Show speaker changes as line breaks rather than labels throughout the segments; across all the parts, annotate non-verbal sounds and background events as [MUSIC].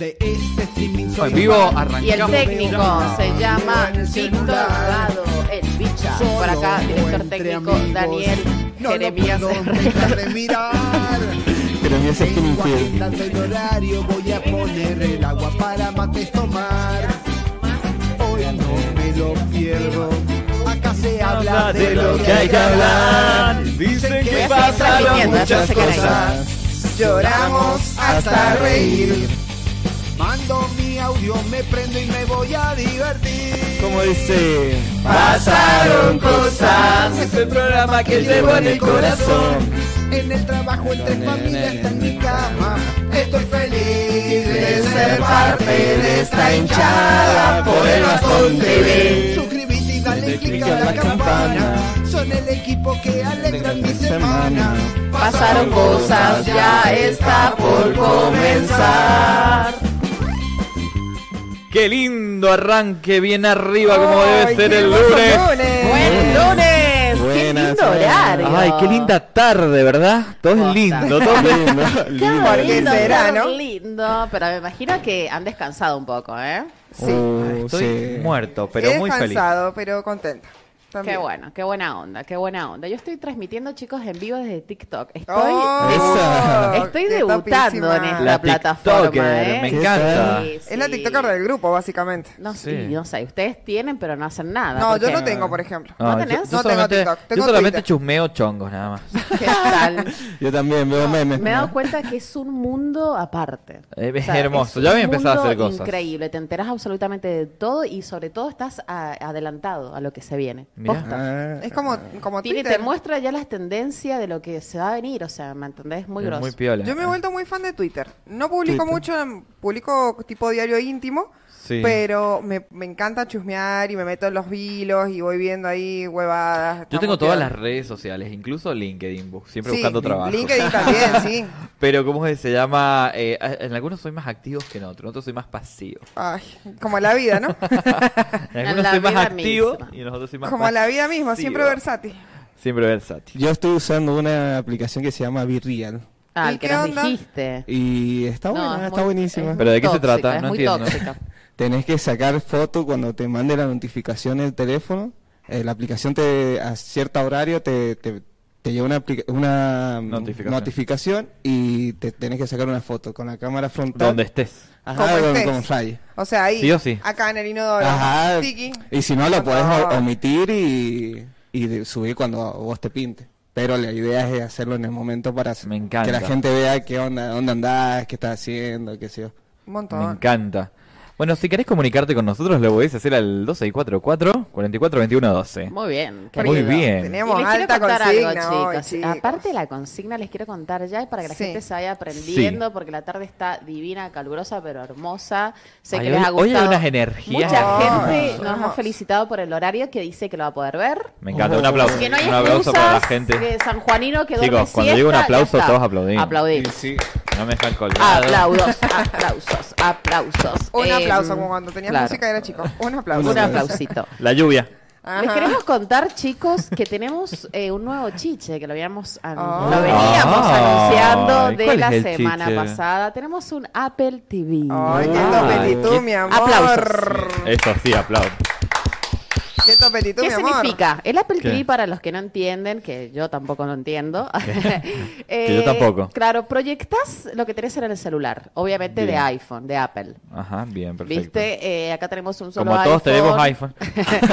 este
Estamos en vivo, arrancamos.
Y el técnico se llama Víctor Dorado, el bicha. Por acá, director técnico Daniel Jeremías Herrera.
de
[LAUGHS]
mirar.
Jeremías es un infiel.
Tanto el horario voy a poner el agua para mates tomar. Hoy no me lo pierdo. Acá se habla de lo que hay que hablar. Dicen
Voy
que
a seguir
pasaron
transmitiendo,
muchas
después se cae.
cosas. Lloramos hasta reír. Mando mi audio, me prendo y me voy a divertir.
Como dice,
Pasaron cosas.
Este programa que
llevo en el corazón. En el trabajo, entre familia, hasta en mi cama. Estoy feliz de ser parte de esta hinchada por el Bastón TV. Suscribite y dale click a la campana. Son el equipo que alegran mi semana.
Pasaron cosas, ya está por comenzar.
Qué lindo arranque, bien arriba como debe ser el lunes.
Buen lunes. Qué
Buenas,
lindo
buenas.
horario.
Ay, qué linda tarde, ¿verdad? Todo es lindo, todo es lindo.
Lindo.
Qué lindo,
será,
Ah,
qué
no?
lindo, pero me imagino que han descansado un poco, ¿eh?
Oh,
Uh,
Estoy
sí.
muerto, pero muy feliz.
cansado, pero contenta. También.
Qué bueno, qué buena onda, qué buena onda. Yo estoy transmitiendo, chicos, en vivo desde TikTok. Estoy
Oh,
Esa.
Estoy
qué
debutando en
topísima.
esta
La
plataforma.
TikToker,
¿eh?
me encanta.
Sí,
Es la
sí.
TikToker del grupo, básicamente.
No, sé,
Sí.
no sé, ustedes tienen, pero no hacen nada.
No, yo
porque-
no tengo, por ejemplo.
¿No
Ah,
tenés?
yo-
No
Yo,
tengo
solamente,
TikTok,
yo
tengo
solamente
Twitter.
chusmeo chongos nada más.
¿Qué
[LAUGHS]
tal?
Yo también veo memes.
Me he dado cuenta que es un mundo aparte.
Eh, es hermoso. Ya voy a
un
empezar a
mundo
hacer cosas.
Increíble, te enteras absolutamente de todo y sobre todo estás a- adelantado a lo que se viene.
Mirá.
Posta.
Ah,
Es como, como
Tiene,
Twitter.
te muestra ya las tendencias de lo que se va a venir, o sea, ¿me entendés? Muy
Es
grosso.
muy piola. eh.
Yo me he vuelto muy fan de Twitter. No publico
Twitter.
mucho, em, publico tipo diario íntimo,
Sí.
pero me, me encanta chusmear y me meto en los hilos y voy viendo ahí huevadas.
Yo
Está
tengo
muy
todas
piola.
las redes sociales, incluso LinkedIn, bu- siempre
Sí,
buscando trabajo. [LAUGHS]
LinkedIn también, sí.
Pero ¿cómo se llama? Eh, en algunos soy más activo que en otros, en otros soy más pasivo.
Ay, como la vida, ¿no?
[LAUGHS] En
En
algunos
la
soy más
vida
activo
misma.
y en los otros soy más
Como la vida misma,
pasivo.
siempre versátil.
Siempre versátil.
Yo estoy usando una aplicación que se llama BeReal.
Ah,
¿Y
el que
qué
nos
onda?
dijiste.
Y está
Este. No,
buena,
es
Ah, está
muy-
buenísima.
es
Pero
muy
¿de qué se
tóxica,
trata?
es
No
muy
entiendo.
tóxica.
[LAUGHS] Tenés que sacar foto cuando te mande la notificación el teléfono. Eh, la aplicación te a cierto horario te, te, te lleva una, apli- una mm,
Notificación.
notificación y te tenés que sacar una foto con la cámara frontal.
Donde estés.
Ajá,
Como
con,
estés.
con rayo.
O sea, ahí,
Sí o sí.
acá en el inodoro,
Ajá.
tiki.
Y si no, lo podés
No.
o- omitir y, y de- subir cuando vos te pinte. Pero la idea es hacerlo en el momento para
Me encanta.
que la gente vea qué onda, dónde andás, qué estás haciendo, qué sé yo.
Me
Un montón.
encanta. Bueno, si querés comunicarte con nosotros, lo podés hacer al 2644-442112.
Muy bien.
Muy
querido.
bien.
Y
Tenemos
les quiero
alta
contar algo,
consigna hoy,
chicos.
chicos.
Aparte de la consigna, les quiero contar ya para que la
Sí.
gente se vaya aprendiendo, porque la tarde está divina, calurosa, pero hermosa. Sé
Ay,
que
hoy-
les ha
hoy hay
gustado.
unas energías.
Mucha
Ah,
gente
hermoso.
nos ha felicitado por el horario que dice que lo va a poder ver.
Me encanta. Un aplauso.
Que no hay
un aplauso
excusas,
para la gente.
Que San Juanino quedó
Chicos, cuando digo un aplauso, todos aplaudimos.
Aplaudimos.
Sí, sí.
No me dejan colgado.
Aplausos,
[LAUGHS]
aplausos, aplausos.
Un
Em,
aplauso, como cuando tenías
claro.
música era chico. Un aplauso.
Un aplausito.
La lluvia.
Ajá.
Les queremos contar, chicos, que tenemos eh, un nuevo chiche que lo, habíamos an-
Oh.
lo veníamos
Ah,
anunciando de
¿cuál
la
es el
semana
chiche?
pasada. Tenemos un Apple TV.
Ay, qué
Ay,
topetitú,
qué-
mi amor.
Aplausos.
Eso sí, aplaudo.
Qué topetitú,
¿Qué
mi amor.
significa? El Apple
¿Qué?
TV, para los que no entienden, que yo tampoco lo entiendo. [LAUGHS] Eh,
Que yo tampoco.
Claro, proyectas lo que tenés en el celular, obviamente de
Bien.
iPhone, de Apple.
Ajá, bien, perfecto.
¿Viste? Eh, acá tenemos un solo
Como
iPhone.
todos tenemos iPhone.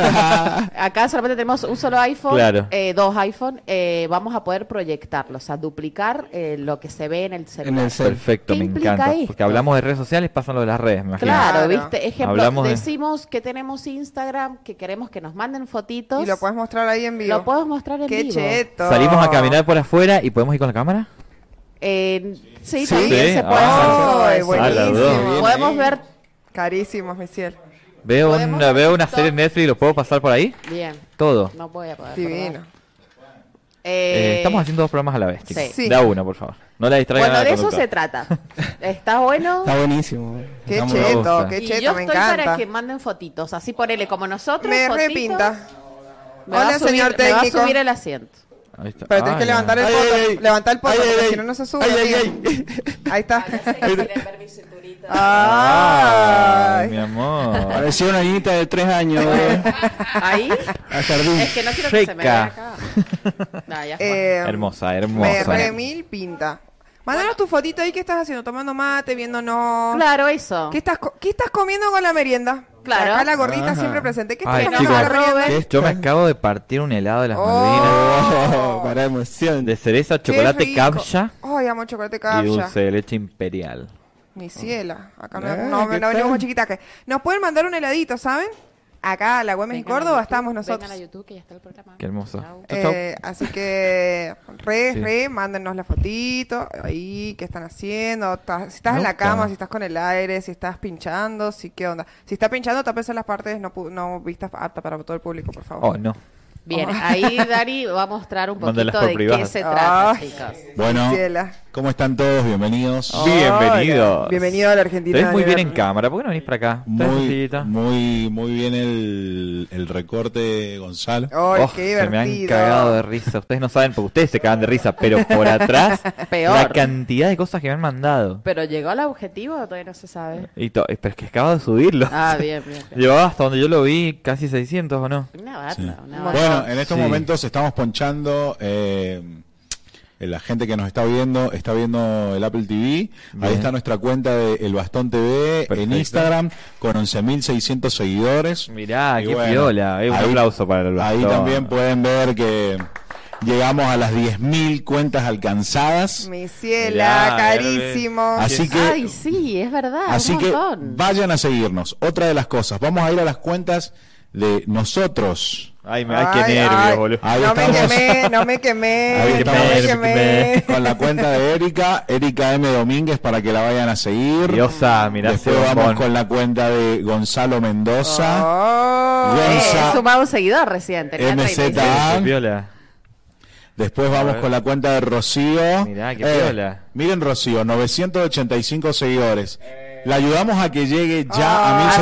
[LAUGHS] Acá solamente tenemos un solo iPhone,
Claro.
eh, dos iPhone. eh, vamos a poder proyectarlo, o sea, duplicar eh, lo que se ve en el celular.
En el celular.
Perfecto,
¿Qué
me
implica
encanta.
esto?
Porque hablamos de redes sociales, pasan lo de las redes, me imagino.
Claro,
Claro.
¿viste? Ejemplo,
Hablamos de-
decimos que tenemos Instagram, que queremos que nos manden fotitos.
Y lo puedes mostrar ahí en vivo.
Lo puedes mostrar en
Qué
vivo.
cheto.
Salimos a caminar por afuera y podemos ir con la cámara.
Eh, sí,
Sí.
también
Sí,
se puede
ah,
hacer
Ay,
todo eso.
Ah, las dos.
buenísimo.
Podemos ver
Carísimos, mi cielo.
Veo
Podemos
una,
hacer
veo una
TikTok.
serie en Netflix, ¿lo puedo pasar por ahí?
bien.
Todo.
No voy a poder.
Divino.
perdón.
Eh,
Eh,
estamos haciendo dos programas a la vez, chicos.
Sí.
Sí.
Da uno, por favor. No la distraigan.
Bueno,
al
de eso se
conductor.
[LAUGHS]
trata. Está bueno.
Está buenísimo.
Qué
Está muy bueno.
cheto,
gusta.
qué
Y yo
cheto, me
estoy para
encanta.
que manden fotitos, así ponele como nosotros.
Me
fotitos,
repinta.
me va a
Hola,
subir-
señor
Me va a
técnico.
subir el asiento.
Ahí está.
Pero tenés que
Ah,
levantar el
Ay,
poto.
ay, ay.
Levantar el poto,
Ay, ay,
porque
ay.
si no, no se sube.
Ay, ay,
tío. [LAUGHS] Ahí está.
quieren
mi cinturita
Ay,
Ay.
mi amor.
Parecía una niñita de
[LAUGHS]
tres años
Ahí.
al jardín.
Es que no quiero que se me vea
Seca.
acá. Nah, ya fue.
Eh,
Hermosa,
Me
hermosa.
re mil pinta. Mándanos tu fotito ahí que estás haciendo, tomando mate, viéndonos.
Claro, eso.
¿Qué estás, co- ¿Qué estás comiendo con la merienda?
Claro.
Acá la gorrita
Ajá.
siempre presente. ¿Qué estás
Ay,
comiendo
chicos,
con la merienda?
Robert.
yo me acabo de partir un helado de las
Oh.
Malvinas
Oh, para emoción.
de cereza,
Qué
chocolate
rico.
capcha
Ay, amo chocolate
y
capsha.
dulce de leche imperial.
Mi ciela. Acá
Ah,
me, no,
¿qué
me la venimos
tal?
con chiquitaque. Nos pueden mandar un heladito, ¿saben? Acá, la Güemes y
Vengan a
Córdoba,
YouTube,
estamos
Vengan a
nosotros.
YouTube que ya está el programa.
Qué hermoso.
Chau.
Chau, chau.
Eh, así que, re,
Sí.
re, mándenos la fotito, ahí, qué están haciendo, ta- si estás
Me
en la
gusta.
cama, si estás con el aire, si estás pinchando, si qué onda. Si está pinchando, tápese las partes no, pu- no vistas apta para todo el público, por favor.
Oh, no.
Bien,
[LAUGHS]
ahí Dani va a mostrar un
Mándalas
poquito
por
de
privado.
qué se trata,
Ay.
chicos.
Bueno,
Ciela.
¿cómo están todos? Bienvenidos.
Oh. Bienvenidos.
Hola, Bienvenido a la Argentina.
Te ves muy bien en
Daniel.
cámara, ¿por qué no venís para acá? Te ves
Muy,
sencillita.
muy, muy bien el, el recorte, Gonzalo.
Ay,
Oh,
qué
se
divertido.
me han cagado de risa. Ustedes no saben, porque ustedes se cagan de risa, pero por
[LAUGHS]
atrás,
Peor.
la cantidad de cosas que me han mandado.
Pero llegó al objetivo, todavía no se sabe.
Y to- pero es que acabo de subirlo.
Ah, bien, bien. bien.
[LAUGHS] Llevaba hasta donde yo lo vi casi 600 o no.
Una
Sí.
bata, una bata.
Bueno, en estos
Sí.
momentos estamos ponchando. eh, la gente que nos está viendo está viendo el Apple TV.
Bien.
Ahí está nuestra cuenta de El Bastón TV en
Perfecto.
Instagram con 11.600 seguidores.
Mirá,
Y
qué
bueno,
piola. Eh, un
ahí-
aplauso para el
Ahí
bastón.
también pueden ver que llegamos a las 10.000 cuentas alcanzadas.
Mi ciela,
Mirá,
carísimo.
Así que
Ay, sí, es verdad,
Así
un
que
montón.
vayan a seguirnos. Otra de las cosas, vamos a ir a las cuentas de nosotros.
Ay, me ay, qué nervios,
ay.
boludo.
Ahí
no me
estamos.
quemé, no me
Ahí
quemé, no
estamos.
me quemé.
Con la cuenta de Erika, Erika M. Domínguez, para que la vayan a seguir.
Diosa, mirá ese
Después vamos
bombón.
con la cuenta de Gonzalo Mendoza,
Oh.
Eh,
Gonza-
he sumado un seguidor recién, tenía
MZ.
36.
Ah.
Qué piola.
después vamos con la cuenta de Rocío. Eh,
Mirá, qué piola.
miren Rocío, 985 seguidores. La ayudamos a que llegue ya a mil
Ah,
A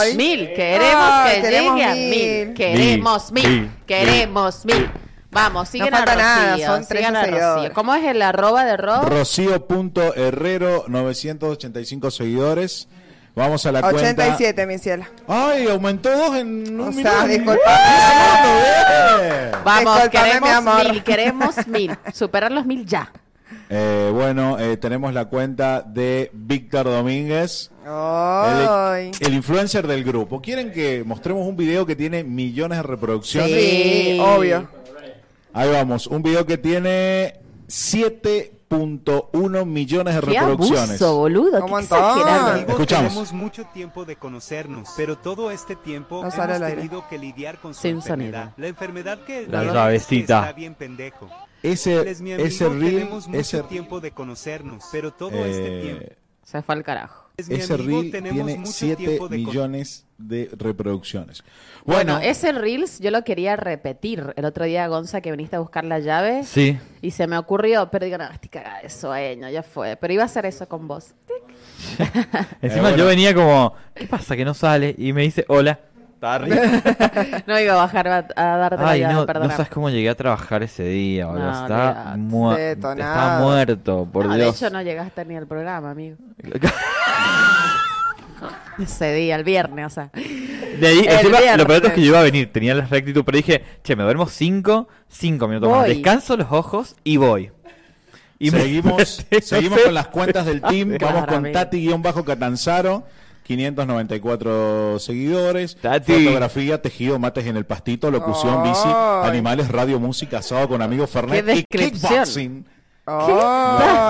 seguidores.
mil,
Ay.
mil, queremos
Ay,
que
queremos
llegue a
mil.
mil, queremos
Mil,
mil,
mil,
queremos mil. Vamos, sigan a
falta
Rocío,
nada, son trece
sigan a
seguidores.
Rocío. ¿Cómo es el arroba de Ro?
Rocío.herrero, 985 seguidores. Vamos a la cuenta.
87, mi ciela.
Ay, aumentó dos en un
O
minuto.
sea, disculpa.
Vamos,
¡Eh! Discúlpame, mi
queremos
amor.
mil,
[LAUGHS]
queremos mil, superar los mil ya.
Eh, bueno, eh, tenemos la cuenta de Víctor Domínguez,
Ay.
el, el influencer del grupo. ¿Quieren que mostremos un video que tiene millones de reproducciones?
Sí,
Sí.
obvio.
Ahí vamos, un video que tiene 7.1 millones de
Qué
reproducciones.
abuso, boludo,
Un
qué
montón.
exagerado.
Amigo,
Escuchamos.
Tenemos mucho tiempo de conocernos, pero todo este tiempo
No sale
hemos
al aire.
tenido que lidiar con su
Sin
enfermedad.
sonido.
La enfermedad que
La
es que
llavecita.
está bien pendejo. Él
ese
es mi amigo,
ese reel,
tenemos mucho
ese,
tiempo de conocernos, pero todo este tiempo.
eh,
Se fue al carajo.
Él es mi
ese
amigo,
reel
tenemos
tiene
mucho
7
tiempo de con-
millones de reproducciones.
Bueno,
Bueno,
ese Reels yo lo quería repetir. El otro día, Gonza, que viniste a buscar la llave.
Sí.
Y se me ocurrió, pero digo, no, estoy cagada de sueño, ya fue. Pero iba a hacer eso con
[LAUGHS]
vos.
Encima
bueno.
yo venía como, ¿qué pasa que no sale? Y me dice, hola. Tarri.
[LAUGHS]
[LAUGHS]
No iba a bajar a, a darte
Ay,
la llave,
no,
perdona.
no sabes cómo llegué a trabajar ese día, boludo.
No,
estaba,
olvidate.
mua-
Detonado.
estaba muerto, por
No,
Dios.
De hecho, no llegaste ni al programa, amigo. [LAUGHS] Ese día, el viernes, o sea.
[LAUGHS] De ahí,
El
encima, lo peor es que
viernes.
yo iba a venir, tenía la rectitud, pero dije, che, me duermo 5, 5 minutos más,
Voy.
descanso los ojos y voy. Y [LAUGHS] me
[LAUGHS] seguimos,
desperté,
seguimos
no sé.
con las cuentas del
[LAUGHS]
team. Vamos con
Claramente.
Tati-Catanzaro, 594 seguidores.
Tati.
Fotografía, tejido, mates en el pastito, locución, bici,
Ay.
animales, radio, música, asado con amigos Fernet
Qué
y
descripción.
kickboxing.
Ay,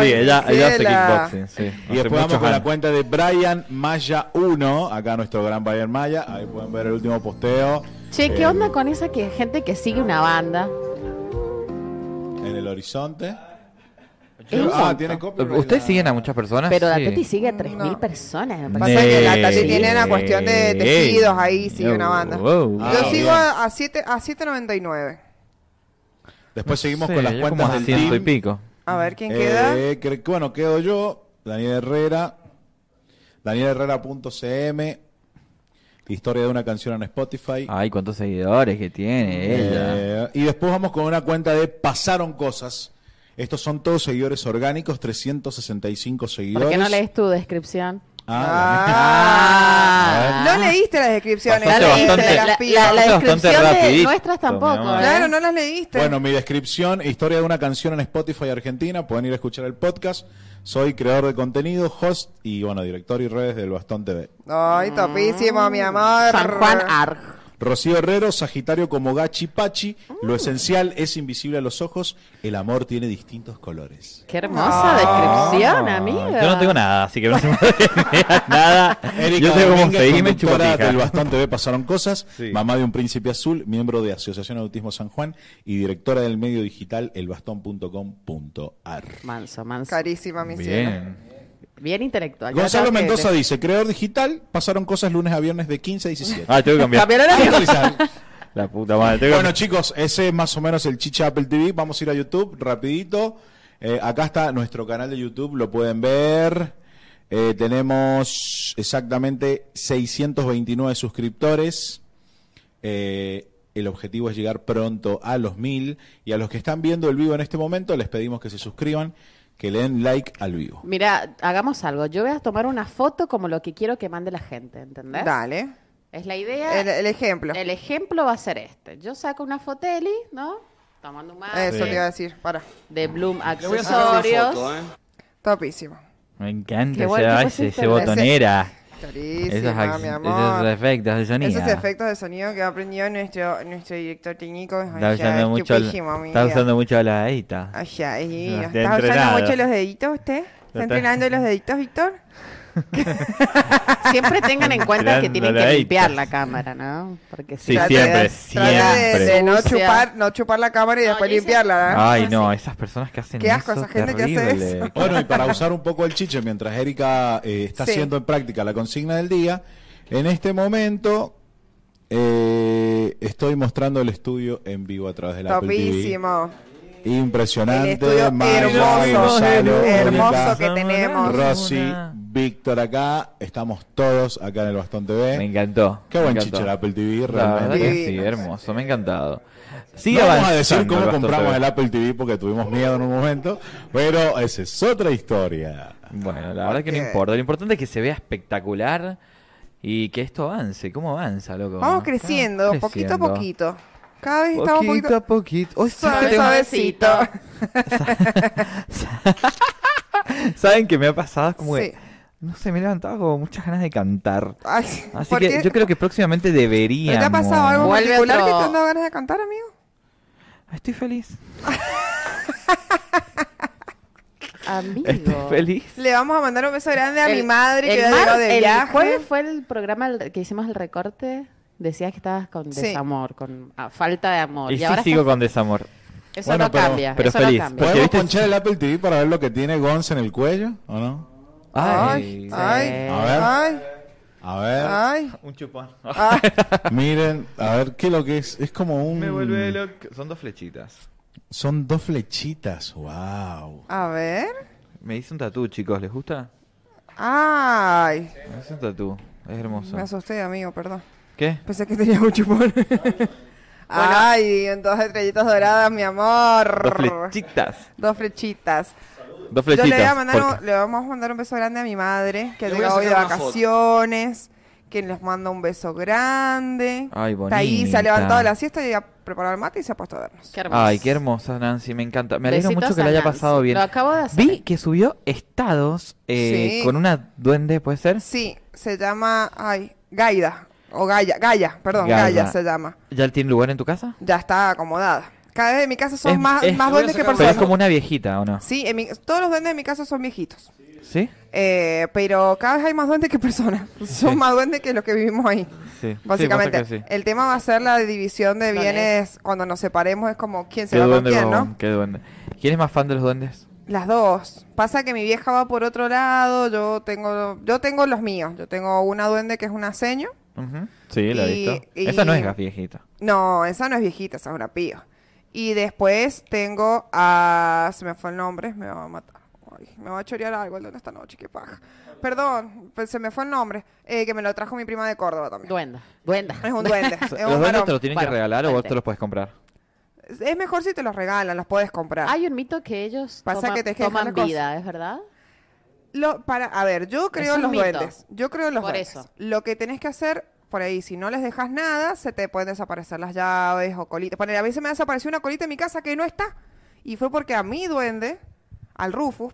Sí, ella, ella hace
Gisela.
kickboxing, sí. Hace
Y después vamos
muchos
con la
años.
cuenta de Brian Maya 1, acá nuestro gran Brian Maya. Ahí pueden ver el último posteo Eh,
Che, ¿qué onda con esa que gente que sigue una banda?
en el horizonte.
Es un
ah,
montón.
tiene copyright.
¿Ustedes siguen a muchas personas?
Pero la
Sí.
Teti sigue a 3.000
Mm, No.
personas. me
Pasa
parece.
que la Tati
Ney.
tiene una cuestión de tejidos ahí, sí, una banda.
Wow.
Ah,
Yo
bien.
sigo a, a siete- a 7.99.
Después seguimos
Sí,
con las
yo
cuentas
como
del
ciento y
team.
pico.
A ver quién
Eh,
queda.
cre- que, bueno, quedo yo, Daniel Herrera, danielherrera.cm, historia de una canción en Spotify.
Ay, cuántos seguidores que tiene Ah, ella. [LAUGHS]
Eh, y después vamos con una cuenta de Pasaron Cosas. Estos son todos seguidores orgánicos, 365 seguidores.
¿Por qué no lees tu descripción?
Ah.
Ah.
No leíste las descripciones.
La,
Bastante,
leíste
bastante.
de
leíste,
las
la, la- la
pibas.
Bastante
descripción de
rapidito,
nuestras tampoco.
mi mamá.
¿eh?
Claro, no las leíste.
Bueno, mi descripción, historia de una canción en Spotify Argentina, pueden ir a escuchar el podcast. Soy creador de contenido, host y bueno, director y redes del Bastón TV.
Ay, topísimo, mi amor.
Mm. San Juan
Ah.
Arg.
Rocío Herrero, Sagitario como Gachi Pachi,
Mm.
lo esencial es invisible a los ojos, el amor tiene distintos colores.
Qué hermosa descripción,
Ah,
amiga.
Yo no tengo [LAUGHS] nada, así que no se me vea nada.
Erika
yo tengo como
Domínguez,
seguirme y
conductora
chupatija.
del Bastón TV pasaron cosas,
Sí.
mamá de un príncipe azul, miembro de Asociación Autismo San Juan y directora del medio digital elbastón.com.ar.
Manso, manso.
Carísima, mi cielo.
Bien.
Bien intelectual. Yo
Gonzalo
creo que
Mendoza
te-
dice, creador digital, pasaron cosas lunes a viernes de 15 a 17.
Ah, tengo que cambiar.
Cambiaron a-
La puta madre. tengo que
Bueno, chicos, ese es más o menos el chicha Apple TV. Vamos a ir a YouTube rapidito. Eh, acá está nuestro canal de YouTube, lo pueden ver. Eh, tenemos exactamente 629 suscriptores. Eh, el objetivo es llegar pronto a los 1000. Y a los que están viendo el vivo en este momento, les pedimos que se suscriban, que le den like al vivo.
Mira, hagamos algo. Yo voy a tomar una foto como lo que quiero que mande la gente, ¿entendés?
Dale.
Es la idea.
El, el ejemplo.
El ejemplo va a ser este. Yo saco una foteli, ¿no? Tomando un mate
Eso
Sí.
te iba a decir. Para.
de Bloom
voy a sacar una
accesorios.
foto, ¿eh?
Topísimo.
Me encanta
Qué bueno
esa,
que
ese,
pusiste
ese
la-
botonera. Esos,
Carísima,
ac-
mi
esos
amor.
efectos de sonido.
Esos efectos de sonido que ha aprendido nuestro, nuestro director técnico. Ay,
Está
ya,
usando, mucho, el-
estupísimo, mi
está
vida.
usando mucho la edita.
Ay, ya, y-
No, está
¿Está
entrenado.
usando mucho los deditos usted?
está.
¿Está entrenando los deditos, Víctor?
[LAUGHS] Siempre tengan en cuenta que tienen que
Tirándola ahí.
limpiar la cámara, ¿no? Porque si
Sí,
no-
Trate
siempre,
de- trate de-
siempre.
de no
Sucia.
chupar, no chupar la cámara y
No,
después
yo hice-
limpiarla, ¿eh?
Ay,
Ah,
no,
sí.
esas personas que hacen
Qué asco,
eso,
esa gente que hace
terrible. [LAUGHS]
eso.
Bueno, y para usar un poco el chiche, mientras Erika eh, está
Sí.
haciendo en práctica la consigna del día, en este momento eh, estoy mostrando el estudio en vivo a través de la Apple TV.
Topísimo. El
Impresionante.
estudio
Maya,
hermoso,
Gonzalo,
hermoso
Erika,
que tenemos.
Rosy, Víctor acá, estamos todos acá en el Bastón TV.
Me encantó.
Qué
me
buen
encantó.
chiche el Apple TV,
La verdad
realmente.
que sí, hermoso, me ha encantado. Sigue
No vamos a
avanzando
decir
el
cómo
Bastón
compramos
TV.
el Apple TV porque tuvimos miedo en un momento, pero esa es otra historia.
Bueno, la verdad que no
Porque-
importa. Lo importante es que se vea espectacular y que esto avance. ¿Cómo avanza, loco?
Vamos
Está
creciendo, poquito a
creciendo.
poquito. Cada vez estamos un
Poquito
poquito...
a poquito. Hoy sí
Suave,
que tengo-
suavecito.
[LAUGHS] ¿Saben qué me ha pasado? Es Como que,
Sí.
no sé, me he levantado con muchas ganas de cantar.
Ay,
Así
¿por
que
qué?
yo creo que próximamente debería.
¿Te ha pasado algo en
Vuelve
particular que
otro-
te han dado ganas de cantar, amigo?
Estoy feliz.
Amigo.
Estoy feliz.
Le vamos a mandar un beso grande a mi
El-
madre que
el
ya
mar-
llegó de
el
viaje.
jueves fue el programa al- que hicimos el recorte. Decías que estabas con
Sí.
desamor, con ah, falta de amor.
Y
Y,
sí
ahora
sigo
estás-
con desamor.
eso
Bueno,
no
pero-
cambia.
pero
eso
feliz,
no cambia.
porque-
¿Podemos
viste-
ponchar el Apple TV para ver lo que tiene Gonz en el cuello o no?
Ay, ay,
A ver.
ay,
A ver,
ay. Ah.
Un chupón.
[LAUGHS] miren, a ver qué es lo que es. Es como un.
Me vuelve loco. Son dos flechitas.
Son dos flechitas, wow.
A ver.
Me hice un tatú, chicos. ¿Les gusta?
Ay,
Me hice un tatú. Es hermoso.
me asusté, amigo, perdón.
¿Qué?
Pensé que tenía
[LAUGHS]
un chupón. Ay, en dos estrellitas doradas, mi amor.
Dos flechitas.
Dos flechitas.
Dos
Yo
flechitas.
le, voy a mandar
porca.
un- le vamos a mandar un beso grande a mi madre, que ha
Le voy a
llegado hoy de
sacar una foto.
vacaciones, que les manda un beso grande.
Ay,
Está ahí, se
bonita.
ha levantado de la siesta y ha preparado el mate y se ha puesto a vernos.
Qué hermoso.
Ay, qué hermosa Nancy, me encanta. Me alegro
Besitos
mucho que
a
la haya
Nancy.
pasado bien.
Lo acabo de hacer.
Vi que subió estados eh,
Sí.
con una duende, ¿puede ser?
Sí, se llama, ay, Gaida, o Gaia, Gaia, perdón,
Gaia.
Gaia, se llama.
¿Ya tiene lugar en tu casa?
Ya está acomodada. Cada vez en mi casa son
Es-
más,
es-
más
voy a
duendes que
sacar una
Pero es
personas.
como una viejita, ¿o no?
Sí, en mi- todos los duendes de mi casa son viejitos.
¿Sí?
Eh, pero cada vez hay más duendes que personas. [LAUGHS] Son más duendes que los que vivimos ahí.
Sí.
Básicamente,
Sí, pasa que sí.
el tema va a ser la división de
Dale.
bienes cuando nos separemos. Es como quién se
Qué
va con
duende,
quién,
bobón,
¿no?
qué duende. ¿Quién es más fan de los duendes?
Las dos. Pasa que mi vieja va por otro lado. Yo tengo, yo tengo los míos. Yo tengo una duende que es una seño.
Ujú. Sí, la he
Y-
visto.
y-
Esa no es viejita.
No, esa no es viejita, esa es una pío. Y después tengo a. Se me fue el nombre, me va a matar. Ay, me va a chorear algo el de esta noche, qué paja. Perdón, pues se me fue el nombre, eh, que me lo trajo mi prima de Córdoba también.
Duenda. Duenda.
Es
[LAUGHS]
un duende. [LAUGHS] es,
¿Los
un
duendes te
varón.
los tienen
Bueno,
que regalar o vos
duende.
te los puedes comprar?
es mejor si te los regalan, los puedes comprar.
Hay un mito que ellos
Pasa
toma-
que te dejan
toman
la cosa.
vida, ¿es verdad?
Lo, para, a ver, yo creo
Es
en
un
los
mito.
duendes. Yo creo en los
Por
duendes.
eso.
Lo que tenés que hacer por ahí, si no les dejas nada, se te pueden desaparecer las llaves o colitas. Ponele, a veces me ha desaparecido una colita en mi casa que no está. Y fue porque a mi duende, al Rufus,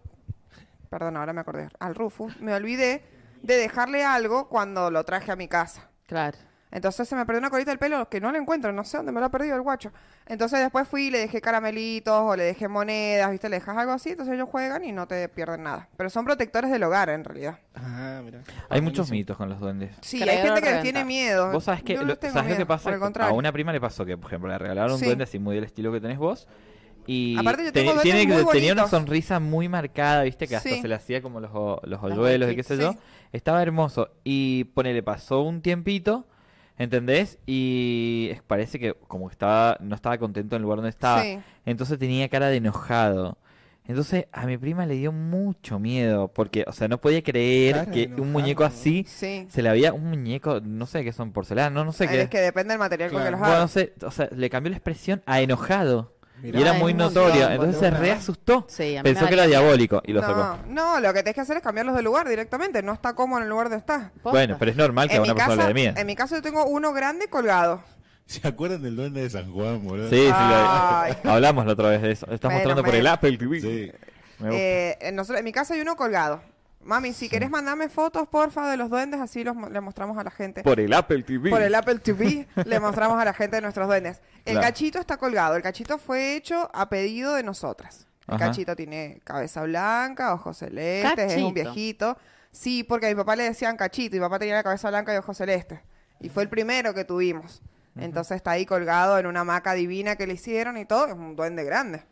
perdón, ahora me acordé, al Rufus, me olvidé de dejarle algo cuando lo traje a mi casa.
Claro.
Entonces se me perdió una colita del pelo que no la encuentro, no sé dónde me lo ha perdido el guacho. Entonces después fui y le dejé caramelitos o le dejé monedas, ¿viste? Le dejas algo así, entonces ellos juegan y no te pierden nada. Pero son protectores del hogar en realidad.
Ah, mira.
Hay muchos mitos con los duendes.
Sí,
Creer
hay gente
o
que les
reventar.
tiene miedo.
Vos sabés que,
Yo
lo,
les tengo
¿sabés lo que
miedo,
pasa?
Por el
a
contrario.
una prima le pasó que, por ejemplo, le regalaron un
Sí.
duende así muy del estilo que tenés vos. Y
Aparte yo
teni-
tengo duendes
tiene-
muy
tenía una
bonitos.
sonrisa muy marcada, viste, que hasta
Sí.
se le hacía como los, o- los hoyuelos y qué sé
sí.
yo. Estaba hermoso. Y ponele, pasó un tiempito, ¿entendés? Y es- parece que como que estaba, no estaba contento en el lugar donde estaba.
Sí.
Entonces tenía cara de enojado. Entonces a mi prima le dio mucho miedo, porque, o sea, no podía creer
Cara de
que un muñeco
enojado.
así
Sí.
se le había un muñeco, no sé qué son, porcelana, no, no sé qué.
Es que depende del material con que
Claro.
los
Bueno, no
hagas.
sé, o sea, le cambió la expresión a enojado.
Mirá.
y era
Ay,
muy
un
notoria.
montón,
Entonces se
boludo.
reasustó.
[LAUGHS]
Sí, a mí
Pensó
me
que era
daría miedo.
diabólico y lo
No,
sacó.
no, lo que tenés que hacer es cambiarlos de lugar directamente. No está cómodo en el lugar donde está.
Posta.
Bueno, pero es normal que a
En mi,
una persona
casa,
le dé miedo.
en mi caso yo tengo uno
[LAUGHS]
grande colgado.
¿Se acuerdan del duende de San Juan, boludo?
Sí, sí,
Ay.
lo- hablamos la otra vez de eso. Estás
Bueno,
mostrando por
bueno.
el Apple TV.
Sí.
Me gusta.
Eh, en, nosotros- en mi casa hay uno colgado. Mami, si querés mandarme fotos, porfa, de los duendes, así los, mo- le mostramos a la gente.
por el Apple TV.
Por
[LAUGHS]
el Apple TV le mostramos a la gente de nuestros duendes. El
Claro.
cachito está colgado. El cachito fue hecho a pedido de nosotras. El
Ajá.
cachito tiene cabeza blanca, ojos celestes, es
Cachito.
un viejito. Sí, porque a mi papá le decían cachito y mi papá tenía la cabeza blanca y ojos celestes. Y fue el primero que tuvimos. Entonces está ahí colgado en una hamaca divina que le hicieron y todo. Es un duende grande.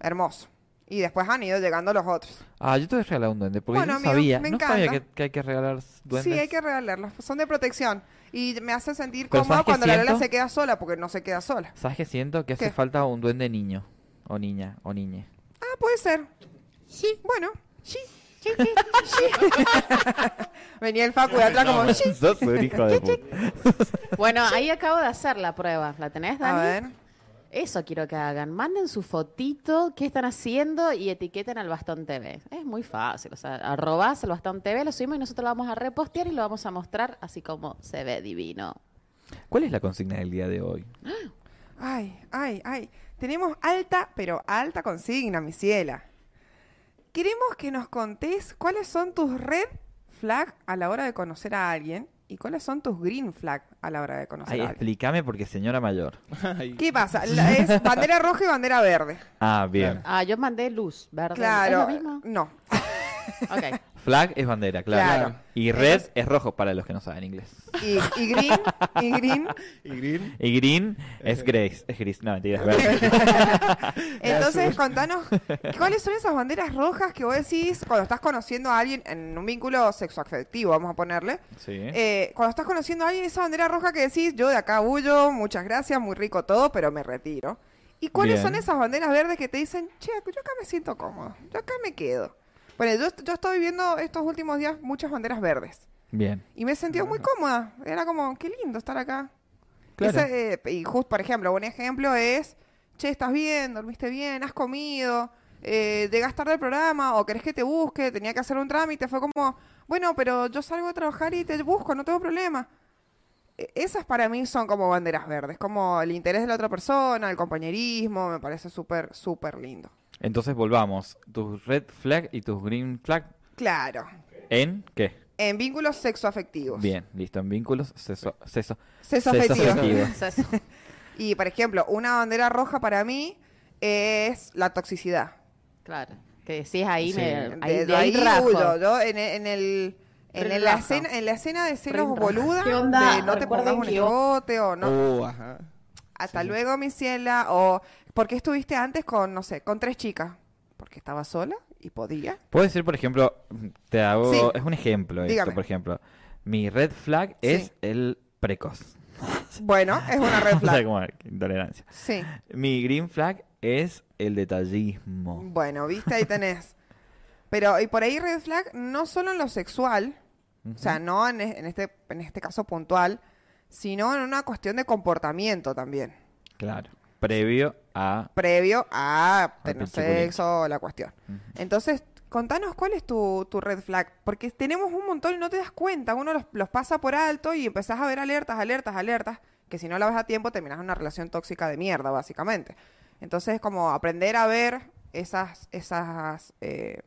Hermoso. Y después han ido llegando los otros.
Ah, yo te voy a regalar un duende. Porque
Bueno,
yo no
amigo,
sabía.
me
no sabía que,
encanta.
que hay que regalar duendes.
Sí, hay que regalarlos. Son de protección. Y me hace sentir
Pero
cómoda
¿sabes qué
cuando la Lola
siento?
se queda sola, porque no se queda sola.
¿Sabes qué siento? Que hace
¿Qué?
falta un duende niño. O niña. O niñe.
Ah, puede ser. Sí. Bueno, sí. Venía el Facu de
[LAUGHS]
atrás como... sí.
Sos un hijo
[LAUGHS]
de puta.
Bueno, ahí acabo de hacer la prueba. ¿La tenés,
A
Dani?
ver.
Eso quiero que hagan. Manden su fotito, qué están haciendo y etiqueten al Bastón TV. Es muy fácil. O sea, arrobás al Bastón TV, lo subimos y nosotros lo vamos a repostear y lo vamos a mostrar así como se ve divino.
[LAUGHS]
¿Cuál es la consigna del día de hoy?
[LAUGHS] Ay, ay, ay. Tenemos alta, pero alta consigna, mi ciela. Queremos que nos contés cuáles son tus red flag a la hora de conocer a alguien y cuáles son tus green flag a la hora de conocer
Ay,
a alguien.
explícame porque señora mayor.
Ay.
¿Qué pasa? La- es bandera roja y bandera verde.
Ah, bien.
Ah, yo mandé luz, ¿verdad?
Claro.
¿Es lo mismo?
No.
Ok.
Flag es bandera, claro.
Claro.
Y red es rojo para los que no saben inglés.
Y, y green, y green.
[LAUGHS] ¿Y Green?
Y green es gris, es gris, no
[LAUGHS]
mentira, es verde. [LAUGHS]
Entonces, contanos, ¿cuáles son esas banderas rojas que vos decís cuando estás conociendo a alguien en un vínculo sexoafectivo, vamos a ponerle?
Sí.
Eh, cuando estás conociendo a alguien, esa bandera roja que decís, yo de acá huyo, muchas gracias, muy rico todo, pero me retiro. ¿Y cuáles
Bien.
son esas banderas verdes que te dicen, che, yo acá me siento cómodo, yo acá me quedo? Bueno, yo, yo estoy viendo estos últimos días muchas banderas verdes.
Bien.
Y me he sentido muy cómoda. Era como, qué lindo estar acá.
Claro.
Ese, eh, y justo, por ejemplo, un ejemplo es, che, estás bien, dormiste bien, has comido, eh, llegas tarde al programa o querés que te busque, tenía que hacer un trámite, fue como, bueno, pero yo salgo a trabajar y te busco, no tengo problema. E- Esas para mí son como banderas verdes, como el interés de la otra persona, el compañerismo, me parece súper, súper lindo.
Entonces volvamos. Tus red flag y tus green flag
Claro,
en qué?
en vínculos sexoafectivos.
Bien, listo, en vínculos, sexo, sexo,
Sexoafectivos. [LAUGHS]
sexoafectivos.
Eso, eso.
Y, por ejemplo, una bandera roja para mí es la toxicidad.
Claro. Que decís ahí, me, ahí,
De-
de
de
ahí
ahí
rajo.
huyo, yo en, e- en el... En, el- la
Rajo.
escena, en la escena de celos
Rajo.
boluda,
¿Qué onda?
de no te
Recuerden
pongas un
que yo-
escote o no.
Oh, ajá.
Hasta luego, mi ciela. O, ¿por qué estuviste antes con, no sé, con tres chicas? Porque estaba sola y podía.
Puedo decir, por ejemplo, te hago,
Sí.
es un ejemplo esto,
Dígame.
por ejemplo. Mi red flag
Sí.
es el precoz.
Bueno, es
[LAUGHS]
una red
o sea,
flag.
como intolerancia.
Sí.
Mi green flag es el detallismo.
Bueno, viste, ahí tenés. Pero, y por ahí red flag, no solo en lo sexual, o sea, no en, e- en este, en este caso puntual, sino en una cuestión de comportamiento también,
Claro. Previo a
previo a
Al
tener
pinche culichi.
sexo o la cuestión. Entonces, contanos cuál es tu, tu red flag, porque tenemos un montón y no te das cuenta, uno los, los pasa por alto y empezás a ver alertas, alertas, alertas, que si no la ves a tiempo terminas en una relación tóxica de mierda, básicamente. Entonces, como aprender a ver esas, esas eh,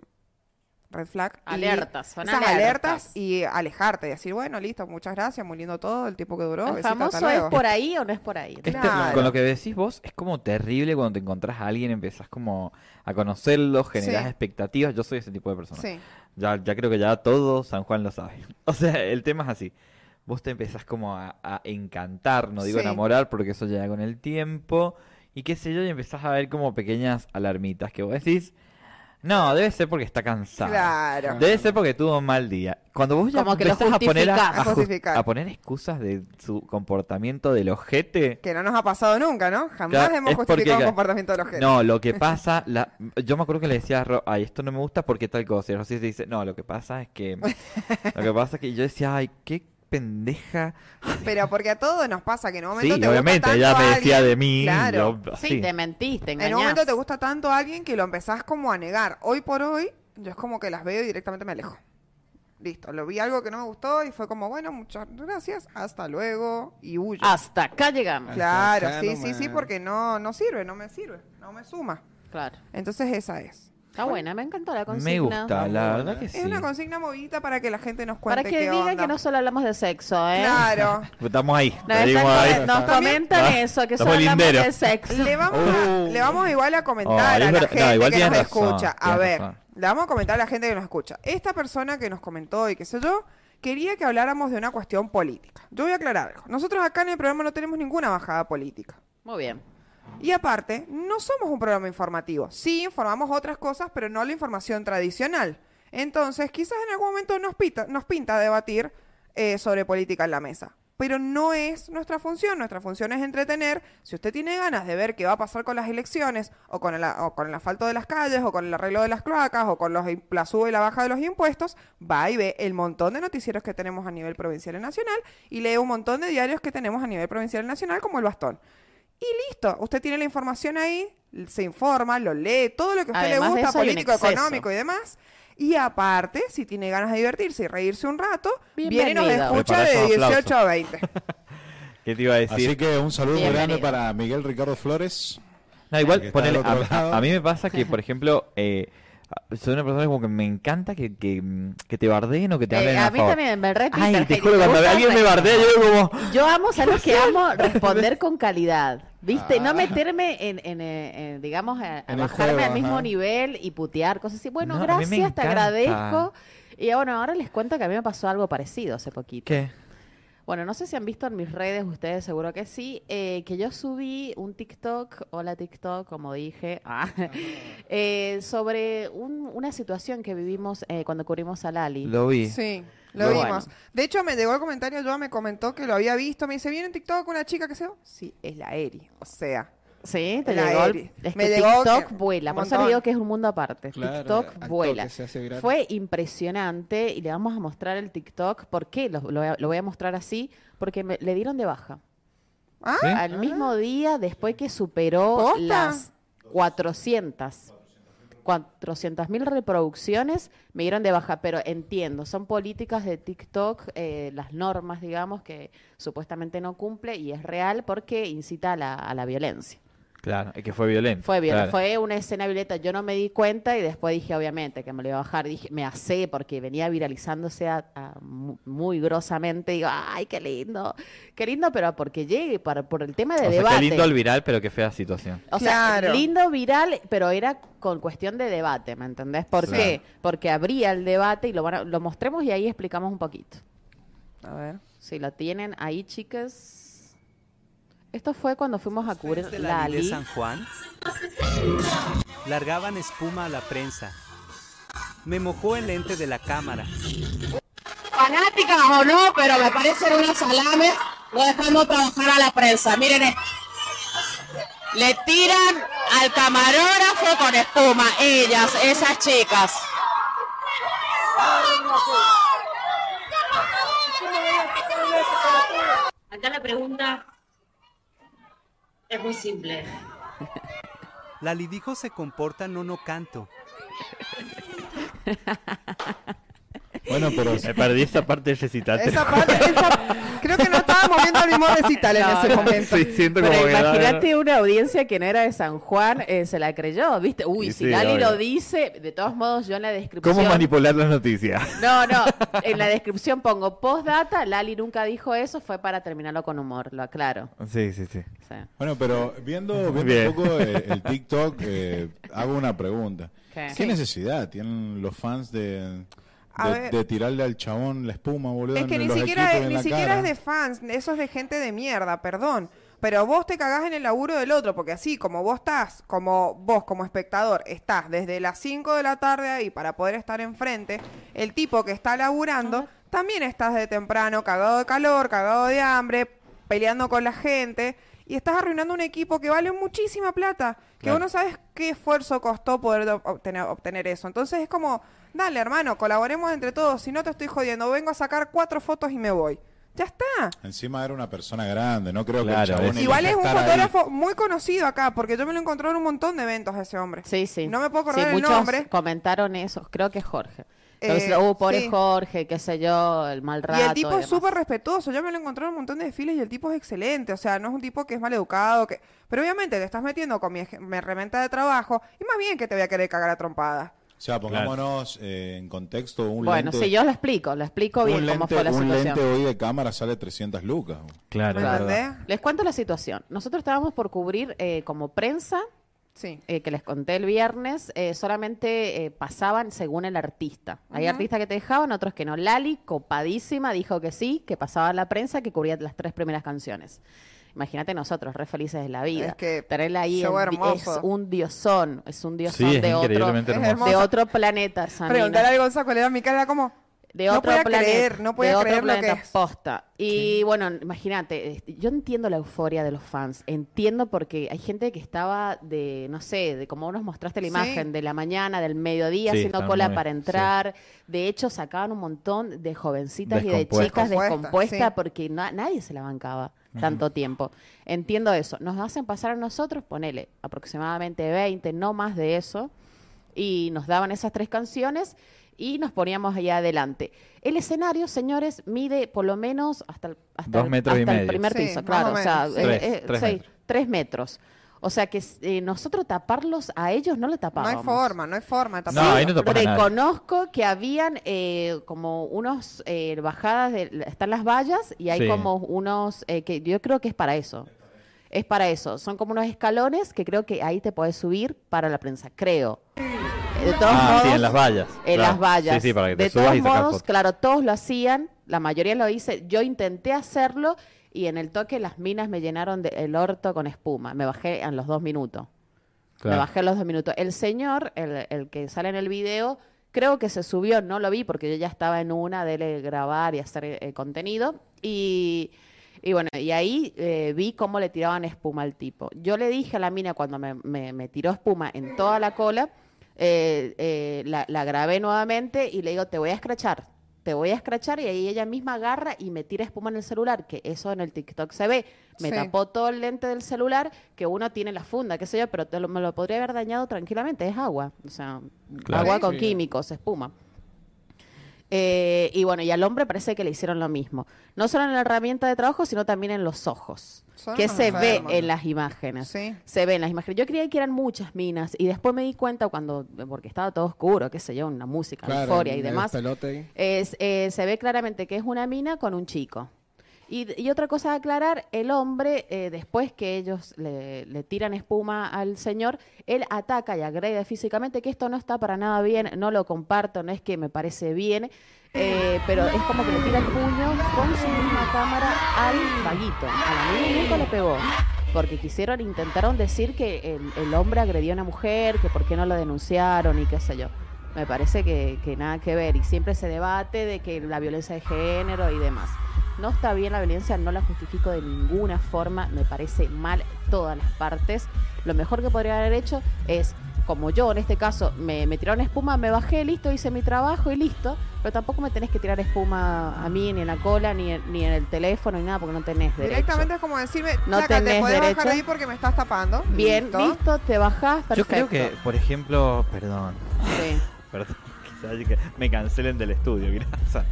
red flag. y-
Alertas, son
esas
alertas.
y alejarte, y decir, bueno, listo, muchas gracias, muy lindo todo, el tiempo que duró.
¿El
besito, hasta
famoso es
luego.
por ahí o no es por ahí?
Es ter-
Claro.
Con lo que decís vos, es como terrible cuando te encontrás a alguien, empezás como a conocerlo, generás
Sí.
expectativas. Yo soy ese tipo de persona.
Sí.
Ya, ya creo que ya todo San Juan lo sabe. [LAUGHS] O sea, el tema es así. Vos te empezás como a, a encantar, no digo
Sí.
enamorar, porque eso llega con el tiempo. Y qué sé yo, y empezás a ver como pequeñas alarmitas que vos decís, no, debe ser porque está cansado.
Claro.
Debe ser porque tuvo un mal día. Cuando vos ya
Como que lo
empezás a poner, a,
justificás.
a ju-
Justificar.
a poner excusas de su comportamiento del ojete,
Que no nos ha pasado nunca, ¿no? Jamás
Claro,
hemos
es porque,
justificado un
claro,
comportamiento de los genes.
No, lo que pasa, la, yo me acuerdo que le decía a Ro, ay, esto no me gusta porque tal cosa. Y Rosy te dice, no, lo que pasa es que. Lo que pasa es que yo decía, ay, qué pendeja.
[LAUGHS] Pero porque a todos nos pasa que en un
Sí,
momento te gusta
obviamente,
tanto
ella me
alguien,
decía de mí.
Claro.
yo-
Sí,
sí.
te mentiste, engañás.
En un momento te gusta tanto a alguien que lo empezás como a negar. Hoy por hoy, yo es como que las veo y directamente me alejo. Listo, lo vi algo que no me gustó y fue como, bueno, muchas gracias, hasta luego y huyo.
Hasta acá llegamos.
claro,
acá
sí, sí, sí,
nomás.
porque no, no sirve, no me sirve, no me suma.
Claro.
Entonces esa es.
Está buena, me encantó la consigna.
Me gusta, la verdad que sí.
Es una consigna movidita para que la gente nos cuente
Para que
qué
digan
onda.
que no solo hablamos de sexo, ¿eh?
Claro.
Pues Estamos ahí.
Nos,
te digo
están-
ahí.
nos comentan
Ah,
eso, que solo
estamos
hablamos
linderos.
de sexo.
Le vamos, a-
Oh.
le vamos igual a
Oh,
comentar
es
a la
verdad. No,
gente
igual
que nos
tienes razón,
escucha. A
tienes
ver,
razón.
le vamos a comentar a la gente que nos escucha. Esta persona que nos comentó y qué sé yo, quería que habláramos de una cuestión política. Yo voy a aclarar algo. Nosotros acá en el programa no tenemos ninguna bajada política.
Muy bien.
Y aparte, no somos un programa informativo. Sí, informamos otras cosas, pero no la información tradicional. Entonces, quizás en algún momento nos, pita- nos pinta debatir eh, sobre política en la mesa. Pero no es nuestra función. Nuestra función es entretener. Si usted tiene ganas de ver qué va a pasar con las elecciones, o con, el, a- o con el asfalto de las calles, o con el arreglo de las cloacas, o con los, im- la suba y la baja de los impuestos, va y ve el montón de noticieros que tenemos a nivel provincial y nacional, y lee un montón de diarios que tenemos a nivel provincial y nacional, como el bastón. Y listo, usted tiene la información ahí, se informa, lo lee, todo lo que a usted
Además de
le gusta,
eso hay un
político,
exceso.
económico y demás. Y aparte, si tiene ganas de divertirse y reírse un rato, viene y nos
Bienvenido.
escucha
Prepara
de
esos aplausos.
18
[LAUGHS]
a 20.
¿Qué te iba a decir?
Así que un saludo muy
Bienvenido.
grande para Miguel Ricardo Flores.
No,
que
igual,
está
ponele,
del otro
a, a-
lado.
a mí me pasa que, por ejemplo, eh, soy una persona como que me encanta que, que, mm, que te bardeen o que te
Eh,
hablen
a
a
mí
favor.
también me repite.
Ay, te
Argenis,
juro,
¿te
cuando
gusta?
alguien me bardea, yo digo como...
Yo amo, ¿sabes que amo?
[LAUGHS]
Responder con calidad. ¿Viste?
Ah.
No meterme en, en, eh, en, digamos, a, a
En el
bajarme
juego,
al mismo
ajá.
nivel y putear cosas así. Bueno,
No, a mí me
gracias, te
encanta.
agradezco. Y ah, bueno, ahora les cuento que a mí me pasó algo parecido hace poquito.
¿Qué?
Bueno, no sé si han visto en mis redes, ustedes seguro que sí, eh, que yo subí un TikTok, hola TikTok, como dije, [LAUGHS] ah, eh, sobre un- una situación que vivimos eh, cuando cubrimos a Lali.
Lo vi.
Sí, lo
Bueno.
vimos. De hecho, me llegó el comentario, yo me comentó que lo había visto. Me dice, ¿viene en TikTok una chica que se Sí, es la Eri. O sea,
Sí, ¿eh? te
La
llegó. el-
Eri.
Es
Me
que
llegó
TikTok
que-
vuela.
un
Por eso le
montón.
digo que es un mundo aparte.
Claro, al
TikTok
toque
vuela.
se hace viral.
Fue impresionante y le vamos a mostrar el TikTok. ¿Por qué lo, lo voy a- lo voy a mostrar así? Porque me- le dieron de baja.
¿ah?
¿Sí?
Al mismo día, después que superó
¿Posta?
las 400. 400 mil reproducciones me dieron de baja, pero entiendo, son políticas de TikTok, eh, las normas, digamos, que supuestamente no cumple y es real porque incita a la- a la violencia.
Claro, es que fue violento.
Fue bien,
claro.
fue una escena violeta. Yo no me di cuenta y después dije, obviamente, que me lo iba a bajar. Dije, me asé porque venía viralizándose a- a mu- muy grosamente. Digo, ay, qué lindo, qué lindo, pero porque llegue, para, por el tema de
O sea,
debate.
qué lindo el viral, pero qué fea situación.
O sea,
Claro.
lindo, viral, pero era con cuestión de debate, ¿me entendés? ¿Por
Claro.
qué? Porque abría el debate y lo, van a- lo mostremos y ahí explicamos un poquito.
A ver.
Si lo tienen ahí, chicas. Esto fue cuando fuimos a cubrir
de
la
la Ley
Lali.
de San Juan? Largaban espuma a la prensa. Me mojó el lente de la cámara.
fanáticas o no, pero me parecen unos salames no dejando trabajar a la prensa. Miren, esto. le tiran al camarógrafo con espuma, ellas, esas chicas.
Acá la pregunta es muy simple.
[LAUGHS]
Lali dijo se comportan o no canto.
Bueno, pero
Me perdí esa parte de recitarte.
Esa parte, esa-
[LAUGHS]
creo que no estábamos viendo el mismo recital
[LAUGHS]
en [LAUGHS]
No,
ese
no.
momento.
Sí, siento como
Pero
que era-
imagínate una audiencia que no era de San Juan, eh, se la creyó, ¿viste? Uy,
Y
si
sí,
Lali
obvio.
lo dice, de todos modos yo en la descripción...
¿Cómo manipular las noticias?
No, no, en la descripción pongo postdata, Lali nunca dijo eso, fue para terminarlo con humor, lo aclaro.
Sí, sí, sí.
O sea,
Bueno, pero
[LAUGHS]
viendo, viendo
Bien.
un poco eh, el,
[LAUGHS]
TikTok, eh, hago una pregunta.
¿Qué?
¿Qué
Sí.
necesidad tienen los fans de,
A
de,
ver.
de tirarle al chabón la espuma, boludo?
Es que
en
ni
los
siquiera,
equipos, en
ni
la
siquiera
cara?
es de fans, eso es de gente de mierda, perdón. Pero vos te cagás en el laburo del otro, porque así como vos estás, como vos como espectador, estás desde las 5 de la tarde ahí para poder estar enfrente, el tipo que está laburando, también estás de temprano, cagado de calor, cagado de hambre, peleando con la gente, y estás arruinando un equipo que vale muchísima plata, que
Claro.
vos no sabes qué esfuerzo costó poder ob- obtener, obtener eso. Entonces es como, dale hermano, colaboremos entre todos, si no te estoy jodiendo, vengo a sacar cuatro fotos y me voy. Ya está.
Encima era una persona grande, no creo
Claro,
que el chabón
es-
elija
Igual es un
estar ahí.
fotógrafo muy conocido acá, porque yo me lo encontré en un montón de eventos a ese hombre.
Sí, sí.
No me puedo acordar
Sí,
el
muchos
nombre.
comentaron eso, creo que Jorge.
Eh,
Entonces, oh, pobre
sí.
Jorge, qué sé yo, el mal rato.
Y el tipo es
demás.
súper respetuoso. Yo me lo encontré en un montón de desfiles y el tipo es excelente. O sea, no es un tipo que es mal educado. Que... Pero obviamente te estás metiendo con mi, ej- mi herramienta de trabajo y más bien que te voy a querer cagar a trompada.
O sea, pongámonos eh, en contexto un
Bueno,
lente...
sí, yo lo explico, lo explico
un
bien
lente,
cómo fue la
un
situación.
lente hoy de cámara sale 300 lucas.
¿Me
Claro.
entendés?
Les cuento la situación. Nosotros estábamos por cubrir eh, como prensa,
Sí.
eh, que les conté el viernes, eh, solamente eh, pasaban según el artista. Hay artistas que te dejaban, otros que no. Lali, copadísima, dijo que sí, que pasaba la prensa, que cubría las tres primeras canciones. Imagínate nosotros, re felices de la vida.
Es que
Tenerla ahí
show
en- es
hermoso.
un diosón, es un
Sí,
diosón
es
de, otro,
increíblemente
Es
hermoso.
hermoso.
de otro planeta, esa mina.
Preguntar a Gonzalo cuál era mi cara, era como...
De
No
otro
podía
planeta,
creer, no podía
de otro
creer lo que
planeta,
es.
posta. Y bueno, imagínate, este, yo entiendo la euforia de los fans, entiendo porque hay gente que estaba de, no sé, de como nos mostraste la
Sí.
imagen, de la mañana, del mediodía,
Sí,
haciendo
están
cola
muy-
para
sí.
entrar. De hecho, sacaban un montón de jovencitas y de
Descompuestas.
chicas descompuestas
Descompuestas, sí.
porque na- nadie se la bancaba tanto tiempo. Entiendo eso. Nos hacen pasar a nosotros, ponele, aproximadamente 20, no más de eso y nos daban esas tres canciones y nos poníamos allá adelante. El escenario, señores, mide por lo menos hasta el, hasta
Dos
el-
metros y
hasta el
medio.
primer
Sí,
piso,
más
claro,
o
o sea,
menos,
sí.
eh,
Tres,
eh,
tres
sí,
metros.
tres metros. O sea que eh, nosotros taparlos a ellos no le
No hay
tapábamos.
forma, no hay forma.
No, ahí no tapas a nadie.
Reconozco que habían eh, como unos eh, bajadas, de, están las vallas y hay
Sí.
como unos, eh, que yo creo que es para eso. Es para eso. Son como unos escalones que creo que ahí te podés subir para la prensa, creo. De todos
Ah, sí,
modos,
en las vallas.
en
claro.
las vallas.
Sí, sí, para que te
de
subas
todos
y sacas
modos,
fotos.
claro, todos lo hacían, la mayoría lo hice. Yo intenté hacerlo y en el toque las minas me llenaron de- el orto con espuma. Me bajé en los dos minutos. Me bajé a los dos minutos. El señor, el, el que sale en el video, creo que se subió, no lo vi porque yo ya estaba en una de él grabar y hacer eh, contenido. Y, y bueno, y ahí eh, vi cómo le tiraban espuma al tipo. Yo le dije a la mina cuando me, me- me tiró espuma en toda la cola, eh, eh, la, la grabé nuevamente y le digo, te voy a escrachar. Te voy a escrachar y ahí ella misma agarra y me tira espuma en el celular, que eso en el TikTok se ve. Me
Sí.
tapó tapó todo el lente del celular, que uno tiene la funda, qué sé yo, pero te lo- me lo podría haber dañado tranquilamente, es agua, o sea,
Claro.
agua con químicos, espuma. Eh, y bueno, y al hombre parece que le hicieron lo mismo, no solo en la herramienta de trabajo, sino también en los ojos,
Son
que
unos
se ve
enfermos.
en las imágenes.
Sí.
Se ven las imágenes. Yo creía que eran muchas minas y después me di cuenta cuando, porque estaba todo oscuro, qué sé yo, una música, euforia y demás. Es, eh, se ve claramente que es una mina con un chico. Y, y otra cosa a aclarar, el hombre, eh, después que ellos le, le tiran espuma al señor, él ataca y agrede físicamente, que esto no está para nada bien, no lo comparto, no es que me parece bien, eh, pero es como que le tira el puño con su misma cámara al vaguito. A la mina nunca le pegó, porque quisieron, intentaron decir que el, el hombre agredió a una mujer, que por qué no lo denunciaron y qué sé yo. Me parece que, que nada que ver. Y siempre se debate de que la violencia de género y demás. No está bien la violencia, no la justifico de ninguna forma. Me parece mal todas las partes. Lo mejor que podría haber hecho es, como yo en este caso, me, me tiraron espuma, me bajé, listo, hice mi trabajo y listo. Pero tampoco me tenés que tirar espuma a mí, ni en la cola, ni en, ni en el teléfono, ni nada, porque no tenés derecho.
Directamente es como decirme,
No
"Flaca, te
tenés
podés bajar
derecho".
de ahí porque me estás tapando.
Bien, listo, te bajás,
Yo
perfecto.
creo que, por ejemplo, [LAUGHS] perdón,
Sí.
perdón. O sea, que me cancelen del estudio, gracias.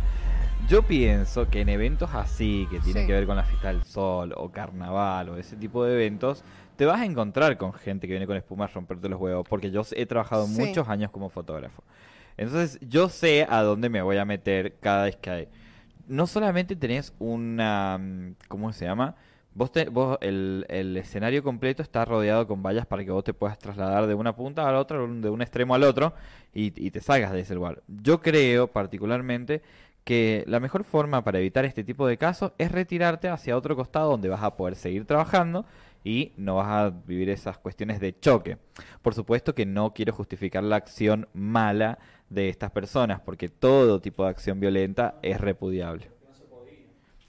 Yo pienso que en eventos así, que tienen
Sí.
que ver con la fiesta del sol o carnaval o ese tipo de eventos, te vas a encontrar con gente que viene con espuma a romperte los huevos, porque yo he trabajado
Sí.
muchos años como fotógrafo. Entonces, yo sé a dónde me voy a meter cada vez que hay. No solamente tenés una. mm, ¿Cómo se llama? Vos, te- vos el, el escenario completo está rodeado con vallas para que vos te puedas trasladar de una punta a la otra, de un extremo al otro, y, y te salgas de ese lugar. Yo creo, particularmente, que la mejor forma para evitar este tipo de casos es retirarte hacia otro costado donde vas a poder seguir trabajando y no vas a vivir esas cuestiones de choque. Por supuesto que no quiero justificar la acción mala de estas personas, porque todo tipo de acción violenta es repudiable.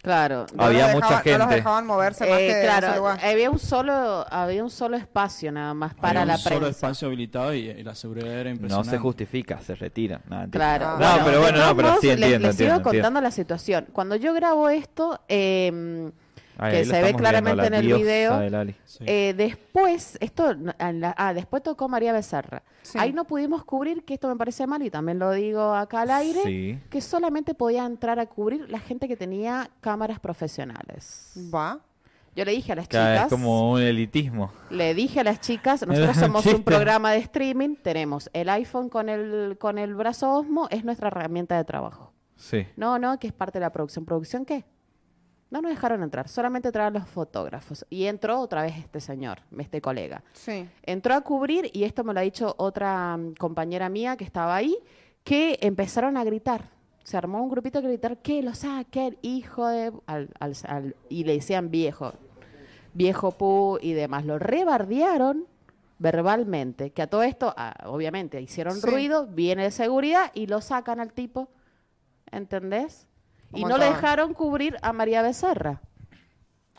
Claro.
No
Había
los
mucha
dejaban- No los
gente.
dejaban moverse
Eh,
más que de ese
claro,
lugar.
había un solo había un solo espacio nada más para
Hay
la
un solo
prensa.
espacio habilitado y, y la seguridad era
No
impresionante.
se justifica, se retira. Nada, entiendo.
Claro.
Ah.
No, pero
de
bueno, no,
todos
pero
modos,
sí
le- les
entiendo,
sigo
entiendo, entiendo.
contando la situación. Cuando yo grabo esto, eh,
Ahí,
que
ahí lo
se ve
estamos
claramente
la
en el
diosa
video.
de Lali.
Sí.
eh, después, esto, no, en la- ah, después tocó María Becerra.
Sí.
Ahí no pudimos cubrir, que esto me parece mal y también lo digo acá al aire,
Sí.
que solamente podía entrar a cubrir la gente que tenía cámaras profesionales.
Va.
Yo le dije a las
Claro,
chicas,
es como un elitismo.
le dije a las
[LAUGHS]
chicas, nosotros somos
Chiste.
un programa de streaming, tenemos el iPhone con el, con el brazo Osmo, es nuestra herramienta de trabajo.
Sí.
No, no, que es parte de la producción. ¿Producción qué? No nos dejaron entrar, solamente traer los fotógrafos. Y entró otra vez este señor, este colega.
Sí.
Entró a cubrir, y esto me lo ha dicho otra mm, compañera mía que estaba ahí, que empezaron a gritar. Se armó un grupito a gritar, que lo saque el hijo de... al- al- al- y le decían viejo, viejo pu y demás. Lo rebardearon verbalmente, que a todo esto, ah, obviamente, hicieron
Sí.
ruido, viene de seguridad y lo sacan al tipo, ¿entendés? Y
Como
no le
acaban.
dejaron cubrir a María Becerra.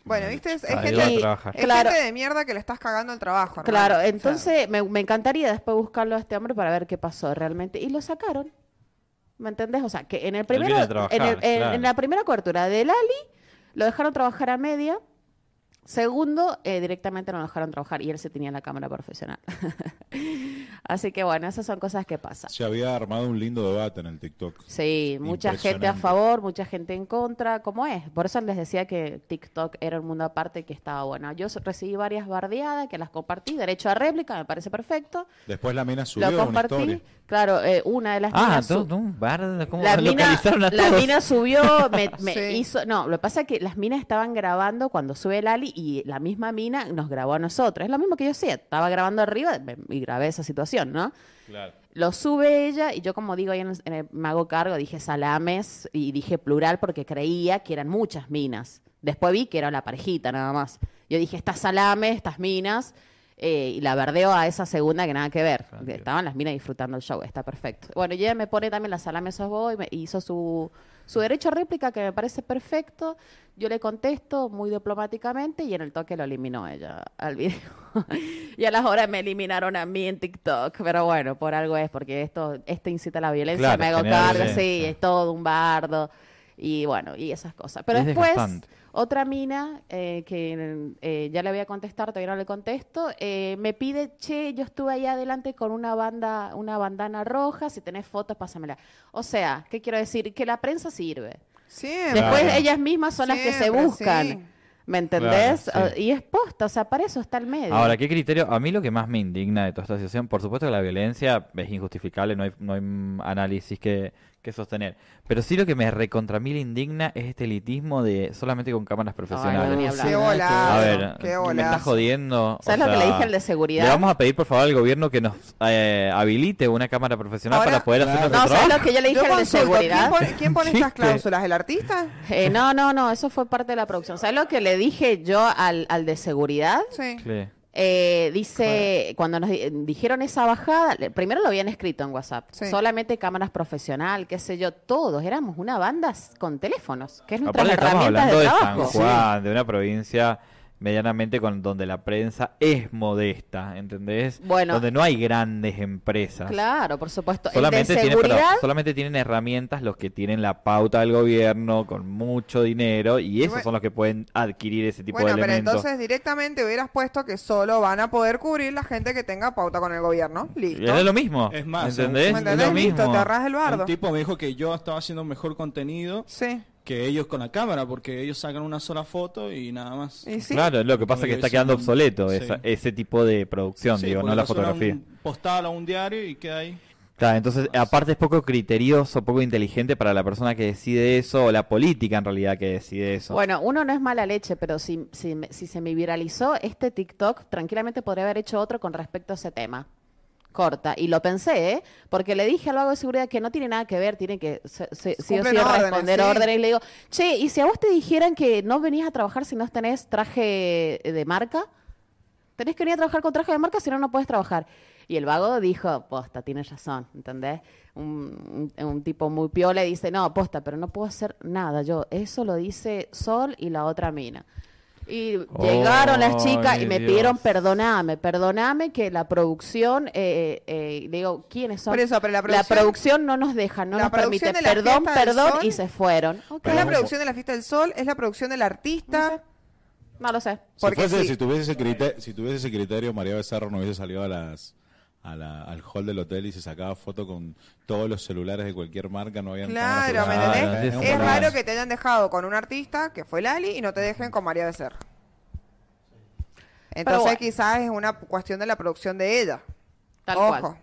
Bueno, viste, es, es
Ahí
gente,
va a
es
trabajar.
Claro.
gente de mierda que le estás cagando el trabajo. hermano.
Claro,
O sea,
entonces me, me encantaría después buscarlo a este hombre para ver qué pasó realmente. Y lo sacaron. ¿Me entendés? O sea, que en el primero,
viene a trabajar,
en, el- en-
claro.
en la primera cobertura de Lali, lo dejaron trabajar a media. Segundo, eh, directamente no lo dejaron trabajar y él se tenía la cámara profesional. [LAUGHS] Así que bueno, esas son cosas que pasan.
Se había armado un lindo debate en el TikTok.
Sí, mucha gente a
Impresionante.
favor, mucha gente en contra, como es. Por eso les decía que TikTok era un mundo aparte y que estaba bueno. Yo so- recibí varias bardeadas que las compartí, derecho a réplica, me parece perfecto.
Después la mina subió
Lo
una historia.
compartí, claro, eh, una de las
Ah,
minas
todo,
sub-
un bar, ¿cómo
la mina,
localizaron a
la
todos?
mina subió,
[LAUGHS]
me, me
Sí.
hizo, no, lo que pasa es que las minas estaban grabando cuando sube Lali y la misma mina nos grabó a nosotros, es lo mismo que yo hacía, estaba grabando arriba me- y grabé esa situación, ¿no? Lo sube ella y yo como digo ahí en el- en el- me hago cargo, dije salames y dije plural porque creía que eran muchas minas. Después vi que era la parejita nada más. Yo dije, estas salames, estas minas, eh, y la verdeo a esa segunda que nada que ver.
Ah,
Estaban las minas disfrutando el show, está perfecto. Bueno, y ella me pone también la salame sos vos y me hizo su, su derecho a réplica que me parece perfecto. Yo le contesto muy diplomáticamente y en el toque lo eliminó ella al video. [LAUGHS] y a las horas me eliminaron a mí en TikTok. Pero bueno, por algo es, porque esto, esto incita a la violencia,
Claro,
me hago
genera
cargo,
violencia.
sí, es todo un bardo. Y bueno, y esas cosas. Pero
Es
después,
desgastante.
otra mina eh, que eh, ya le voy a contestar, todavía no le contesto, eh, me pide, che, yo estuve ahí adelante con una banda, una bandana roja, si tenés fotos, pásamela. O sea, ¿qué quiero decir? Que la prensa sirve.
Siempre.
Después
Claro.
ellas mismas son las que se
Siempre,
buscan.
sí.
¿Me entendés?
Claro, sí.
O- Y es posta, o sea, para eso está el medio.
Ahora, ¿qué criterio? A mí lo que más me indigna de toda esta situación, por supuesto que la violencia es injustificable, no hay, no hay mm, análisis que, que sostener. Pero sí lo que me recontra mil indigna es este elitismo de solamente con cámaras
Ay, no, ni
profesionales.
hablar.
Qué
a
bolazo.
ver,
qué
me
bolazo.
estás jodiendo. o
¿Sabes lo que le
sea,
dije al de seguridad?
Le vamos a pedir por favor al gobierno que nos eh, habilite una cámara profesional
Ahora-
para poder hacer
Claro.
nuestro
No, ¿sabes
trabajo.
lo que yo le dije
Yo
al de
consulto, ¿quién
seguridad?
pone, quién pone estas
Chiste.
cláusulas? ¿El artista?
Eh, no, no, no, eso fue parte de la producción. ¿Sabes lo que le dije yo al, al de seguridad?
Sí.
Sí.
Eh, dice, cuando nos di- dijeron esa bajada, le- primero lo habían escrito en WhatsApp,
Sí.
solamente cámaras profesional, qué sé yo, todos éramos una banda s- con teléfonos, que es nuestra
Aparte estamos
herramienta
hablando
de
de San
trabajo.
Juan, de una provincia medianamente con donde la prensa es modesta, ¿entendés?
Bueno.
Donde no hay grandes empresas.
Claro, por supuesto.
Solamente,
el de
tiene- pero
seguridad,
solamente tienen herramientas los que tienen la pauta del gobierno con mucho dinero y esos
Bueno.
son los que pueden adquirir ese tipo
Bueno,
de
pero
elementos.
entonces directamente hubieras puesto que solo van a poder cubrir la gente que tenga pauta con el gobierno.
Y
Listo.
es lo mismo.
Es más,
¿entendés?
un-
Es lo
Listo,
mismo.
te arras el bardo.
Un tipo me dijo que yo estaba haciendo mejor contenido
Sí.
que ellos con la cámara, porque ellos sacan una sola foto y nada más.
Y sí.
Claro, lo que pasa es que está quedando obsoleto
Sí.
esa- ese tipo de producción,
Sí,
digo,
porque
no la
le suena
fotografía.
Un postal a un diario y queda ahí.
Claro, entonces aparte es poco criterioso, poco inteligente para la persona que decide eso o la política en realidad que decide eso.
Bueno, uno no es mala leche, pero si, si, me- si se me viralizó este TikTok, tranquilamente podría haber hecho otro con respecto a ese tema. Corta. Y lo pensé, ¿eh? porque le dije al vago de seguridad que no tiene nada que ver, tiene que se- se- sí o
Cumplen
sí
órdenes,
responder
sí.
órdenes. Y le digo, che, ¿y si a vos te dijeran que no venís a trabajar si no tenés traje de marca? Tenés que venir a trabajar con traje de marca, si no, no puedes trabajar. Y el vago dijo, posta, tienes razón, ¿entendés? Un, un- un tipo muy piola y dice, no, posta, pero no puedo hacer nada yo. Eso lo dice Sol y la otra mina. Y llegaron las chicas y me
Dios.
pidieron, perdoname, perdoname que la producción, eh, eh, eh", le digo, ¿quiénes son?
Por eso, pero la producción-
producción no nos deja, no
La
nos permite,
producción de la
perdón,
Fiesta del
perdón,
Sol-
y se fueron. Ok,
Es la producción de la Fiesta del Sol, es la producción del artista.
No lo sé.
Si,
Porque
fuese-
sí.
si tuviese ese criterio, si tuviese ese criterio, María Becerro no hubiese salido a las, a la- al hall del hotel y se sacaba foto con todos los celulares de cualquier marca, no habían
Claro, ¿me
Claro,
entendés?
sí, sí.
Es raro que te hayan dejado con un artista que fue Lali y no te dejen con María Becerra. Entonces
bueno.
quizás es una cuestión de la producción de ella.
Tal
Ojo,
cual.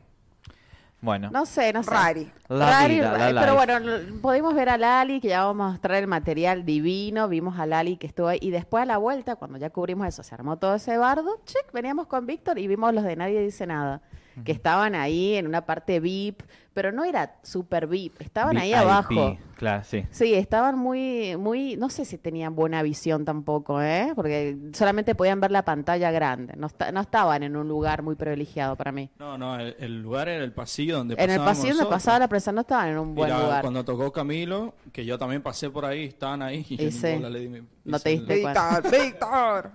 Bueno.
No sé, no sé.
Rari.
La
Rari,
vida, la
Rari,
life.
eh, pero bueno, l- pudimos ver a Lali, que ya vamos a mostrar el material divino, vimos a Lali que estuvo ahí, y después a la vuelta, cuando ya cubrimos eso, se armó todo ese bardo, check, veníamos con Víctor y vimos los de Nadie Dice Nada, que estaban ahí en una parte VIP, pero no era super VIP, estaban ahí
VIP,
abajo.
Claro, sí.
Sí, estaban muy, muy, no sé si tenían buena visión tampoco, ¿eh? Porque solamente podían ver la pantalla grande, no, esta- no estaban en un lugar muy privilegiado para mí.
No, no, el, el lugar era el pasillo donde
En el
pasábamos
pasillo donde
nosotros.
pasaba la prensa no estaban en un
Y
buen
la-
lugar.
Cuando tocó Camilo, que yo también pasé por ahí, estaban ahí. Y yo
Y
ni
sí.
bola le di mi-
No
hice
te
el-
diste cuenta.
[LAUGHS]
Víctor, Víctor.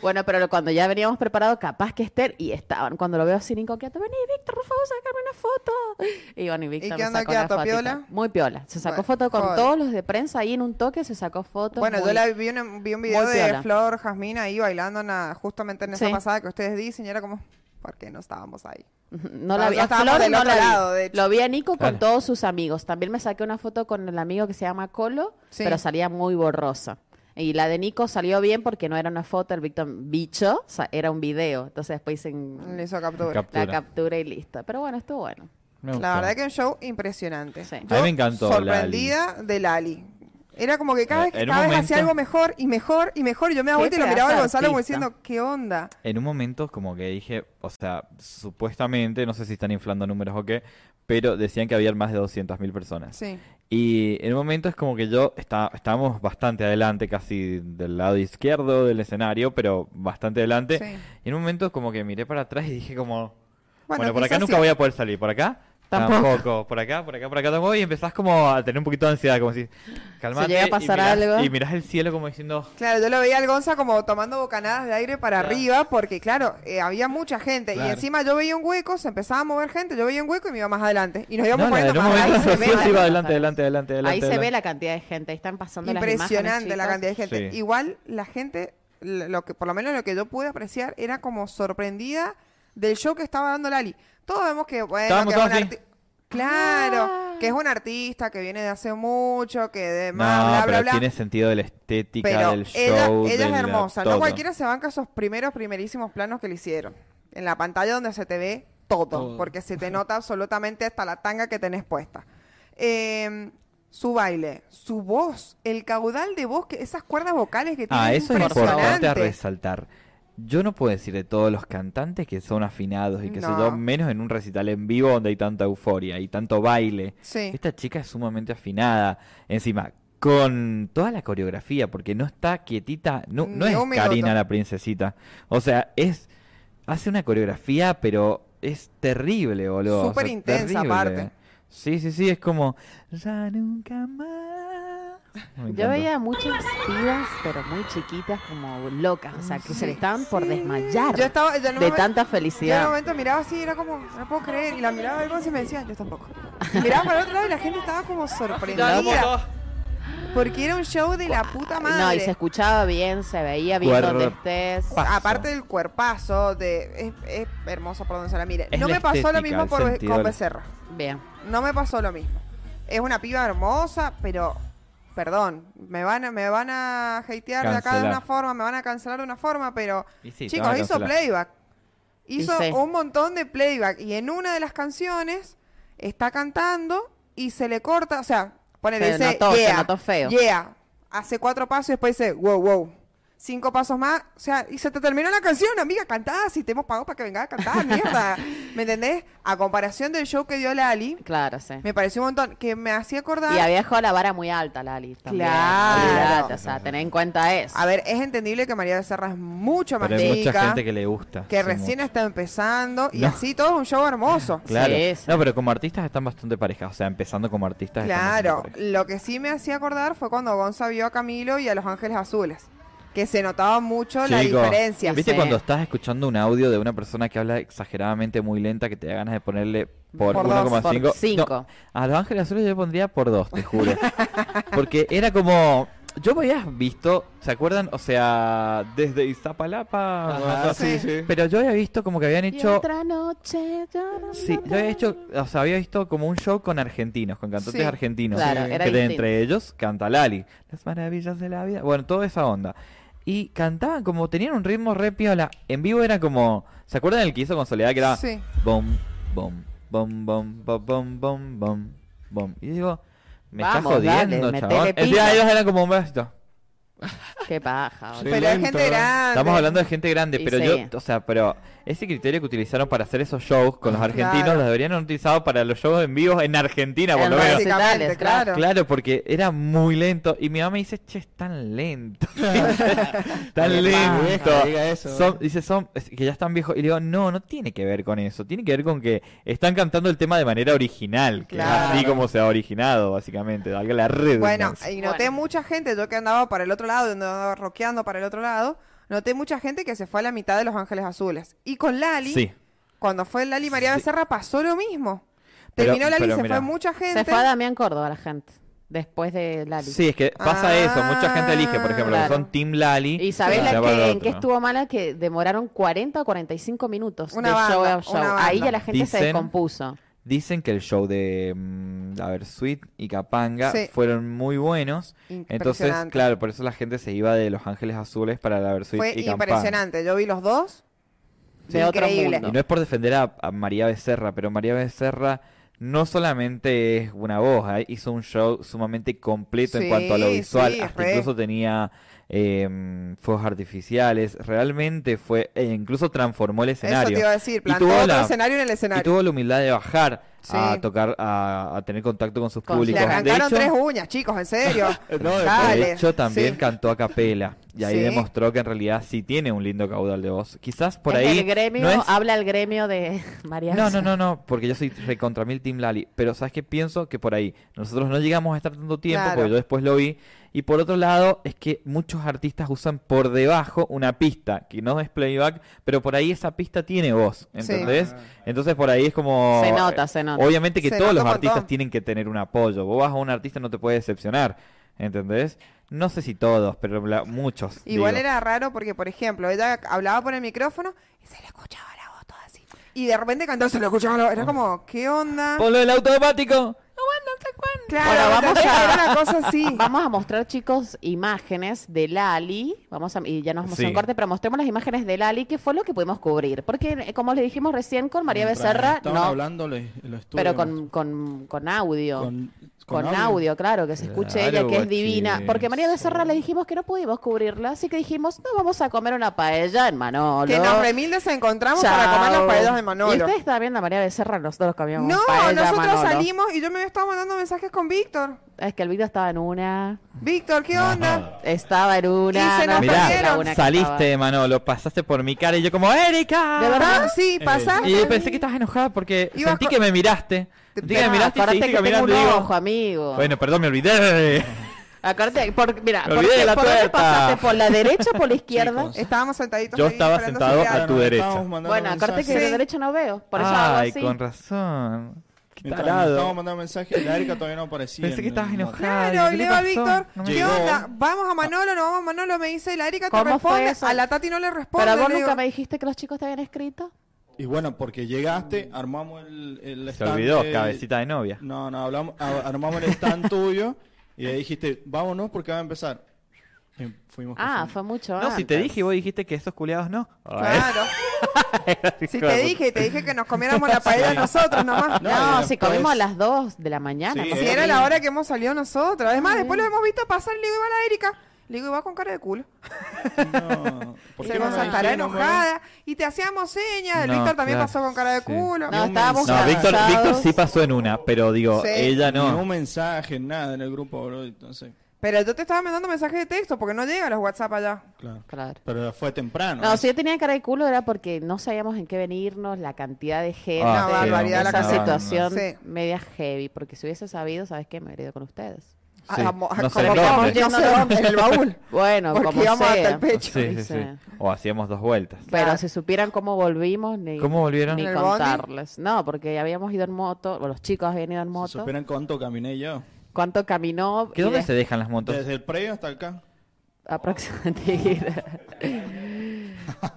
Bueno, pero cuando ya veníamos preparados, capaz que Esther y estaban. Cuando lo veo así, incoquieto, vení, Víctor, por favor, sacarme una foto. Y bueno, y Víctor
qué
me
onda,
sacó una
quieto,
fotito.
piola?
Muy piola. Se sacó
Bueno,
foto con
joder.
todos los de prensa ahí en un toque, se sacó foto.
Bueno,
muy-
yo la vi, una- vi un video
muy
de
piola.
Flor Jasmina ahí bailando en la- justamente en esa
Sí.
pasada que ustedes dicen y era como, ¿por qué no estábamos ahí?
No la vi.
Nosotros
A
Ah, estábamos
Flor
del
no
otro
la vi.
lado, de hecho.
Lo vi a Nico
Claro.
con todos sus amigos. También me saqué una foto con el amigo que se llama Colo,
Sí.
pero salía muy borrosa. Y la de Nico salió bien porque no era una foto, el Víctor bicho, o sea, era un video. Entonces después dicen
Le hizo captura.
Captura.
la captura y listo. Pero bueno, estuvo bueno.
Me
La
gustó.
verdad que un show impresionante.
Sí. A mí
me encantó Eh,
Sorprendida de Lali. Era como que cada vez,
En un
cada vez
momento-
hacía algo mejor y mejor y mejor. Y yo me daba
Qué
vuelta y lo miraba a
pedazo de
Gonzalo como
artista.
diciendo, ¿qué onda?
En un momento como que dije, o sea, supuestamente, no sé si están inflando números o qué, pero decían que había más de 200.000 personas.
[LAUGHS] Sí.
Y en un momento es como que yo está, estábamos bastante adelante, casi del lado izquierdo del escenario, pero bastante adelante.
Sí.
Y en un momento como que miré para atrás y dije como, bueno, por acá
quizás
nunca
sí.
voy a poder salir, por acá
Tampoco.
por acá, por acá, por acá tampoco, y empezás como a tener un poquito de ansiedad, como si, calmate,
llega a
y
pasar
mirás-
algo.
y mirás el cielo como diciendo,
Claro, yo lo veía al Gonza como tomando bocanadas de aire para arriba porque, claro, eh, había mucha gente. Y
Claro.
encima yo veía un hueco, se empezaba a mover gente, yo veía un hueco y me iba más adelante. Y nos
no,
íbamos
no,
poniendo
en un
más
momento
ahí se
yo
ve
sí iba
la-
adelante, adelante, adelante,
Ahí
adelante,
se ve
adelante.
la cantidad de gente, ahí están pasando las
Impresionante
imágenes,
la
chicos.
cantidad de gente.
Sí.
Igual la gente, l- lo que por lo menos lo que yo pude apreciar era como sorprendida del show que estaba dando Lali. Todos vemos que bueno,
Estábamos
que es un
todos
arti- Claro,
Ah.
que es un artista que viene de hace mucho, que demás,
no,
bla,
pero
bla, bla.
tiene sentido de la estética
pero
del
ella,
show.
ella
de
es
la-
hermosa. No
todo.
cualquiera se banca esos primeros, primerísimos planos que le hicieron. En la pantalla donde se te ve todo,
Todo.
porque se te nota absolutamente hasta la tanga que tenés puesta. Eh, su baile, su voz, el caudal de voz, que esas cuerdas vocales que tiene.
Ah,
es
eso es importante a
impresionante.
resaltar. Yo no puedo decir de todos los cantantes que son afinados y que
No.
se yo, menos en un recital en vivo donde hay tanta euforia y tanto baile.
Sí.
Esta chica es sumamente afinada. Encima, con toda la coreografía, porque no está quietita, no, no
Ni
es
un minuto.
Karina la princesita. O sea, es hace una coreografía, pero es terrible, boludo.
Súper
o sea,
intensa,
terrible.
aparte.
Sí, sí, sí, es como ya nunca más Me
Yo
encanta.
veía muchas pibas, pero muy chiquitas, como locas, o sea, que se le estaban por desmayar
Yo estaba- yo en un
de
momento-
tanta
Yo en un
felicidad.
momento miraba así, era como, no lo puedo creer. Y la miraba algo así y me decía, yo tampoco. Miraba para el otro lado y la gente
[LAUGHS]
estaba como sorprendida. Porque era un show de la puta madre.
No, y se escuchaba bien, se veía bien
Cuerpo.
donde estés.
Aparte del cuerpazo, de, es, es hermoso por donde se la mire.
Es
no
la
me pasó
estética,
lo mismo
el
por-
sentido
con
de la-
Becerra.
Bien.
No me pasó lo mismo. Es una piba hermosa, pero perdón, me van a, me van a hatear de acá de
Cancelar.
una forma, me van a cancelar de una forma, pero
Y sí, te van
chicos,
a
hizo
cancelar.
playback. Hizo
Y sí.
un montón de playback y en una de las canciones está cantando y se le corta, o sea, pone
Se
dice,
notó, se
yeah,
notó feo.
yeah, hace cuatro pasos y después dice, wow, wow. Cinco pasos más, o sea, y se te terminó la canción, amiga, cantá, si te hemos pagado para que vengas a
[LAUGHS]
cantar, mierda. ¿Me entendés? A comparación del show que dio Lali,
Claro, sí.
me pareció un montón. Que me hacía acordar.
Y había dejado la vara muy alta, Lali. también,
Claro.
olvidate, O sea, tener en cuenta eso.
A ver, es entendible que María Becerra es mucho más
Pero hay mucha
chica.
gente que le gusta.
que
sí,
recién
mucho.
está empezando. Y
No.
así todo es un show hermoso.
Claro.
Sí, sí.
No, pero como artistas están bastante parejas. O sea, empezando como artistas. están bastante
Claro.
parejas.
Lo que sí me hacía acordar fue cuando Gonza vio a Camilo y a Los Ángeles Azules. Que se notaba mucho la
Chicos,
diferencia.
¿Viste
sí.
cuando estás escuchando un audio de una persona que habla exageradamente muy lenta que te da ganas de ponerle por,
Por dos,
por
1,5?
cinco.
a Los Ángeles Azules yo le pondría por dos, te
[LAUGHS]
juro. Porque era como... Yo me había visto, ¿se acuerdan? O sea, desde Iztapalapa. o sea,
sí, sí.
Pero yo había visto como que habían
Y
hecho...
otra noche llorando.
Sí, yo había hecho, o sea, había visto como un show con argentinos, con cantantes
Sí.
argentinos.
Claro,
que
era
de-
distinto.
entre ellos canta Lali. Las maravillas de la vida. Bueno, toda esa onda. Y cantaban como, tenían un ritmo re piola. En vivo era como, ¿se acuerdan el que hizo con Soledad? Que era
Sí.
bom, bom, bom, bom, bom, bom, bom, bom, bom. Y digo, me está
Vamos, dale,
jodiendo,
metele
chaval. El día
pila.
de ellos era como un besito.
Qué paja. boludo.
Pero hay
lento,
gente
¿verdad?
grande.
Estamos hablando de gente grande,
Y
pero
sí.
yo, o sea, pero ese criterio que utilizaron para hacer esos shows con los argentinos
Ah, Claro.
los deberían haber utilizado para los shows en vivo en Argentina, por
En
lo menos.
Brasil.
Básicamente,
recitales, claro.
claro.
Claro, porque era muy lento. Y mi mamá me dice, che, es tan
[LAUGHS]
lento. tan lento.
Vieja, diga
eh.
eso.
Son- dice, son, es que ya están viejos. Y le digo, no, no tiene que ver con eso. Tiene que ver con que están cantando el tema de manera original. Que
Claro.
es así como se ha originado, básicamente. Valga la red.
Bueno, y noté
Bueno.
mucha gente, yo que andaba para el otro lado, andaba rockeando para el otro lado, noté mucha gente que se fue a la mitad de Los Ángeles Azules. Y con Lali,
Sí.
cuando fue Lali María Becerra, pasó lo mismo.
Pero-
Terminó Lali,
pero
se
mira.
fue mucha gente.
Se fue a Damián Córdoba la gente. Después de Lali. Ah,
Sí, es que pasa
Ah,
eso. Mucha gente elige, por ejemplo,
claro.
que son Team Lali.
Y sabés
se
la
va
que,
para
en
otro.
qué estuvo mala que demoraron 40 o 45 minutos
Una
de
banda,
show a
una
show.
banda.
Ahí ya la gente se
Dicen-
descompuso.
Dicen que el show de, mm, a ver, Sweet y Capanga
Sí.
fueron muy buenos. Entonces,
Impresionante.
claro, por eso la gente se iba de Los Ángeles Azules para la Versuit
Fue
y Capanga.
impresionante. Yo vi los dos.
De otro
Increíble.
Y
mundo.
no es por defender a, a María Becerra, pero María Becerra no solamente es una voz, ¿eh? hizo un show sumamente completo
Sí,
en cuanto a lo visual,
sí,
hasta
re.
incluso tenía eh, fuegos artificiales, realmente fue, e incluso transformó el escenario.
Eso te iba a decir. Plantó
tuvo
otro
la-
escenario en el
Y
escenario.
tuvo la humildad de bajar a
Sí.
tocar, a, a tener contacto con sus
Con-
Le
públicos. De
arrancaron
hecho-
tres uñas, chicos,
[LAUGHS]
en serio.
de
Dale.
hecho, también
Sí.
cantó a capela. Y ahí
Sí.
demostró que en realidad sí tiene un lindo caudal de voz. Quizás por
Es
ahí.
el gremio,
no, es-
habla el gremio de [LAUGHS] María.
no, no,
Jesús.
no, no, porque yo soy recontra mil Team Lali. Pero ¿sabes qué pienso? Que por ahí nosotros no llegamos a estar tanto tiempo,
Claro.
porque yo después lo vi. Y por otro lado, es que muchos artistas usan por debajo una pista, que no es playback, pero por ahí esa pista tiene voz,
Sí.
¿entendés? Entonces por ahí es como...
Se nota, se nota.
Obviamente que
Se
todos
nota
los
un montón.
artistas tienen que tener un apoyo. Vos vas a un artista no te puede decepcionar, ¿entendés? No sé si todos, pero la- muchos.
Igual
digo.
era raro porque, por ejemplo, ella hablaba por el micrófono y se le escuchaba la voz toda así. Y de repente cantó, se le escuchaba la voz. Era como, ¿qué onda?
Ponlo el automático.
Claro,
Bueno, vamos
vamos
a-
a una cosa así.
Vamos a mostrar, chicos, imágenes de Lali. Vamos a, y ya nos vamos a
Sí.
un corte, pero mostremos las imágenes de Lali, que fue lo que pudimos cubrir. Porque, eh, como les dijimos recién, con María Becerra,
Estaban
no.
hablando, lo, lo estuve
pero con, con, con audio.
Con-
Con
con
audio.
audio,
claro, que se escuche
Claro,
ella, que es
guachín.
divina. Porque María Becerra le dijimos que no pudimos cubrirla, así que dijimos, no, vamos a comer una paella en Manolo.
Que nos remildes encontramos
Chao.
para comer las paellas de
Y
Manolo.
ustedes estaban viendo a María Becerra, nosotros comíamos
No,
paella
nosotros
Manolo.
salimos y yo me había estado mandando mensajes con Víctor.
Es que el video estaba en una,
Víctor, ¿qué onda?
estaba en una.
Y se nos
me acuerdo
Ah, Mirá,
perdieron.
la una que
saliste de Manolo, pasaste por mi cara y yo como, ¡Erika!
¿De verdad?
Ah, sí,
Eh,
pasaste.
Y yo pensé que estabas enojada porque
Ibas
sentí
con-
que me miraste. Sentí que me
estaba.
miraste y
Acordate
seguiste
que tengo
caminando
un
y digo,
ojo, amigo.
Bueno, perdón, me olvidé.
Acuérdate, por- mira,
Me
¿por,
olvidé de
qué-
la
por dónde
tuerta.
pasaste? ¿Por la derecha o por la izquierda?
Estábamos sentaditos.
Yo
ahí
estaba
esperando
sentado
señal.
a tu derecha.
Bueno, acuérdate que de
Sí.
derecha no veo. Por eso hago
Ay,
así.
con razón. Qué
Mientras nos
tarado.
estábamos mandando mensajes, la Erika todavía no aparecía.
Pensé que
en-
estabas
en-
enojada.
Claro,
¿qué
le
te
digo a
pasó?
Víctor,
No me
¿qué
Llegó.
onda? ¿Vamos a Manolo? ¿No vamos a Manolo? Me dice, y la Erika te
¿Cómo fue
responde.
eso?
A la Tati no le responde.
Pero vos
le digo,
nunca me dijiste que los chicos te habían escrito.
Y bueno, porque llegaste, armamos el, el
Se
stand.
olvidó,
el-
cabecita de novia.
No, no, hablamos, a- armamos el stand tuyo y ahí dijiste, vámonos porque va a empezar. Y fuimos
Ah,
creciendo.
fue mucho
No, si te
antes.
dije y vos dijiste que esos culiados no. Ay,
[LAUGHS]
[LAUGHS]
Claro. Si
hijo de
te dije, te dije que nos
[LAUGHS]
comiéramos la paella
Sí.
nosotros
Ah,
nomás.
No,
No,
y
si
después-
comimos a las 2 de la mañana.
Sí,
no
eh.
Si
sé.
era la hora que hemos salido nosotros. Además, después lo hemos visto pasar. Le digo, iba la Erika. Le digo, iba con cara de culo.
No, ¿por
Se
qué no
nos
nos
estará
dijiste, no,
enojada. Y te hacíamos señas. El
No,
"Ah, Víctor también
claro,
pasó con cara de
sí.
culo.
No, estábamos
No, Víctor,
cansados.
Víctor sí pasó en una, pero digo,
Sí.
ella
no. Ni
no.
un mensaje, nada en el grupo, bro. Entonces,
Pero yo te estaba mandando mensajes de texto porque no llegan los WhatsApp allá.
claro.
Claro.
Pero fue temprano.
No,
¿eh?
si yo tenía cara de culo era porque no sabíamos en qué venirnos, la cantidad de gente,
Ah,
sí, barbaridad, la
esa
cantidad.
situación
Sí.
media heavy, porque si hubiese sabido, ¿sabes qué? Me hubiera ido con ustedes.
A-
Sí,
a mo- a-
no sé
Ah, como-
dónde.
como- no sé dónde, en el baúl.
[LAUGHS] Bueno,
Porque
como
íbamos hasta
sea.
el pecho.
Sí, sí, sí.
Dice.
O hacíamos dos vueltas.
Pero
Claro.
si supieran cómo volvimos, ni,
¿Cómo volvieron?
ni
¿En el bondi?
contarles. No, porque habíamos ido en moto, o los chicos habían ido en
Si
moto.
supieran cuánto caminé yo.
¿Cuánto caminó?
¿Qué
y
dónde
des-
se dejan las motos?
Desde el predio hasta acá.
[LAUGHS]
aproximadamente?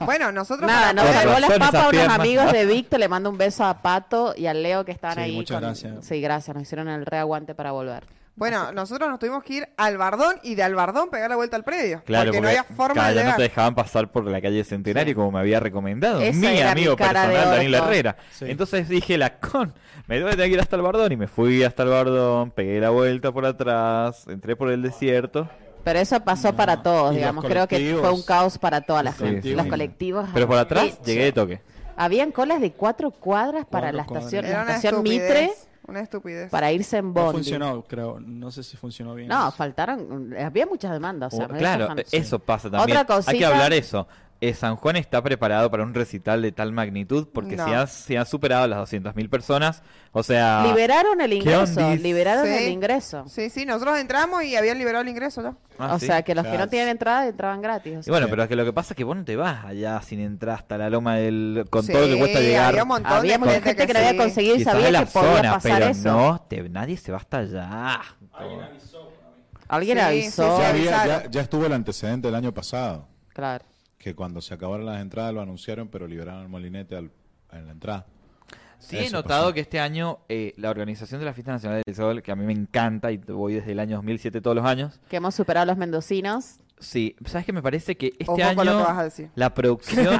Bueno, nosotros.
Nada,
para
nos
Con
poder-
salvó
razón
las
esas
papas a unos
piernas.
amigos
[LAUGHS]
de Víctor. Le mando un beso a Pato y a Leo que estaban
Sí,
ahí.
muchas gracias.
Sí, gracias. Nos hicieron el reaguante para volver.
Bueno, nosotros nos tuvimos que ir al Bardón y de al Bardón pegar la vuelta al predio.
Claro,
porque,
porque,
no había forma
cada- ya
de
no
llegar.
te dejaban pasar por la calle Centenario como me había recomendado
Esa
mi
era mi
amigo
cara de
personal
orto.
Daniel Herrera.
Sí.
Entonces dije, la con, me tengo que tener que ir hasta el Bardón y me fui hasta el Bardón, pegué la vuelta por atrás, entré por el desierto,
Pero eso pasó para todos,
y los
digamos. Creo que
colectivos.
fue un caos para toda la
Los
gente.
colectivos.
Los colectivos.
pero por atrás
Sí.
llegué de toque.
Habían colas de cuatro cuadras para
Cuatro
la
cuadras.
estación,
Era
la
una
estación
estupidez.
Mitre
Una estupidez.
para irse en
No
bondi.
funcionó, creo. No sé si funcionó bien.
No, faltaron. Había muchas demandas. O sea,
Uh,
me
claro,
dejaban-
eso pasa también.
Otra
Hay que
cosita.
hablar eso. Eh, San Juan está preparado para un recital de tal magnitud porque
No.
se, ha- se han superado las 200.000 personas. O sea,
Liberaron el ingreso.
Ah. ondis?
Liberaron
Sí.
el ingreso.
Sí, sí, nosotros entramos y habían liberado el ingreso ya.
ah,
o
sí.
sea, que los que
Claro.
no tienen entrada entraban gratis. o
Y
sea.
bueno, pero es que lo que pasa es que vos no te vas allá sin entrar hasta la loma del... con
Sí,
todo lo que cuesta llegar.
Había un montón de
Había mucha gente que, no
sí.
había conseguido y
Quizás
sabía
en
que
la
podía
zona,
pasar
pero
eso.
no, te- nadie se va hasta allá.
Alguien
Sí,
avisó.
sí,
Ya,
sí.
había-
avisaron.
ya- ya estuvo el antecedente del año pasado,
Claro.
que cuando se acabaron las entradas lo anunciaron, pero liberaron el molinete al- en la entrada.
Sí, he
Eso
notado
pasó.
que este año eh, la organización de la Fiesta Nacional del Sol, que a mí me encanta y voy desde el año 2007 todos los años,
Que hemos superado a los mendocinos.
sí, ¿sabes qué? Me parece que este
Ojo
año
con lo que vas a decir.
la producción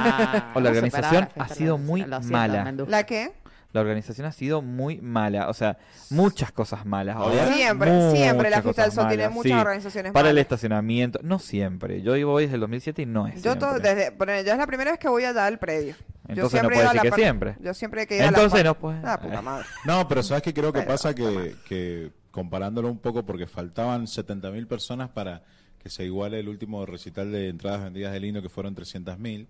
[LAUGHS] Ah,
o la
hemos superado
organización
la fiesta
ha
de
sido
los-
muy
lo siento,
mala.
Mendú.
¿La qué?
La organización ha sido muy mala, o sea, muchas cosas malas. ahora.
Ah, Siempre, siempre la
Muchas
Fiesta del
cosas
Sol tiene
malas,
muchas
sí.
organizaciones
Para el
malas.
estacionamiento, no siempre. Yo voy desde el 2007 y no es
Yo todo,
siempre.
desde, bueno, ya es la primera vez que voy allá al predio. yo
Entonces no
siempre he
puede
ido a
decir
la
que
par-
siempre.
Yo siempre he querido
Entonces
a la par-
no puede-
La ah, puta madre.
No, pero ¿sabes qué creo que
Pero,
pasa? Que, que comparándolo un poco, porque faltaban 70.000 personas para que se iguale el último recital de entradas vendidas del lindo que fueron 300.000.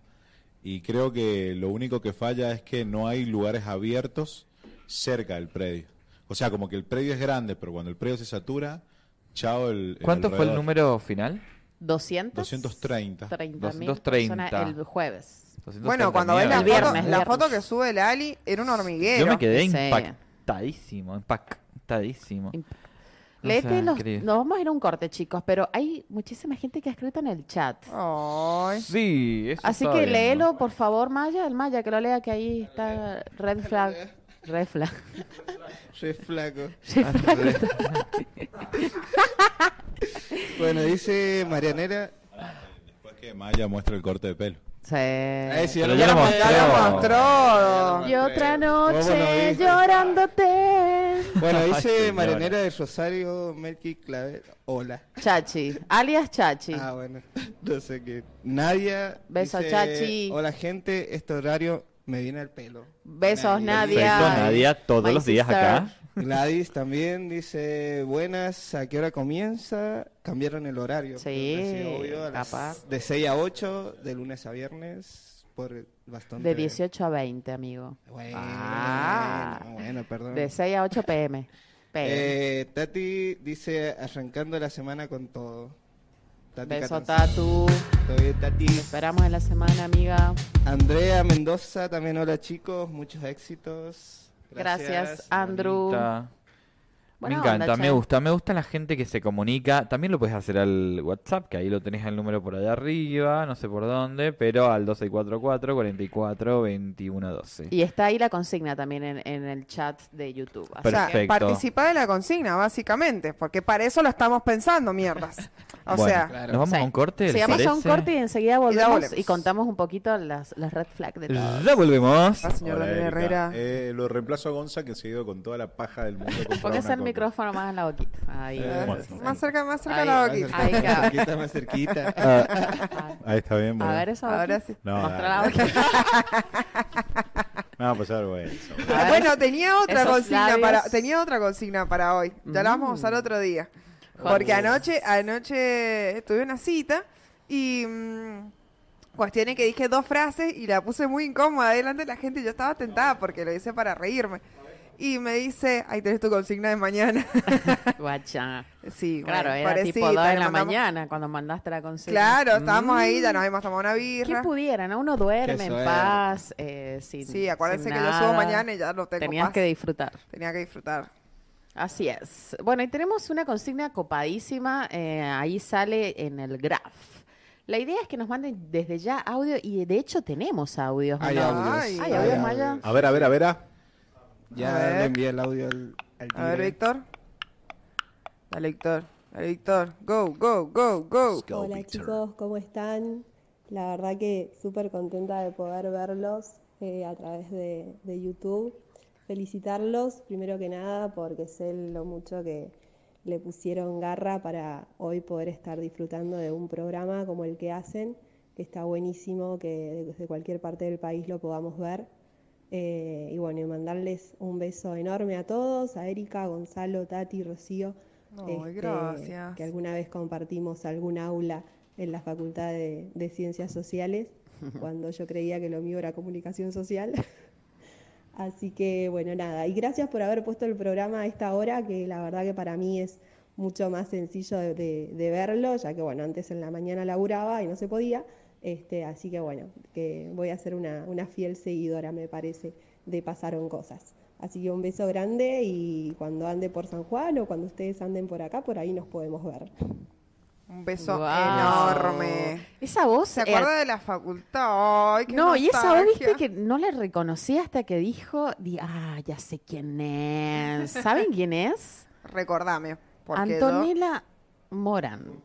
Y creo que lo único que falla es que no hay lugares abiertos cerca del predio. O sea, como que el predio es grande, pero cuando el predio se satura, chao el... el
¿Cuánto fue el
alrededor.
número final?
200.
230.
230.
personas el jueves.
Bueno, cuando ves la
mierda.
El
foto,
viernes,
la
viernes.
foto que sube el Ali era un hormiguero.
Yo me quedé
Sí.
impactadísimo, impactadísimo.
Imp-
O
Léete
sea,
los.
increíble.
Nos vamos a ir a un corte, chicos, pero hay muchísima gente que ha escrito en el chat.
Ay.
Sí, eso
Así
estaba
que
viendo.
léelo, por favor, Maya, el Maya, que lo lea, que ahí está Red Flag. Red Flag.
Soy flaco. Ah,
Red Flag.
Bueno, dice Marianera.
Después que Maya muestra el corte de pelo.
Ah,
Sí.
Pero ya lo
Ya lo
mostró.
mostró.
Y
Oh,
otra
¿Cómo lo
noche
viste?
llorándote.
Bueno, dice
señora.
Marianera de Rosario Melqui Claver. Hola.
Chachi, alias Chachi.
Ah, bueno. [LAUGHS] No sé qué. Nadia.
Beso,
dice,
Chachi.
Hola, gente. Este horario me viene al pelo.
Besos,
Nadia.
Nadia.
Perfecto, Nadia, todos
My
los días
sister.
acá.
Gladys también dice, buenas, ¿a qué hora comienza? Cambiaron el horario.
Sí,
pero así, obvio, a las-
capaz.
de 6 a 8, de lunes a viernes, por bastante...
De 18 a 20, amigo.
Bueno,
Ah.
bueno, bueno, perdón.
De 6 a 8 pm.
Eh, Tati dice arrancando la semana con todo. Tati
Beso,
Catanzaro.
Tatu.
Todo bien, Tati.
Te esperamos en la semana, amiga.
Andrea Mendoza, también hola chicos, muchos éxitos.
Gracias, Andrew.
Está-
Buena
me
onda,
encanta, me
che.
gusta, me gusta la gente que se comunica. También lo puedes hacer al WhatsApp, que ahí lo tenés el número por allá arriba, no sé por dónde, pero al 2644 44 21 12.
Y está ahí la consigna también en, en el chat de YouTube. así que-
O sea,
Perfecto.
participa de la consigna, básicamente, porque para eso lo estamos pensando, mierdas. O
Bueno,
sea,
¿nos vamos a un
Este
corte?
Sí,
les
vamos a un
parece?
corte y enseguida volvemos y,
volvemos.
contamos un poquito las, las red flags de todo.
Ya volvemos.
Ah, señor
Hola,
Daniel
Erika.
Herrera.
Eh, lo reemplazo a Gonza, que se ha ido con toda la paja del mundo. a comprar
Póngase
una
el
coca.
micrófono más en la boquita. Ahí.
eh,
bueno.
más cerca, más cerca
Ahí,
la
más
boquita.
Ay,
más
cabrón.
cerquita,
[LAUGHS]
más cerquita.
[LAUGHS] Ah,
Ahí está bien,
A
bueno.
ver esa boquita.
Ahora sí.
No,
Mostrá
dale.
la boquita.
[LAUGHS] No, pues algo eso.
A ver.
Bueno, tenía otra
Esos
consigna
labios. Mm.
para tenía otra consigna para hoy. Ya la vamos a usar otro día. Porque anoche anoche tuve una cita y mm, cuestiones que dije dos frases y la puse muy incómoda delante de la gente y yo estaba tentada porque lo hice para reírme. Y me dice, ahí tenés tu consigna de mañana. [LAUGHS]
Ah, Guacha.
sí,
Claro,
bueno,
era
parecita,
tipo 2 de
le
la
mandamos-
mañana cuando mandaste la consigna.
Claro,
Mm.
estábamos ahí, ya nos
hay
habíamos tomado una
Mm. ¿Qué
birra.
pudiera, no? Uno duerme en
suerte.
paz, eh, sin
Sí, acuérdense
sin
que yo subo
nada.
mañana y ya no tengo
Tenías
paz.
que disfrutar.
Tenía que disfrutar.
Así es. Bueno, y tenemos una consigna copadísima, eh, ahí sale en el graph. La idea es que nos manden desde ya audio y de hecho tenemos audios. ¿no?
Hay audios.
Ay,
Hay audios, Maya.
A ver, a ver, a ver. ah. a-
A
Ya
ver.
le envié el audio al, al
A ver,
tigre.
Víctor. Dale, Víctor. Dale, Víctor. Go, go, go, go.
Hola
[LAUGHS]
chicos, ¿cómo están? La verdad que súper contenta de poder verlos eh, a través de, de YouTube. Felicitarlos, primero que nada, porque sé lo mucho que le pusieron garra para hoy poder estar disfrutando de un programa como el que hacen, que está buenísimo, que desde cualquier parte del país lo podamos ver. Eh, y bueno, y mandarles un beso enorme a todos, a Erika, Gonzalo, Tati, Rocío,
Ay,
este,
gracias.
que alguna vez compartimos algún aula en la Facultad de, de Ciencias Sociales, [LAUGHS] cuando yo creía que lo mío era comunicación social. [LAUGHS] Así que bueno, nada, y gracias por haber puesto el programa a esta hora, que la verdad que para mí es mucho más sencillo de, de- de verlo, ya que bueno, antes en la mañana laburaba y no se podía, este, así que bueno, que voy a ser una, una fiel seguidora, me parece, de Pasaron Cosas. Así que un beso grande y cuando ande por San Juan o cuando ustedes anden por acá, por ahí nos podemos ver.
Un beso
Guau.
enorme.
Esa voz.
¿Se
eh,
acuerda de la facultad? Ay, qué
No, y esa voz,
nostalgia.
viste, que no la reconocí hasta que dijo, di, ah, ya sé quién
[LAUGHS]
es. ¿Saben quién es?
Recordame. Porque yo-
Antonella Morán.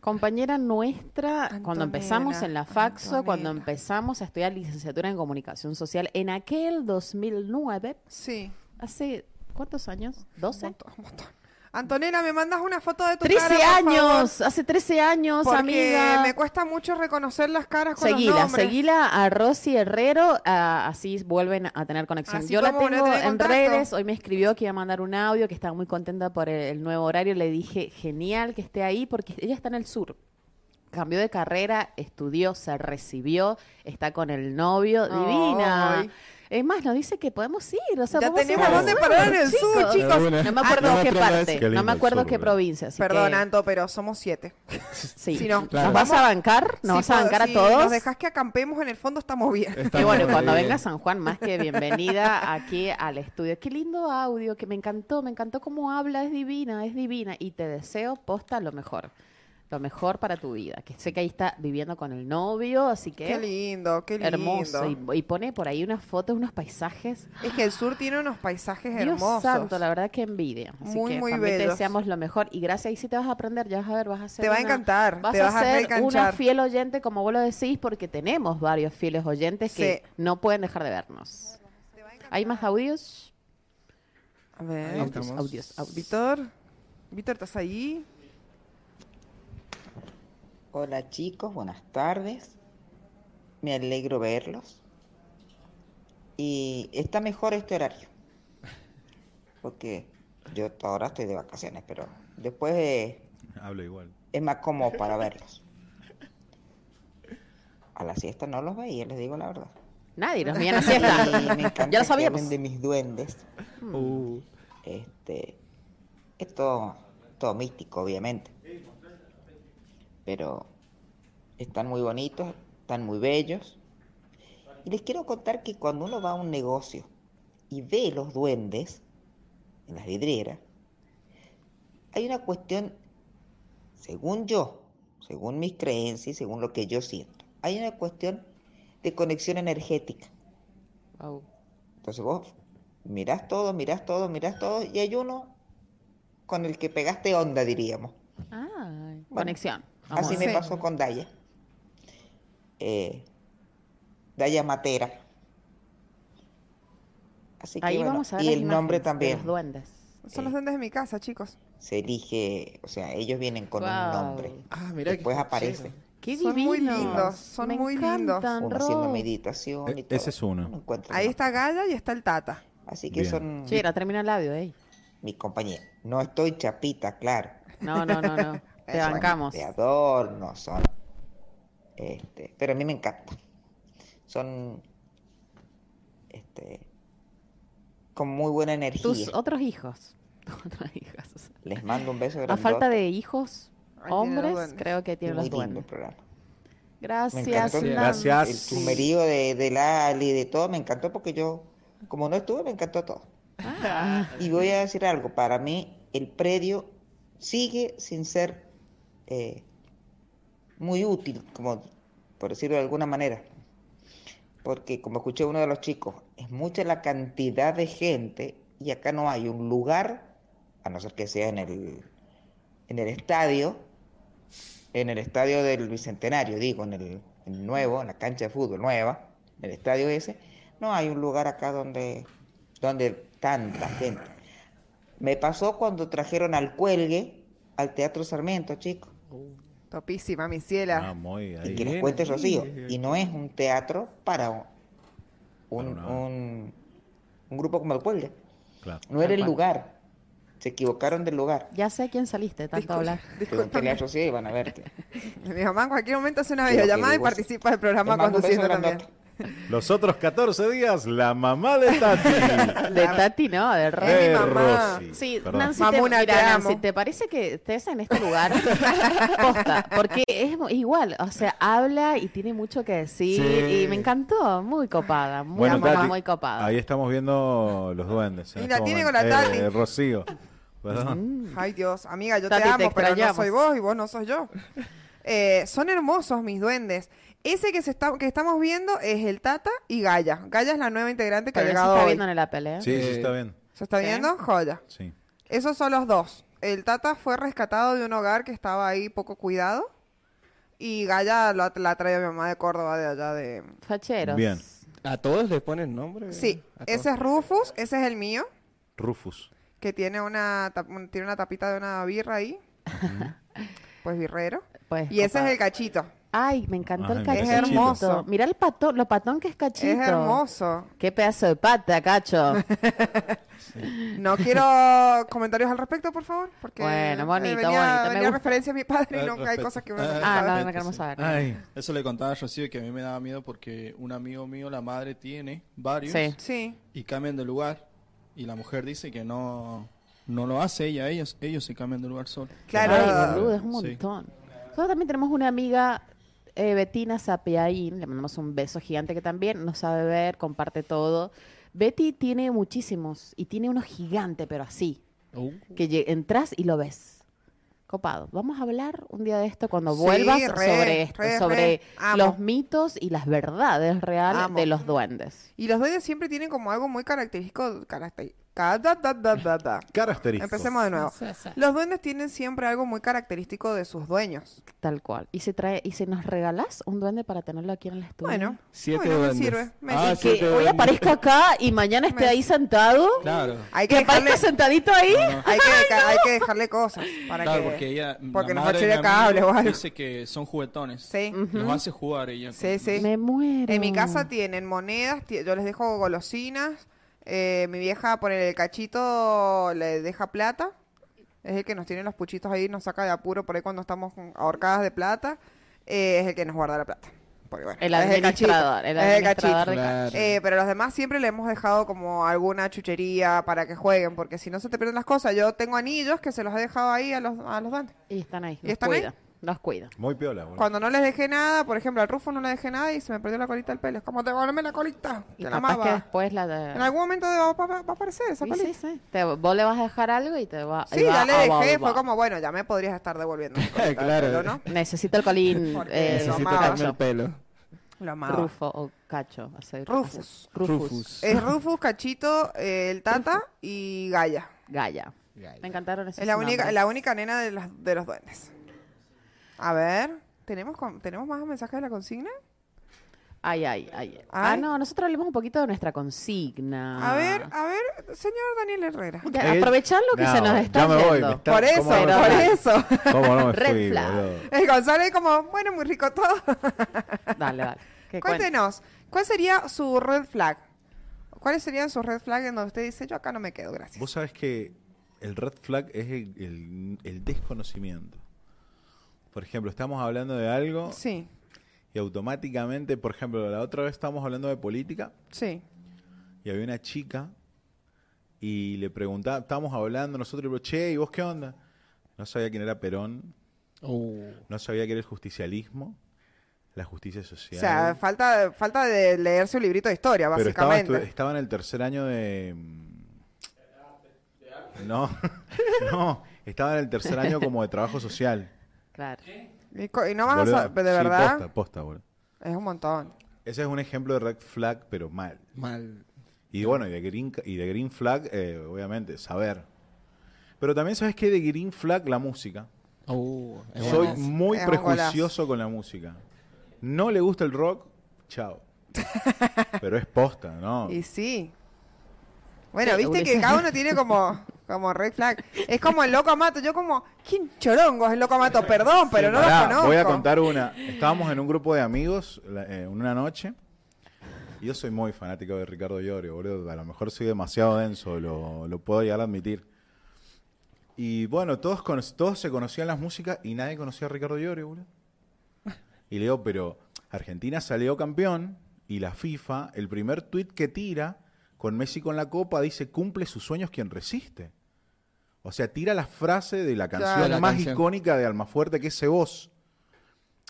Compañera nuestra, cuando
Antonella,
empezamos en la Faxo, cuando
Antonella.
empezamos a estudiar licenciatura en comunicación social, en aquel 2009,
Sí.
hace, ¿cuántos años?
Un
¿12?
montón, un montón. Antonella, me mandas una foto de tu
13
cara, por favor?
años, hace 13 años,
porque
amiga.
me cuesta mucho reconocer las caras con los
Seguila,
nombres.
seguila a Rosy Herrero, a- así vuelven a tener conexión.
Así
Yo la
podemos volver a
tengo
tener
en
contacto.
redes, hoy me escribió que iba a mandar un audio, que estaba muy contenta por el, el nuevo horario, le dije, genial que esté ahí, porque ella está en el sur. Cambió de carrera, estudió, se recibió, está con el novio, divina.
Ay.
Es más, nos dice que podemos ir, o sea,
Ya
vamos a ir
tenemos
a
dónde
Buenos
parar en el
Aires,
sur,
chicos.
chicos.
Una-
No me acuerdo
Ah,
qué
no me acuerdo
parte,
eso.
Qué
no
lindo
me
el
acuerdo
sur,
qué
boludo.
provincia. así que-
Perdón, Anto, pero somos siete.
Sí.
Si no,
Claro.
¿Nos [LAUGHS] vas a bancar? ¿Nos vas
si
a
pod-
bancar
si
a todos?
pues, Nos dejas que acampemos en el fondo, estamos bien.
Y
Estamos
bueno,
muy
cuando
bien.
venga San Juan, más que bienvenida aquí al estudio. Qué lindo audio, que me encantó, me encantó cómo habla, es divina, es divina. Y te deseo, posta, lo mejor. Lo mejor para tu vida. Que sé que ahí está viviendo con el novio, así que
Qué lindo, qué lindo.
hermoso. Y, y pone por ahí unas fotos, unos paisajes.
Es que el sur tiene unos paisajes
Dios
hermosos.
santo, la verdad que envidia. Así
Muy,
que
muy
también te
bellos.
deseamos lo mejor. Y gracias, y si te vas a aprender, ya vas a ver, vas a ser
Te va a
una-
encantar,
Vas
te
a
vas a
ser una
reenganchar.
fiel oyente, como vos lo decís, porque tenemos varios fieles oyentes que
Sí.
no pueden dejar de vernos. ¿Hay más audios?
A ver.
Ahí
Audios,
estamos.
audios, audios.
Víctor, Víctor, ¿estás ahí?
Hola chicos, buenas tardes. Me alegro verlos. Y está mejor este horario. Porque yo ahora estoy de vacaciones, pero después eh,
Hablo igual.
es más cómodo para verlos. A la siesta no los veía, les digo la verdad.
Nadie nos veía en la
Y me [LAUGHS]
siesta.
encanta
ya lo
que
sabíamos.
hablen de mis duendes.
Uh,
Este, es todo, todo místico, obviamente. Pero están muy bonitos, están muy bellos. Y les quiero contar que cuando uno va a un negocio y ve los duendes en las vidrieras, hay una cuestión, según yo, según mis creencias y según lo que yo siento, hay una cuestión de conexión energética. Entonces vos mirás todo, mirás todo, mirás todo y hay uno con el que pegaste onda, diríamos.
Ah,
Bueno,
conexión.
Así me pasó con Daya. Eh, Daya Matera. Así que
Ahí
Este, bueno,
vamos a ver
y
las
el nombre
imágenes de
también.
los Son los duendes de mi casa, chicos.
Se elige, o sea, ellos vienen con un
Guau.
nombre.
Ah, mirá qué
Después aparece.
Qué
son muy
divinos.
lindos, son
Me
muy
encantan,
Uno
lindos.
haciendo meditación y todo.
E-, Ese es uno.
Ahí está Gaya y está el Tata.
Así que son
Che, era termina el labio, ey.
mi compañía. No estoy chapita, claro.
No, no, no,
[LAUGHS]
no. Te
Son
bancamos.
De adorno, son. Este, pero a mí me encanta. Son. Este. Con muy buena energía.
Tus otros hijos. [LAUGHS] Tus otras hijas.
Les mando un beso
A
grandote.
falta de hijos
los
hombres,
duendes.
creo que tiene
Muy
los
lindo
duendes.
el programa. Me
Gracias.
encantó el-
Nan.
El chumerío de, de Lali, de todo, me encantó porque yo, como no estuve, me encantó todo. Y voy a decir algo, para mí el predio sigue sin ser eh, muy útil, como por decirlo de alguna manera. Porque como escuché uno de los chicos, es mucha la cantidad de gente y acá no hay un lugar, a no ser que sea en el, en el estadio, en el estadio del Bicentenario, digo, en el, el nuevo, en la cancha de fútbol nueva, en el estadio ese, no hay un lugar acá donde, donde tanta gente. Me pasó cuando trajeron al cuelgue al Teatro Sarmiento, chicos.
Uh, Topísima, mi ciela.
Y que les cuente Rocío. Y no es un teatro para un, un, un- un grupo como el cuelgue. No era el lugar. Se equivocaron del lugar.
Ya sé a quién saliste, tanto hablar.
Pregúntale a Rocío y van a verte.
[LAUGHS] Mi mamá en cualquier momento hace una
Creo que
videollamada y
igual-
participa del programa
Les mando un beso
conduciendo también.
Los otros 14 días, la mamá de Tati.
De Tati, no, de Rosy.
De Rosy,
Sí,
perdón.
Nancy,
Mamuna,
te, mira,
te
Nancy,
amo.
¿te parece que estés en este lugar? [LAUGHS] Posta, porque es mu- igual, o sea, habla y tiene mucho que decir.
Sí.
Y me encantó, muy copada, muy,
Bueno,
muy,
Tati,
muy copada.
Ahí estamos viendo los duendes. en
Y la
este
tiene
momento.
con la Tati.
Eh, Rocío. Perdón.
Ay, Dios, amiga, yo
Mm. Tati,
te
te
amo, pero no
extrañamos.
soy vos y vos no
[LAUGHS]
sos yo. Eh, son hermosos mis duendes. Ese que, se está, que estamos viendo es el Tata y Gaya. Gaya es la nueva integrante que
Pero
ha
se
llegado
está
hoy.
viendo en la pelea.
Sí, sí, está bien.
¿Se está
Sí.
viendo? Joya.
Sí.
Esos son los dos. El Tata fue rescatado de un hogar que estaba ahí poco cuidado. Y Gaya la, la trae a mi mamá de Córdoba, de allá de...
Facheros.
Bien.
¿A todos les ponen nombre?
Sí,
¿A todos?
ese es Rufus, ese es el mío,
Rufus.
que tiene una, tap- un- tiene una tapita de una
[LAUGHS]
birra ahí. pues birrero.
Pues, Ah.
y ese
copada.
es el cachito.
Ay, me encantó
Ay,
el
mira,
cachito.
Es hermoso.
Mirá el patón, lo patón que es cachito.
Es hermoso.
Qué pedazo de pata, cacho.
[LAUGHS]
[LAUGHS]
No quiero comentarios al respecto, por favor, porque
Bueno,
eh,
bonito,
venía,
bonito, me
venía
gusta.
referencia a mi padre y nunca hay
Respecto-
cosas que uno no
Ah,
sabe.
respecto, sí.
Ay.
Eso le contaba a Rocío que a mí me daba miedo porque un amigo mío, la madre, tiene varios
Sí.
Sí.
y cambian de lugar. Y la mujer dice que no, no lo hace ella, ellos, ellos se cambian de lugar solos.
Claro.
Ay, boludo, es un
Sí.
montón. Nosotros también tenemos una amiga, eh, Betina Sapiaín, le mandamos un beso gigante que también no sabe ver, comparte todo. Betty tiene muchísimos y tiene uno gigante, pero así, que lle- entras y lo ves. Copado. Vamos a hablar un día de esto cuando
Sí,
vuelvas
re,
sobre esto,
re,
sobre
re. Amo.
los mitos y las verdades reales
Amo.
de los duendes.
Y los duendes siempre tienen como algo muy característico. caracter- ca- da, da, da, da, da.
Característico.
Empecemos de nuevo. Los duendes tienen siempre algo muy característico de sus dueños.
Tal cual. Y se trae, y se nos regalás un duende para tenerlo aquí en el estudio.
Bueno,
Siete
bueno, me
duendes.
sirve. Me
Ah,
sirve.
Y que hoy aparezca acá y mañana esté ahí sentado.
Claro.
Hay
que
que dejarle,
aparezca sentadito ahí.
hay que, deca- hay que dejarle cosas para
Claro,
que...
porque ella.
porque
la
nos
madre de
achilla
mi
cables o
amigo
algo.
Dice que son juguetones.
Sí.
Los hace jugar ella.
Sí, sí.
Me muero.
En mi casa tienen monedas, ti- yo les dejo golosinas. eh, mi vieja, por el cachito, le deja plata. Es el que nos tiene los puchitos ahí, nos saca de apuro por ahí cuando estamos con- ahorcadas de plata. eh, es el que nos guarda la plata. porque bueno,
El
es de cachito,
administrador, el
es de
administrador
cachito.
de cachito.
Eh, pero los demás siempre le hemos dejado como alguna chuchería para que jueguen, porque si no se te pierden las cosas. Yo tengo anillos que se los he dejado ahí a los, a los duendes.
Y están ahí,
¿Y
los
están
cuido,
ahí?
los cuido.
Muy piola, boludo.
Cuando no les dejé nada, por ejemplo, al Rufo no le dejé nada y se me perdió la colita del pelo. Es como, devuélveme la colita.
Y
te la
capaz que
amaba.
después la...
En algún momento va, va- va a aparecer esa
Sí, sí,
colita.
sí. Te- vos le vas a dejar algo y te va, y
Sí,
va
ya le
a
dejé,
volver.
fue como, bueno, ya me podrías estar devolviendo.
[LAUGHS] claro.
Necesito el
[LAUGHS]
colín. eh, Rufo,
Necesito quitarme el
Cacho.
pelo.
Lo amaba.
Rufo o Cacho. así-
Rufus.
Rufus.
Es Rufus, Cachito, eh, el Tata y Gaia.
Gaia. Me encantaron esos
Es la única,
nombres.
la única nena de los, de los duendes. A ver, ¿tenemos, con- ¿tenemos más mensajes de la consigna?
Ay, ay, ay. Ah,
Ay.
no, nosotros hablemos un poquito de nuestra consigna.
A ver, a ver, señor Daniel Herrera.
Ah. Ya, aprovechar lo que
Eh, No,
se nos
ya
está
me voy,
yendo.
me está-
Por eso,
¿cómo no me
por
fui?
eso.
¿Cómo
[LAUGHS]
no me
Red
fui,
flag.
boludo?
El Gonzalo es como, bueno, muy
[LAUGHS]
rico todo.
Dale, [LAUGHS] dale. ¿Qué cuenta?
Cuéntenos, ¿cuál sería su red flag? ¿Cuáles serían sus red flags en donde usted dice, yo acá no me quedo, gracias?
Vos sabés que el red flag es el, el- el desconocimiento. Por ejemplo, estamos hablando de algo
Sí,
y automáticamente, por ejemplo, la otra vez estábamos hablando de política
sí.
y había una chica y le preguntaba, estábamos hablando nosotros, y le digo, che, ¿y vos qué onda? No sabía quién era Perón, no sabía qué era el justicialismo, la justicia social.
O sea, falta, falta de leerse un librito de historia,
Pero estaba,
básicamente.
estu- estaba en el tercer año de... mm, No, [LAUGHS] no, estaba en el tercer año como de trabajo social.
Claro.
Y, co- y no vas
Boluda,
a saber, de
sí,
verdad,
posta, posta, boludo.
es un montón.
Ese es un ejemplo de red flag, pero mal.
Mal.
Y bueno, y de green, y de green flag, eh, obviamente, saber. Pero también sabes que de green flag la música.
es
Soy
buenazo.
muy
Es un
prejuicioso con la música. No le gusta el rock,
[LAUGHS]
chao. pero es posta, ¿no?
Y sí. Bueno,
Sí,
viste que
Ulises.
cada uno tiene como, como red flag. Es como el loco amato. Yo como, ¿quién chorongo es el loco amato? Perdón, pero no
Pará,
lo conozco.
Voy a contar una. Estábamos en un grupo de amigos la- eh, una noche. Y yo soy muy fanático de Ricardo Llorio, boludo. A lo mejor soy demasiado denso, lo, lo puedo llegar a admitir. Y bueno, todos, cono- todos se conocían las músicas y nadie conocía a Ricardo Llorio, boludo. Y le digo, pero Argentina salió campeón y la FIFA, el primer tweet que tira con Messi con la copa, dice, cumple sus sueños quien resiste. O sea, tira la frase de la
Claro.
canción
La
más
canción.
icónica de Almafuerte, que es ese voz.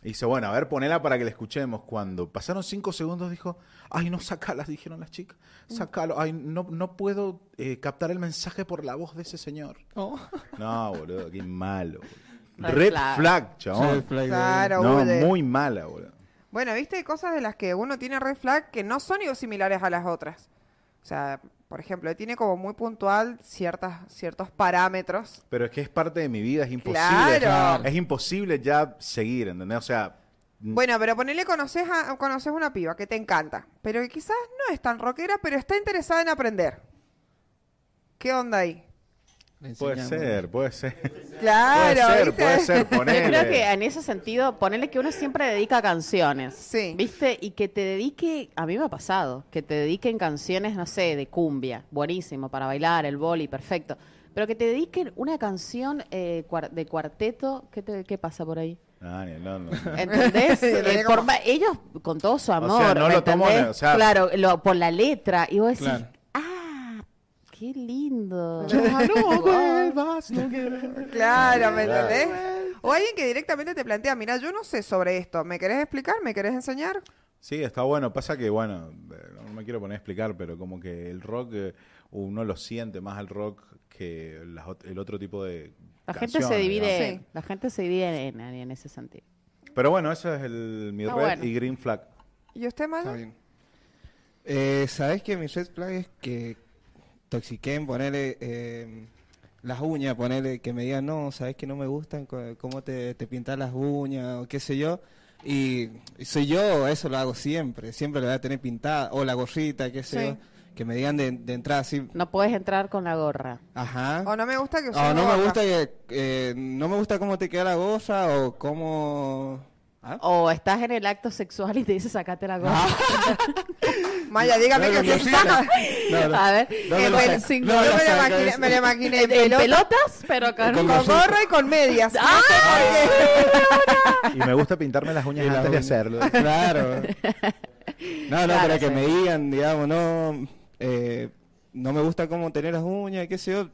Y dice, bueno, a ver, ponela para que la escuchemos. Cuando pasaron cinco segundos, dijo, ay, no, sacalas, dijeron las chicas. Sacalo, ay, no, no puedo eh, captar el mensaje por la voz de ese señor. No, boludo, qué malo. boludo.
Red
Red
flag.
flag, chabón.
Red flag,
Claro,
no,
boludo.
muy mala, boludo.
Bueno, viste hay cosas de las que uno tiene red flag que no son similares a las otras. O sea, por ejemplo, él tiene como muy puntual ciertas, ciertos parámetros.
Pero es que es parte de mi vida, es imposible.
Claro.
Es imposible ya seguir, ¿entendés? O sea, n-
Bueno, pero ponele conoces a conoces una piba que te encanta, pero que quizás no es tan rockera, pero está interesada en aprender. ¿Qué onda ahí?
puede ser, puede ser.
Claro,
Puede ser,
¿viste?
puede
[LAUGHS]
ser,
Yo creo
ponele.
que en ese sentido, ponele que uno siempre dedica canciones. ¿Viste? Y que te dedique, a mí me ha pasado, que te dediquen canciones, no sé, de cumbia, buenísimo, para bailar, el boli, perfecto. Pero que te dediquen una canción eh, cuar- de cuarteto, ¿qué, te- qué pasa por [LAUGHS] ahí?
Ah, ni- no, no.
¿Entendés?
Lo tenía
Eh, por
como-
ma- ellos con todo su amor,
no lo tomo,
¿entendés?
o sea-
claro, lo- por la letra. Y vos decís,
Claro.
ah, qué lindo.
Ya
[LAUGHS]
no
vuelvas,
no
Claro, ¿me
Claro.
entendés? O alguien que directamente te plantea, mira, yo no sé sobre esto, ¿me querés explicar? ¿Me querés enseñar?
Sí, está bueno. Pasa que, bueno, eh, no me quiero poner a explicar, pero como que el rock, eh, uno lo siente más al rock que las ot- el otro tipo de.
La gente se
canciones,
divide,
digamos.
en- la gente se divide en, en ese sentido.
Pero bueno, eso es el, mi
Ah,
red
bueno.
y green flag.
¿Y usted, mal?
Eh, ¿Sabes que mi red flag es que toxiquen, ponerle eh, las uñas, ponerle que me digan, no, sabes que no me gustan co- cómo te, te pintas las uñas o qué sé yo. Y y soy yo, eso lo hago siempre, siempre lo voy a tener pintada, o la gorrita, qué sé
Sí.
yo, que me digan de, de entrada así,
No puedes entrar con la gorra.
ajá.
O no me gusta que
O
usted
Ah, no me gusta que, eh, no me gusta cómo te queda la gorra o cómo... ¿ah?
O estás en el acto sexual y te dices sacate la gorra.
[LAUGHS] Maya, dígame
No,
que
no,
quién
sí,
sabe.
no, no.
[LAUGHS] A ver,
No me
En
lo
pel-
saca, no
yo
me lo
me lo
saca,
imaginé,
es-
me lo imaginé en
en
pelotas,
pelotas, pero con,
con gorro y
[LAUGHS]
con medias. No sé por
Y
qué.
me gusta pintarme las uñas
[LAUGHS] Y las
antes de
uñas.
hacerlo.
Ah, Claro. No, no,
Claro,
para que
sí.
me digan, digamos, no, eh, no me gusta cómo tener las uñas, qué sé yo,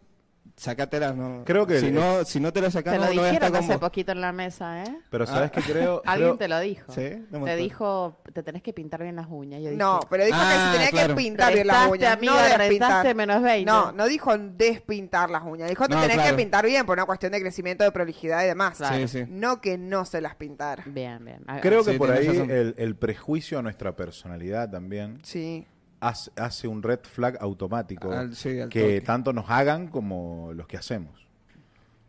sácatelas, no.
Creo que-
si no, si no te las sacas,
Te
no,
lo
no voy a estar
dijeron
con
hace
vos.
poquito en la mesa, ¿eh?
Pero sabes que creo...
[LAUGHS] Alguien
creo-
te lo dijo.
Sí, no me
te
acuerdo.
dijo, te tenés que pintar bien las uñas. Yo dije,
No, pero dijo que
Ah,
se tenía
claro.
que pintar bien las
Restaste,
uñas, no
amiga,
despintar.
restaste menos 20.
No, no dijo despintar las uñas, dijo te
No,
tenés que
claro.
pintar bien por una cuestión de crecimiento, de prolijidad y demás.
Claro. Sí, sí.
No que no se las pintara.
Bien, bien. Ah,
Creo que
Sí,
por ahí
tenés razón.
el, el prejuicio a nuestra personalidad también
Sí.
hace, hace un red flag automático
Al- sí, al
que
toque.
tanto nos hagan como los que hacemos.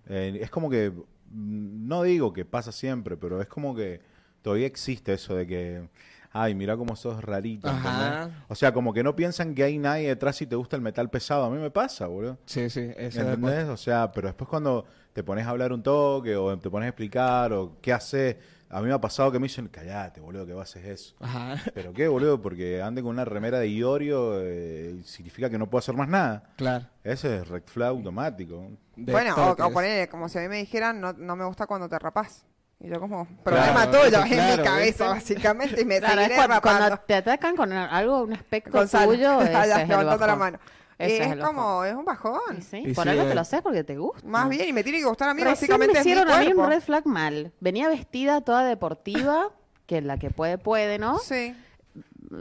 Eh, es como que, mm, no digo que pasa siempre, pero es como que todavía existe eso de que, ay, mira cómo sos rarito.
Ajá.
¿entendés? O sea, como que no piensan que hay nadie detrás y te gusta el metal pesado. A mí me pasa, boludo.
Sí, sí, eso es
¿Entendés? O sea, pero después cuando te pones a hablar un toque o te pones a explicar o qué haces, a mí me ha pasado que me dicen, callate, boludo, que vos haces eso.
Ajá,
¿Pero qué, boludo? Porque ande con una remera de Iorio eh, significa que no puedo hacer más nada.
claro.
Ese es red flag automático.
De
bueno, o,
toques.
o ponele, como si a mí me dijeran, no, no me gusta cuando te rapás. Y yo como, problema
Claro,
tuyo,
eso,
es en
claro,
mi cabeza,
¿viste?
básicamente, y me
Claro, es
seguiré
cuando,
rapando.
cuando te atacan con algo, un aspecto
Gonzalo, [LAUGHS]
tuyo, ese
allá,
es el
levantando la
bajón.
mano.
Ese
Eh,
es
es,
el
como, es un bajón.
Y sí,
Y
por
sí,
algo
eh.
te lo haces porque te gusta.
Más bien, y me tiene que gustar a mí,
Recién
básicamente.
me
es mi
hicieron a mí un
cuerpo.
red flag mal. Venía vestida toda
[COUGHS]
deportiva, que es la que puede, puede, ¿no?
Sí.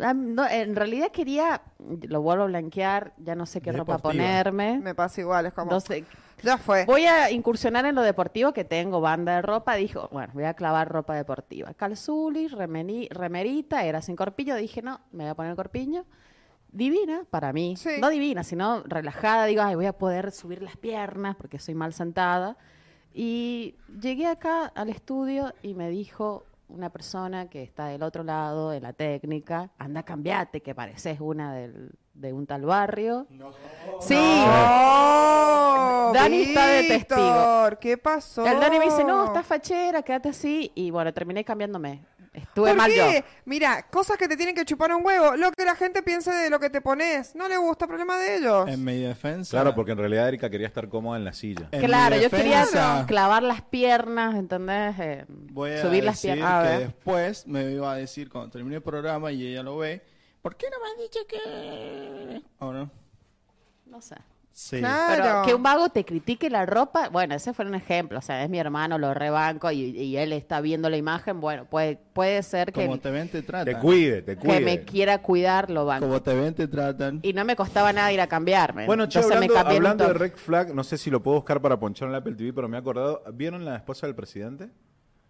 Ah, no, en realidad quería, lo vuelvo a blanquear, ya no sé qué ropa
Deportiva.
ponerme.
Me pasa igual, es como.
Entonces,
Ya fue.
voy a incursionar en lo deportivo que tengo, banda de ropa. Dijo, bueno, voy a clavar ropa deportiva. Calzuli, remeni- remerita, era sin corpiño. Dije, no, me voy a poner el corpiño. Divina para mí.
Sí.
No divina, sino relajada. Digo, ay, voy a poder subir las piernas porque soy mal sentada. Y llegué acá al estudio y me dijo una persona que está del otro lado de la técnica, anda, cambiate, que pareces una del- de un tal barrio. Sí.
¡No!
Dani está de
Víctor, ¿Qué pasó?
El Dani me dice, no, estás fachera, quédate así. Y bueno, terminé cambiándome. Estuve
¿Por
mal
qué?
yo.
Mira, cosas que te tienen que chupar un huevo. Lo que la gente piense de lo que te pones. No le gusta, problema de
Eh.
ellos.
En mi defensa.
Claro, porque en realidad Erika quería estar cómoda en la silla.
en mi
Claro, yo quería
defensa,
clavar las piernas, ¿entendés? Eh,
Voy a
subir las
decir
piernas. A
Ah,
que
ver.
después me iba a decir cuando termine el programa y ella lo ve. ¿Por qué no me has dicho que.? ¿O no?
No sé.
Sí.
Claro.
Pero que un vago te critique la ropa, bueno, ese fue un ejemplo. O sea, es mi hermano, lo rebanco y, y él está viendo la imagen. Bueno, puede, puede ser que,
Como te ven, te tratan.
Te cuide, te
que
cuide.
me quiera cuidar, lo banco.
Como te ven, te tratan.
Y no me costaba nada ir a cambiarme.
Bueno, che,
Entonces
hablando,
me cambié en un
hablando de
top.
red flag, no sé si lo puedo buscar para ponchar en la Apple TV, pero me he acordado. ¿Vieron la esposa del presidente?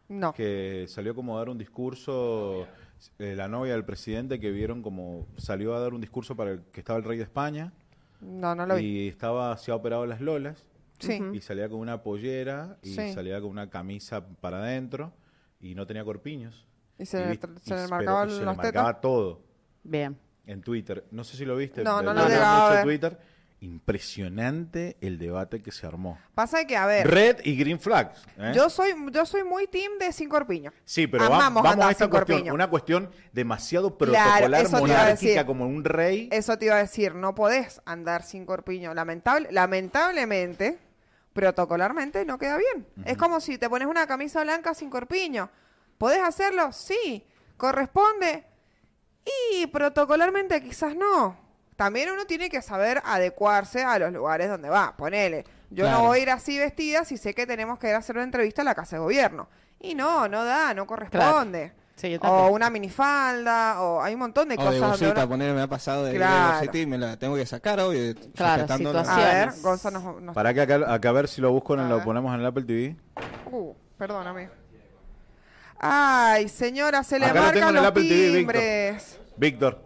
No.
que salió como a dar un discurso, eh, la novia del presidente que vieron como salió a dar un discurso para el que estaba el rey de España
No, no lo vi.
y estaba se ha operado las lolas
Sí.
y salía con una pollera y
Sí.
salía con una camisa para adentro y no tenía corpiños.
Y se le
vi-
tra-
y
se le
pero-
marcaban
y se le
las
marcaba
tetas.
todo
Bien.
en Twitter. No sé si lo viste.
No, no
lo
lo
vi
llegaba a
mucho
ver.
en Twitter. Impresionante el debate que se armó.
Pasa que, a ver,
Red y green flags. ¿eh?
yo soy yo soy muy team de sin corpiño.
Sí, pero va-
Amamos
vamos
andar
a esta
sin
cuestión,
corpiño.
una cuestión demasiado
Claro,
protocolar,
eso te iba a decir.
monárquica, como un rey.
Eso te iba a decir, no podés andar sin corpiño. Lamentable, lamentablemente, protocolarmente no queda bien. Es como si te pones una camisa blanca sin corpiño. ¿Podés hacerlo? Sí. ¿Corresponde? Y protocolarmente quizás no. También uno tiene que saber adecuarse a los lugares donde va. Ponele, yo no
Claro.
voy a ir así vestida si sé que tenemos que ir a hacer una entrevista a la Casa de Gobierno. Y no, no da, no corresponde.
Sí, yo
o
también.
una minifalda, o hay un montón de
O de
cosas donde uno-
bolsita, poner, me ha pasado de, de
Claro.
bolsita y me la tengo que sacar, obvio.
Claro,
respetando
A
situación.
ver,
Acciones.
Gonza nos... nos-
Para que acá, acá a ver si lo busco,
A
en, lo
ver.
ponemos en el Apple TV.
Uh, perdóname. Ay, señora, se le
Acá lo tengo en
marcan
el
los
Apple TV, Víctor.
timbres.
Víctor,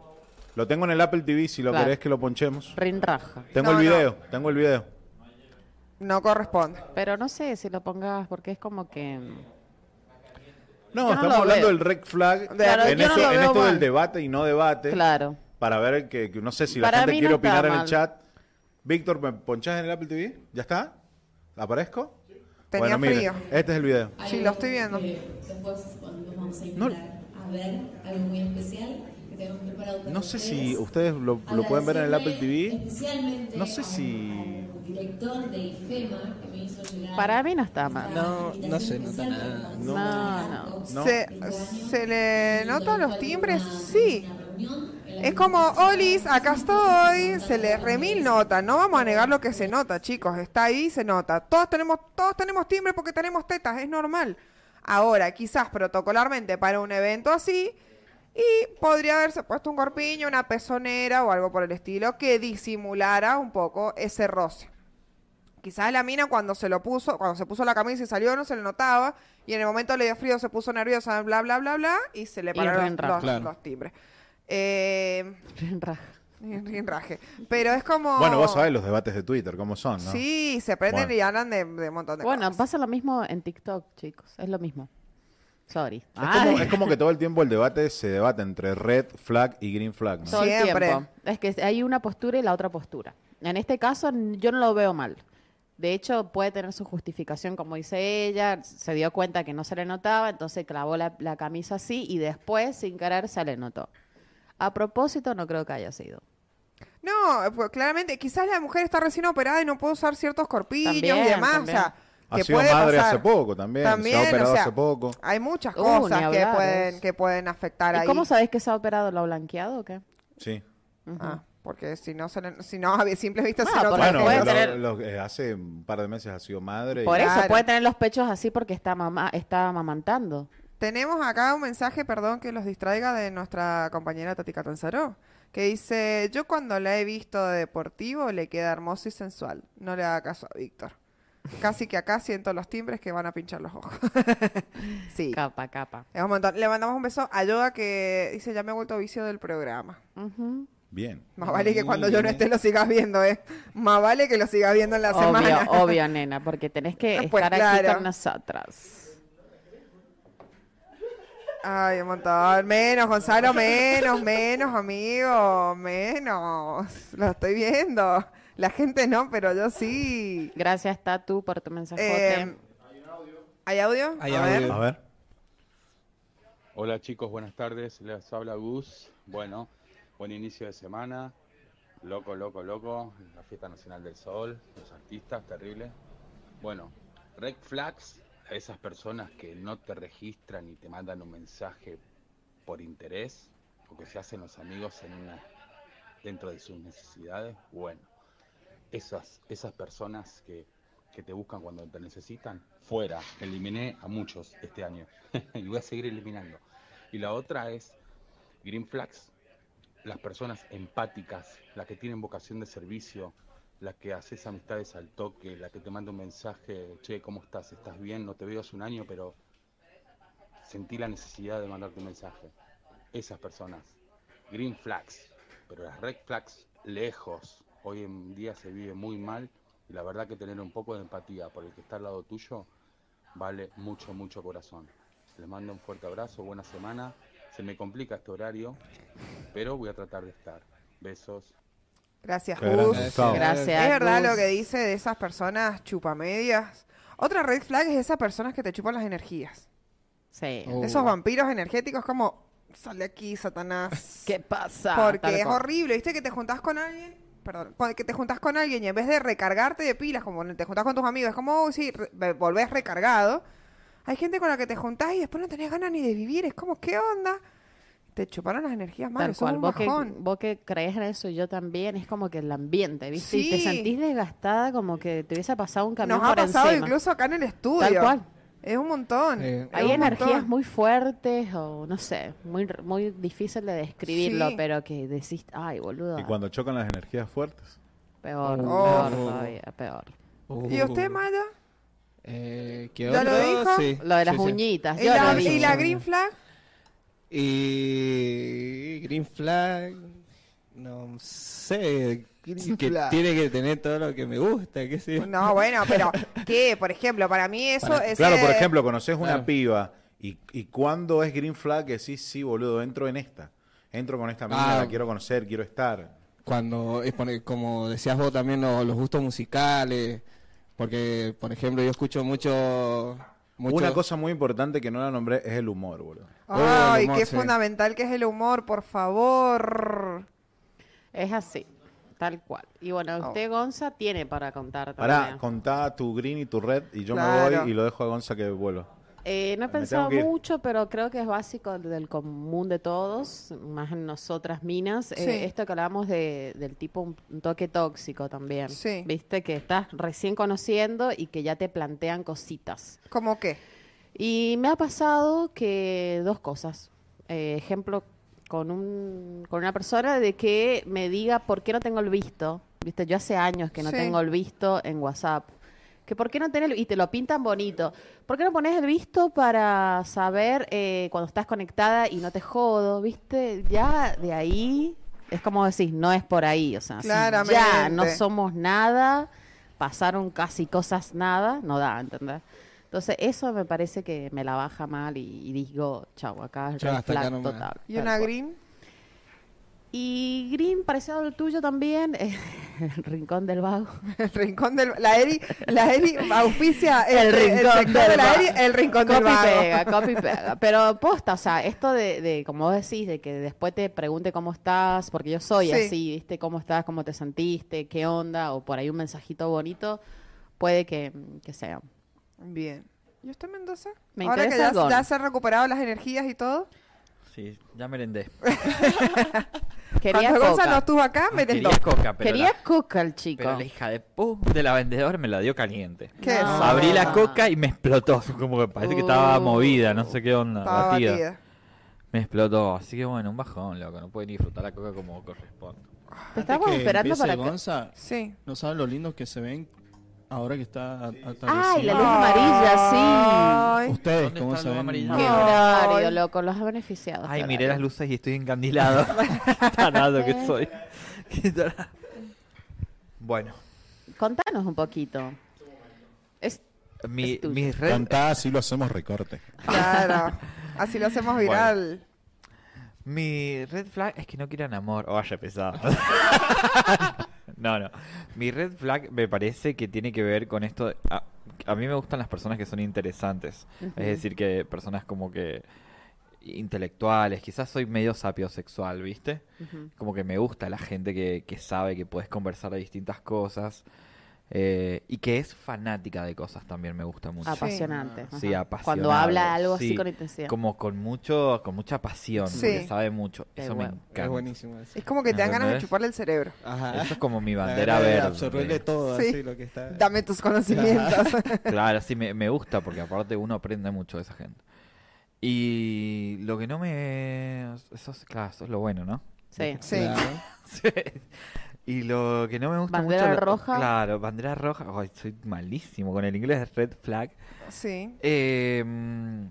lo tengo en el Apple TV si lo
Claro.
querés que lo ponchemos.
Rinraja.
Tengo
No,
el video, tengo el video.
No corresponde.
Pero no sé si lo pongas porque es como que... mm,
No,
Yo no
estamos
lo
hablando
veo.
del red flag
Claro,
en
yo no
esto,
lo
en
veo
esto
mal.
del debate y no debate.
Claro.
Para ver que, que no sé si
Para
la gente
mí no
quiere
está
opinar en
mal.
el chat. Víctor, ¿me ponchás en el Apple TV? ¿Ya está? ¿Aparezco?
Tenía
bueno, mire,
frío.
este es el video.
Sí, lo estoy viendo.
que después cuando nos vamos a invitar a ver algo muy especial,
No sé si ustedes lo, lo pueden ver en el Apple TV.
Especialmente
No sé si.
al director de IFEMA que me hizo llegar.
Para mí no está mal.
No, no se nota nada.
No, no.
No.
Se, se le notan los timbres, sí. Es como, Olis, acá estoy, se le remil nota, no vamos a negar lo que se nota, chicos, está ahí, se nota. Todos tenemos, todos tenemos timbre porque tenemos tetas, es normal. Ahora, quizás protocolarmente para un evento así, y podría haberse puesto un corpiño, una pezonera o algo por el estilo que disimulara un poco ese roce. Quizás la mina cuando se lo puso, cuando se puso la camisa y salió no se le notaba y en el momento le dio frío, se puso nerviosa, bla, bla, bla, bla y se le
Y
pararon
renra.
los,
Claro.
los timbres. Eh, [LAUGHS]
Raja.
rinraje. Pero es como...
Bueno, vos sabés los debates de Twitter, cómo son, ¿no?
Sí, se prenden
Bueno.
y hablan de, de un montón de
Bueno,
cosas.
pasa lo mismo en TikTok, chicos. Es lo mismo. Sorry.
Es como,
Ay.
es como que todo el tiempo el debate se debate entre red flag y green flag.
[LAUGHS]
¿no?
Todo el
Siempre.
tiempo. Es que hay una postura y la otra postura. En este caso, n- yo no lo veo mal. De hecho, puede tener su justificación, como dice ella. Se dio cuenta que no se le notaba, entonces clavó la, la camisa así y después, sin querer, se le notó. A propósito, no creo que haya sido.
No, pues claramente, quizás la mujer está recién operada y no puede usar ciertos corpiños y
También,
demás.
también.
O sea,
Ha
que
sido
puede
madre
pasar.
hace poco también,
También,
se ha operado
o sea,
hace poco.
Hay muchas
Uh, ni
cosas que,
hablar,
pueden,
es-
que pueden afectar
¿Y
ahí.
cómo sabes que se ha operado? ¿Lo ha blanqueado o qué?
Sí.
Ujú.
Ah, porque si no, se le- si no, [LAUGHS] a simple vista se
Ah,
nota.
por Bueno,
Bueno,
puede
lo-
tener-
lo- eh, hace un par de meses ha sido madre. y-
Por eso
Claro.
puede tener los pechos así porque está mamá, está amamantando.
Tenemos acá un mensaje, perdón, que los distraiga de nuestra compañera Tati Catanzaro, que dice, yo cuando la he visto de deportivo le queda hermoso y sensual. No le haga caso a Víctor. Casi que acá siento los timbres que van a pinchar los ojos. [LAUGHS] sí.
Capa, capa.
Es un montón. Le mandamos un beso a Yoda que dice, ya me he vuelto vicio del programa.
Ujú.
Bien.
Más vale que cuando yo no esté lo sigas viendo, ¿eh? Más vale que lo sigas viendo en la
Mm. Obvio,
semana.
[LAUGHS]
[LAUGHS]
obvio, nena, porque tenés que
Ah, pues,
estar aquí
claro.
con nosotras.
Ay, un montón. Menos, Gonzalo, menos, menos, amigo, menos. Lo estoy viendo. La gente no, pero yo sí.
Gracias, Tatu, por tu mensaje.
Eh, ¿Hay audio?
Hay
A
audio.
ver.
A ver.
Hola chicos, buenas tardes. Les habla Gus. Bueno, buen inicio de semana. Loco, loco, loco. La fiesta nacional del sol, los artistas, terrible. Bueno, Red Flags, a esas personas que no te registran y te mandan un mensaje por interés, o que se hacen los amigos en una, dentro de sus necesidades. Bueno, esas, esas personas que, que te buscan cuando te necesitan, fuera. Eliminé a muchos este año [LAUGHS] y voy a seguir eliminando. Y la otra es Green Flags, las personas empáticas, las que tienen vocación de servicio, las que haces amistades al toque, la que te manda un mensaje, che, ¿cómo estás? ¿Estás bien? No te veo hace un año, pero sentí la necesidad de mandarte un mensaje. Esas personas, Green Flags, pero las Red Flags lejos. Hoy en día se vive muy mal y la verdad que tener un poco de empatía por el que está al lado tuyo vale mucho, mucho corazón. Les mando un fuerte abrazo, buena semana. Se me complica este horario, pero voy a tratar de estar. Besos.
Gracias,
Qué grande,
Gus.
Gustavo.
Gracias,
Es verdad
Gus.
lo que dice de esas personas chupamedias. Otra red flag es esas personas que te chupan las energías.
Sí.
Oh.
Esos vampiros energéticos como, sal de aquí, Satanás.
[LAUGHS] ¿Qué pasa? Tal
Porque es
cual.
horrible, ¿viste? Que te juntás con alguien, perdón, cu- que te juntás con alguien y en vez de recargarte de pilas, como te juntás con tus amigos, es como, uy, sí, re- ve- volvés recargado. Hay gente con la que te juntás y después no tenés ganas ni de vivir, es como, ¿qué onda? Te chuparon las energías mal,
Tal
eso es
cual,
un
vos que,
bajón.
vos que crees en eso y yo también, es como que el ambiente, ¿viste? Y te
Sí.
sentís desgastada como que te hubiese pasado un camión
Nos ha
por
pasado
encima.
incluso acá en el estudio.
Tal cual.
Es un montón.
Eh,
es
Hay
un
energías
montón.
muy fuertes o no sé, muy, muy difícil de describirlo,
Sí.
pero que decís, ay, boludo,
Y cuando chocan las energías fuertes.
peor,
Oh.
peor todavía, peor. Uh.
¿Y usted, Maya?
Eh, ¿qué
¿Ya lo
otro?
dijo?
Sí,
Lo de las
sí, sí.
uñitas,
¿Y
yo
la,
lo
y
vi.
la green flag?
Y Eh, Green Flag, no sé,
Green
que
Flag.
tiene que tener todo lo que me gusta, qué sé yo.
No, bueno, pero ¿qué? Por ejemplo, para mí eso es...
Claro, por ejemplo, conoces una
Claro.
piba y, y cuando es green flag que sí, sí, boludo, entro en esta. Entro con esta mina,
Ah.
la quiero conocer, quiero estar.
Cuando, es pone- como decías vos también, lo- los gustos musicales, porque, por ejemplo, yo escucho mucho Mucho-
Una cosa muy importante que no la nombré es el humor, boludo.
Oh,
Ay, qué fundamental que es el humor, por favor.
Es así, tal cual. Y bueno, usted, Gonza, tiene para contar
Pará,
también.
contá tu green y tu red y yo me
Claro.
voy y lo dejo a Gonza que vuelo.
Eh, no he
Me
pensado
tengo que ir.
mucho, pero creo que es básico del común de todos, más en nosotras minas. Eh,
Sí.
esto que hablamos de, del tipo un, un toque tóxico también.
Sí.
Viste que estás recién conociendo y que ya te plantean cositas.
¿Cómo qué?
Y me ha pasado que dos cosas. Eh, ejemplo, con, un, con una persona de que me diga por qué no tengo el visto. Viste, yo hace años que no
Sí.
tengo el visto en WhatsApp. Que por qué no tenés el- y te lo pintan bonito. ¿Por qué no pones el visto para saber eh, cuando estás conectada y no te jodo? ¿Viste? Ya de ahí es como decís, no es por ahí. O sea, si ya no
Claramente.
somos nada, pasaron casi cosas nada, no da, ¿entendés? Entonces, eso me parece que me la baja mal y, y digo, chau, acá es
Ya,
red
hasta
flag
acá nomás.
total.
¿Y
tal
una
cual.
green?
Y green, parecido al tuyo también, eh, el [LAUGHS] rincón del vago.
[LAUGHS] El rincón del la Eri, la Eri auspicia
[LAUGHS] El
este- el
rincón
sector de
del
la
vago.
Eri, el rincón del
Copy
vago. [LAUGHS]
pega, copy pega. Pero posta, o sea, esto de, de, como vos decís, de que después te pregunte cómo estás, porque yo soy
Sí.
así, ¿viste? ¿Cómo estás? ¿Cómo te sentiste? ¿Qué onda? O por ahí un mensajito bonito, puede que, que sea.
Bien. ¿Y usted Mendoza?
Me
Ahora que
interesa
ya,
el gol.
ya se han recuperado las energías
[LAUGHS]
y todo.
Sí, ya merendé.
Quería
Cuando Gonza
coca.
no estuvo acá, merendó.
Quería coca, pero
Quería
la-
coca el chico.
Pero la hija de pu de la vendedora me la dio caliente.
¿Qué?
No.
Abrí la coca y me explotó. [LAUGHS] Como que parece que estaba
Uh.
movida, no sé qué onda.
Estaba
batida.
batida.
Me explotó. Así que bueno, un bajón, loco. No pueden disfrutar la coca como corresponde.
Te Estábamos
que
esperando
empiece
para que...
Gonza,
Sí.
no saben lo lindo que se ven ahora que está a-
Ay, la
atardeciendo.
luz amarilla, sí.
Ay.
Ustedes, ¿cómo se ven?
Qué horario, loco, los ha beneficiado.
Ay,
este
miré las
horario.
luces y estoy encandilado. Tarado que soy. [LAUGHS] Qué tarado. bueno,
Contanos un poquito. Es-
mi, mis red-
Cantá, así lo hacemos recorte.
[LAUGHS] Claro. Así lo hacemos
Bueno.
viral.
mi red flag es que no quieran amor. Oh, vaya pesado. no, no. Mi red flag me parece que tiene que ver con esto. de- a, a mí me gustan las personas que son interesantes.
Ujú.
Es decir, que personas como que intelectuales. Quizás soy medio sapiosexual, ¿viste?
Ujú.
como que me gusta la gente que, que sabe que puedes conversar de distintas cosas eh, y que es fanática de cosas también me gusta mucho.
Apasionante.
Sí,
ajá.
apasionado.
Cuando habla algo así
sí,
con intensidad.
Como con mucho, con mucha pasión,
Sí.
que sabe mucho.
De
Eso me
huevo.
encanta.
Es buenísimo eso.
Es como que te dan ganas de
¿Entendés?
chuparle el cerebro.
Ajá.
Eso es como mi
La
bandera
verdad,
verde.
Absorberle todo,
Sí.
así lo que está.
Dame tus
[LAUGHS]
conocimientos. [LAUGHS]
Claro, sí, me, me gusta porque aparte uno aprende mucho de esa gente. Y lo que no me... Eso es, claro, eso es lo bueno, ¿no?
Sí.
Sí.
Claro.
[LAUGHS] Sí. Y lo que no me gusta
Bandera
mucho. lo-
roja.
Claro, bandera roja. Ay, soy malísimo con el inglés, red flag.
Sí.
Eh, mm,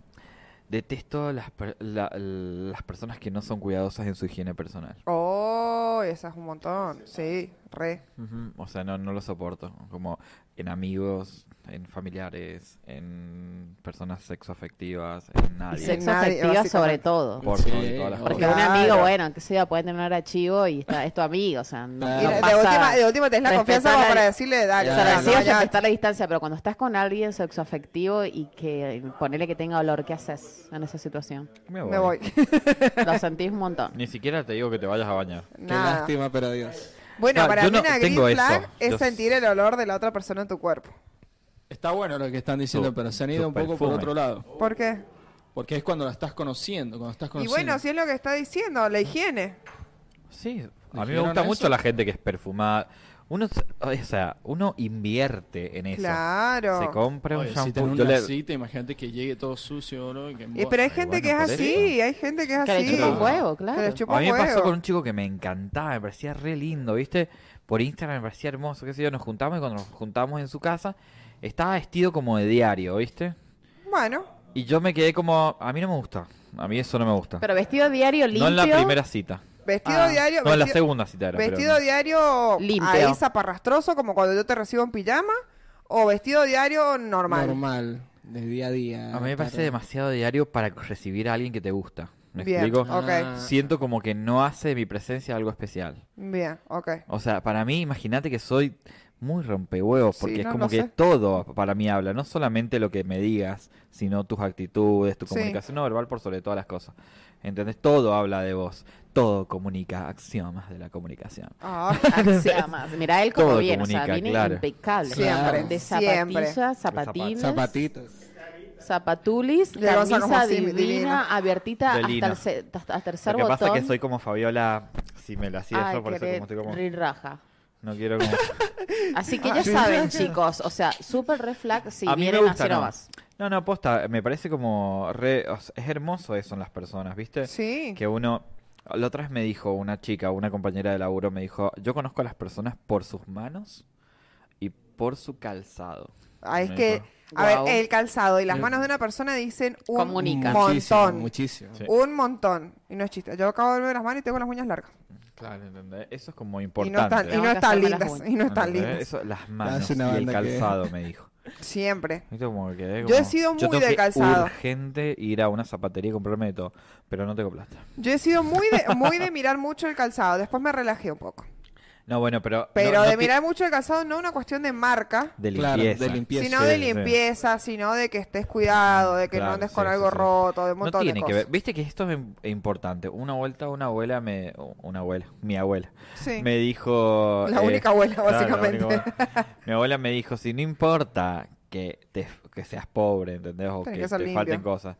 detesto las, per- la- las personas que no son cuidadosas en su higiene personal.
Oh, esa es un montón. Sí, re.
Ujú, O sea, no, no lo soporto. Como en amigos, en familiares, en personas sexoafectivas, en
Y [LAUGHS]
nadie.
sexo
Nadie,
afectiva sobre
básicamente.
todo.
Por
Sí,
sobre todas las
no.
Porque
cosas.
un amigo,
Claro.
bueno, que sea, puede tener un archivo y está, es tu amigo, o sea, no,
Y
no
de- de,
pasa-
última, de última tenés la
respetá
confianza como
la-
para decirle, dale,
O sea, la
dale,
sigo
ya.
respetar la distancia, pero cuando estás con alguien sexoafectivo y que ponele que tenga olor, ¿qué haces en esa situación?
Me
me voy.
[LAUGHS] Lo sentís un montón.
Ni siquiera te digo que te vayas a bañar.
Qué
Nada.
lástima, pero adiós.
Bueno,
No,
para
yo
mí
no
una
tengo
green flag
eso.
es
Yo-
sentir el olor de la otra persona en tu cuerpo.
Está bueno lo que están diciendo,
Tu-
pero se han
tu
ido un poco por
perfume.
otro lado.
¿Por qué?
Porque es cuando la estás conociendo, cuando estás
Y
conociendo.
bueno, si es lo que está diciendo, la higiene.
Sí, a mí me
¿Dijeron
gusta
eso?
mucho la gente que es perfumada. Uno, s- o sea, uno invierte en eso.
Claro.
Se compra un
Oye, si
shampoo.
tenés
yo
una
le-
cita, imagínate que llegue todo sucio, ¿no? Y que-
Eh, pero hay
Ay,
gente
bueno, pues,
que es
por
así, hay gente que es
Que
así.
le chupa un huevo,
Que
claro.
le chupa
A
un
mí me pasó
huevo.
con un chico que me encantaba, me parecía re lindo, ¿viste? Por Instagram me parecía hermoso, qué sé yo. Nos juntamos y cuando nos juntamos en su casa, estaba vestido como de diario, ¿viste?
Bueno,
Y yo me quedé como, a mí no me gusta. A mí eso no me gusta.
Pero vestido diario limpio.
no en la primera cita.
vestido
Ah.
diario.
No en la
vestido-
segunda cita era. pero
Vestido
no.
diario
Limpio.
ahí zaparrastroso, como cuando yo te recibo en pijama, o vestido diario normal.
Normal, de día a día.
A mí me parece
tarde.
demasiado diario para recibir a alguien que te gusta. ¿Me
Bien,
explico?
ok.
Ah.
Siento como que no hace de mi presencia algo especial.
Bien, ok.
O sea, para mí, imagínate que soy muy rompehuevos, porque
Sí,
es
no,
como
lo
que
sé.
todo para mí habla, no solamente lo que me digas, sino tus actitudes, tu
Sí.
comunicación no verbal por sobre todas las cosas. ¿Entendés? Todo habla de vos, todo comunica, axiomas de la comunicación.
Ah,
Axiomas. Mirá él como
Todo
viene, o sea,
comunica,
viene
claro.
impecable.
Siempre,
De
siempre.
zapatillas, zapatines,
Zapatitos.
zapatulis,
Le vas
camisa
a como así,
divina,
divina.
abiertita
De
hasta
lino.
el, ce- hasta- hasta el
Lo
tercer
que pasa
botón.
es que soy como Fabiola, si me la hacía
Ay,
yo, por eso
querés
como estoy como...
rirraja.
No quiero como...
Así que
Ah,
ya
sí. [LAUGHS]
saben, chicos, o sea, súper reflag si
a mí me
vienen
gusta,
así
no.
nomás.
No, no, posta, me parece como re- o sea, es hermoso eso en las personas, ¿viste?
Sí.
Que uno, la otra vez me dijo una chica, una compañera de laburo, me dijo, yo conozco a las personas por sus manos y por su calzado.
Ah, es
Me
que,
dijo. Mm.
a
Guau.
ver, el calzado y las manos de una persona dicen un
Comunican.
montón.
Muchísimo.
Sí.
Un montón. Y no es chiste. Yo acabo de verme las manos y tengo las uñas largas.
Claro, ¿entendés? Eso es como
Y no están,
importante.
y no
que
están
hacerme las
lindas.
uñas.
Y no están
¿Entendés?
lindas.
Eso, las manos
una
y el
banda que-
calzado,
[LAUGHS]
me dijo.
Siempre.
¿Viste? Como que quedé
Yo he
como,
sido muy
tengo
de
que [LAUGHS]
calzado".
urgente ir a una zapatería y comprarme de todo, pero no tengo plata.
Yo he sido muy de, muy de mirar mucho el calzado. Después me relajé un poco.
No, bueno, pero... no-
Pero
no
de
ti-
mirar mucho el calzado no es una cuestión de marca,
De
Claro, de
limpieza.
limpieza.
sino de
sí, sí.
limpieza, sino de que estés cuidado, de que
Claro,
no andes
sí,
con
sí,
algo
sí.
roto, de un
No
montón
tiene
de
que
cosas.
ver. Viste que esto es im- importante. Una vuelta, una abuela me. Una abuela, mi abuela.
Sí.
Me dijo. eh,
La única abuela,
claro, la única
básicamente.
abuela. mi abuela me dijo: si no importa que, te, que seas pobre, ¿entendés? O
Tenés
que,
que
te
ser limpio.
falten cosas.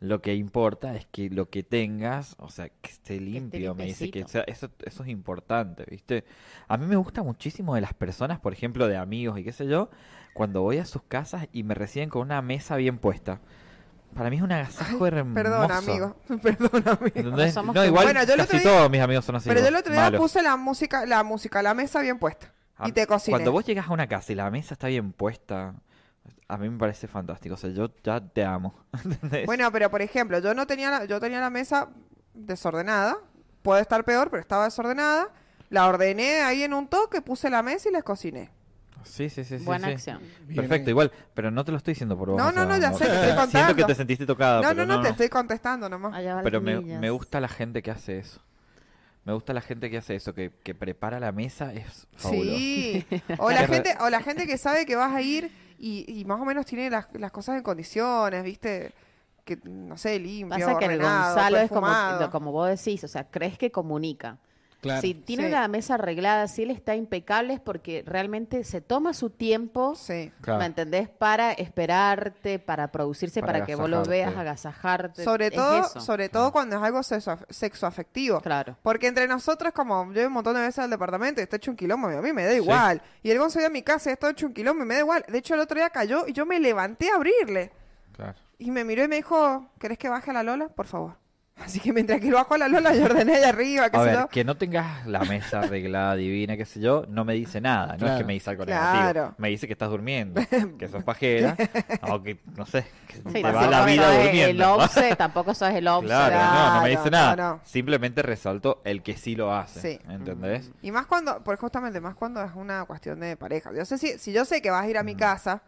Lo que importa es que lo que tengas, o sea, que esté limpio, me dice que
limpiecito.
sea- eso, eso es importante, ¿viste? A mí me gusta muchísimo de las personas, por ejemplo, de amigos y qué sé yo, cuando voy a sus casas y me reciben con una mesa bien puesta. Para mí es un agasajo hermoso.
Perdón, amigo. [LAUGHS] Perdón, amigo.
Em, ¿Entendés?
somos
No,
como-
igual
Bueno, yo el
casi
otro día-
todos mis amigos son así.
Pero yo
vos,
el otro día
malos.
puse la música, la música, la mesa bien puesta.
A-
y te cociné.
Cuando vos llegas a una casa y la mesa está bien puesta, a mí me parece fantástico. O sea, yo ya te amo. ¿Entendés?
Bueno, pero por ejemplo, yo no tenía la, yo tenía la mesa desordenada. Puede estar peor, pero estaba desordenada. La ordené ahí en un toque, puse la mesa y les cociné.
sí, sí, sí. sí,
Buena
sí.
acción.
Perfecto, igual. Pero no te lo estoy diciendo por vos.
No,
o sea,
no, no, ya sé, te
[LAUGHS]
estoy
Siento que
contando.
te sentiste tocada.
No,
pero
no, no, te estoy contestando nomás.
Allá va las
Pero me,
millas.
me gusta la gente que hace eso. Me gusta la gente que hace eso, que, que prepara la mesa. Es fabuloso.
Sí.
[LAUGHS]
O
Qué
la
re-
gente, o la gente que sabe que vas a ir y, y más o menos tiene las, las cosas en condiciones, ¿viste? Que no sé, limpio,
Pasa que el
ordenado,
Gonzalo es como,
perfumado.
como vos decís, o sea, crees que comunica.
Claro.
Si tiene
Sí.
la mesa arreglada, si él está impecable, es porque realmente se toma su tiempo,
Sí.
Claro.
¿me entendés? Para esperarte, para producirse,
Para
para, que vos lo veas,
agasajarte.
agasajarte.
Sobre
Es
todo,
eso.
sobre todo cuando es algo sexo- sexoafectivo.
Claro.
Porque entre nosotros, como yo voy un montón de veces al departamento y está hecho un quilombo, a mí me da igual. Y el Gonzo iba a mi casa y está hecho un quilombo y me da igual. De hecho, el otro día cayó y yo me levanté a abrirle.
Claro.
Y me miró y me dijo, ¿querés que baje a la Lola? Por favor. [LAUGHS] Así que mientras que lo bajo a la Lola, yo ordené allá arriba, qué
A
sé
ver,
yo.
que no tengas la mesa arreglada, [LAUGHS] divina, qué sé yo, no me dice nada. No es que
Claro.
me dice algo
Claro.
negativo. Me dice que estás durmiendo, que sos
[LAUGHS]
pajera, o que, no sé, que
Sí,
te
tampoco
va la
sos
vida
el
durmiendo.
obse, tampoco sos el obse.
claro, no, no me
Claro,
dice nada.
no, no.
Simplemente resalto el que sí lo hace.
Sí.
¿Entendés?
Y más cuando, por justamente, más cuando es una cuestión de pareja. Yo sé si, si yo sé que vas a ir a
Mm.
mi casa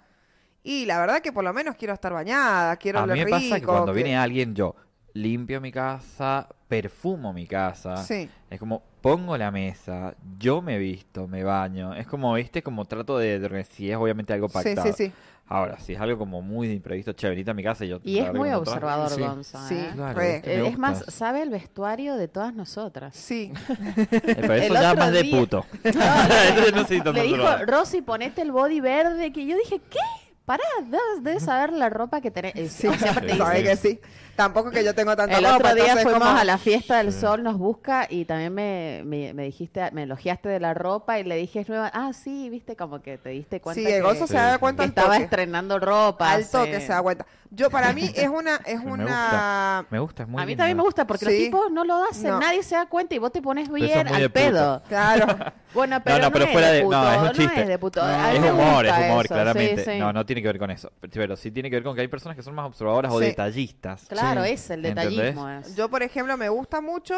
y la verdad que por lo menos quiero estar bañada, quiero
a mí
hablar
me
rico.
pasa que cuando
que-
viene alguien, yo limpio mi casa, perfumo mi casa.
Sí.
Es como pongo la mesa, yo me visto, me baño. Es como, viste, como trato de, de- si es obviamente algo
Sí,
pactado.
sí, sí.
Ahora, si es algo como muy de imprevisto, che, venite a mi casa y yo...
Y
la
es muy
verdad que no traje.
observador,
Sí.
Gonzalo.
Sí.
¿eh?
Claro,
Re.
viste, me
Eh, Es
gusta
más,
eso.
sabe el vestuario de todas nosotras. [LAUGHS]
Sí.
Eh, [LAUGHS] Pero eso
el
ya
otro
más de
día-
puto.
[LAUGHS]
[LAUGHS]
No, le-
Eso yo no soy tan
le dijo,
observador.
Rosy, ponete el body verde, que yo dije, ¿qué? Pará, debes, debes saber la ropa que tenés. Eh, [LAUGHS]
Sí,
o sea, aparte
Sí,
sabe
sí.
que sí. Tampoco que yo tengo tanta
El
ropa,
otro día
entonces
fuimos
como-
a la fiesta del sol, nos busca y también me, me, me dijiste, me elogiaste de la ropa y le dije es nueva. Ah, sí, viste, como que te diste cuenta.
Sí,
que,
el Gonzo
Sí,
se da
sí.
cuenta
que
al
estaba
toque.
estrenando ropa.
Al toque
sí.
se da cuenta. Yo, para mí, es una...
[LAUGHS]
Es
Me
una...
Me gusta, es muy
A mí
lindo.
también me gusta porque los
Sí.
tipos no lo hacen,
No.
nadie se da cuenta y vos te pones
Pero eso
bien
es
al
muy de puto.
pedo.
[LAUGHS] Claro.
Bueno, pero
no,
no,
pero
es
fuera
de,
de-
puto,
no, es un
no
chiste.
de puto. A mí
Es
me
humor, es
gusta
humor,
eso, sí,
claramente.
sí.
No, no tiene que ver con eso. Pero sí tiene que ver con que hay personas que son más observadoras o
Sí.
detallistas.
Claro,
Sí.
es el detallismo.
¿Entendés?
es.
Yo, por ejemplo, me gusta mucho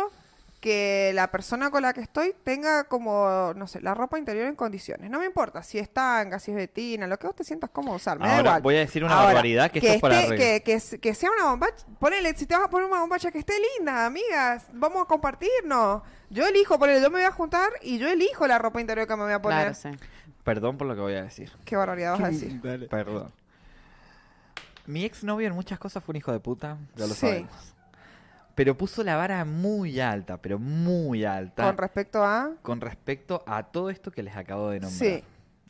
que la persona con la que estoy tenga como, no sé, la ropa interior en condiciones. No me importa si es tanga, si es betina, lo que vos te sientas cómodo usar, me da
Ahora,
igual.
voy a decir una
Ahora,
barbaridad que esto es para
esté-
arreglar.
que, que s- que sea una bombacha, ponele, si te vas a poner una bombacha que esté linda, amigas, vamos a compartirnos. Yo elijo, ponele, yo me voy a juntar y yo elijo la ropa interior que me voy a poner.
Perdón por lo que voy a decir.
Qué barbaridad vas a decir.
Perdón. Mi exnovio en muchas cosas fue un hijo de puta, ya lo
Sí.
sabemos. Pero puso la vara muy alta, pero muy alta.
Con respecto a...
con respecto a todo esto que les acabo de nombrar.
Sí.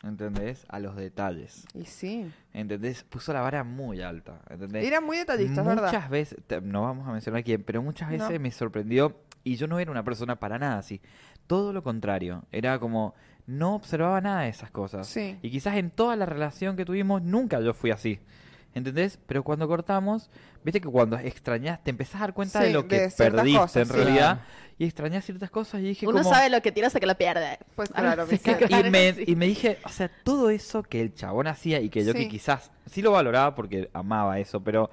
¿Entendés? A los detalles.
Y sí.
¿Entendés? Puso la vara muy alta. ¿entendés?
Era muy detallista, es
muchas
verdad.
veces, te- no vamos a mencionar quién, pero muchas veces
No.
me sorprendió y yo no era una persona para nada así. Todo lo contrario. Era como, no observaba nada de esas cosas.
Sí.
Y quizás en toda la relación que tuvimos nunca yo fui así. ¿Entendés? Pero cuando cortamos, viste que cuando extrañas, te empezás a dar cuenta de
Sí,
lo que
de ciertas
perdiste
cosas,
en
sí.
realidad. Y extrañas ciertas cosas y dije
Uno
como...
sabe lo que tira hasta que lo pierde.
Pues claro,
Sí,
Vicente.
claro,
Y me,
sí.
y me dije, o sea, todo eso que el chabón hacía y que yo
Sí.
que quizás sí lo valoraba porque amaba eso, pero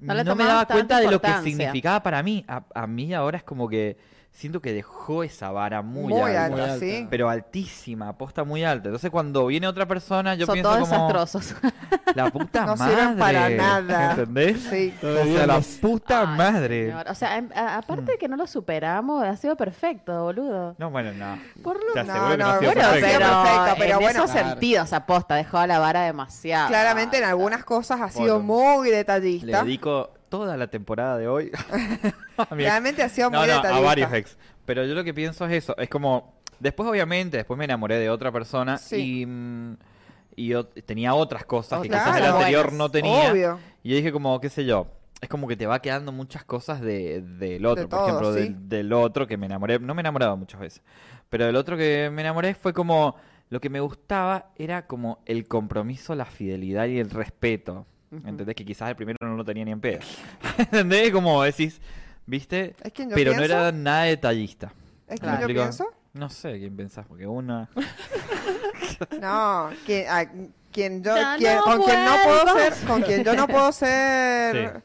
No
no,
le
me
tomabas
daba
tanta
cuenta de lo que
importancia.
significaba para mí. A, a mí ahora es como que siento que dejó esa vara muy,
Muy
alta,
alta, Muy sí. alta.
pero altísima, aposta muy alta. Entonces cuando viene otra persona, yo
Son
pienso
todos
como
desastrosos.
la puta
[LAUGHS] No
madre,
sirven para nada.
¿entendés?
Sí.
O sea, la puta madre.
Señor, O sea, em- a- aparte de que no lo superamos, ha sido perfecto, boludo.
No, bueno, no.
Por lo
Te
no,
aseguro que no ha sido
bueno,
perfecto.
pero,
perfecto, pero
en
bueno.
esos
Claro.
sentidos, aposta, dejó la vara demasiado.
Claramente en algunas cosas ha sido muy
Le
detallista.
dedico toda la temporada de hoy [LAUGHS] a mi ex.
Realmente ha sido
No,
muy
no, a
detallista.
varios eh. ex. Pero yo lo que pienso es eso. Es como. Después, obviamente, después me enamoré de otra persona
Sí.
y. mm, y ot- tenía otras cosas que
Otras
quizás el
cosas.
anterior
Buenas.
no tenía.
Obvio.
Y yo dije, como, qué sé yo. Es como que te va quedando muchas cosas de- del otro.
De
Por
todo,
ejemplo,
sí.
del, del otro que me enamoré. No me he enamorado muchas veces. Pero del otro que me enamoré fue como. Lo que me gustaba era como el compromiso, la fidelidad y el respeto.
Ujú.
¿Entendés? Que quizás el primero no lo tenía ni en pedo. [LAUGHS] ¿Entendés? Como decís, ¿viste?
Es quien yo
Pero
pienso.
no era nada detallista. ¿Me
¿Es quien yo
explico?
pienso?
No sé quién pensás, porque una...
No, que, a quien yo,
Ya
quien-
no
con quien no puedo
vuelvas.
ser, con quien yo no puedo ser.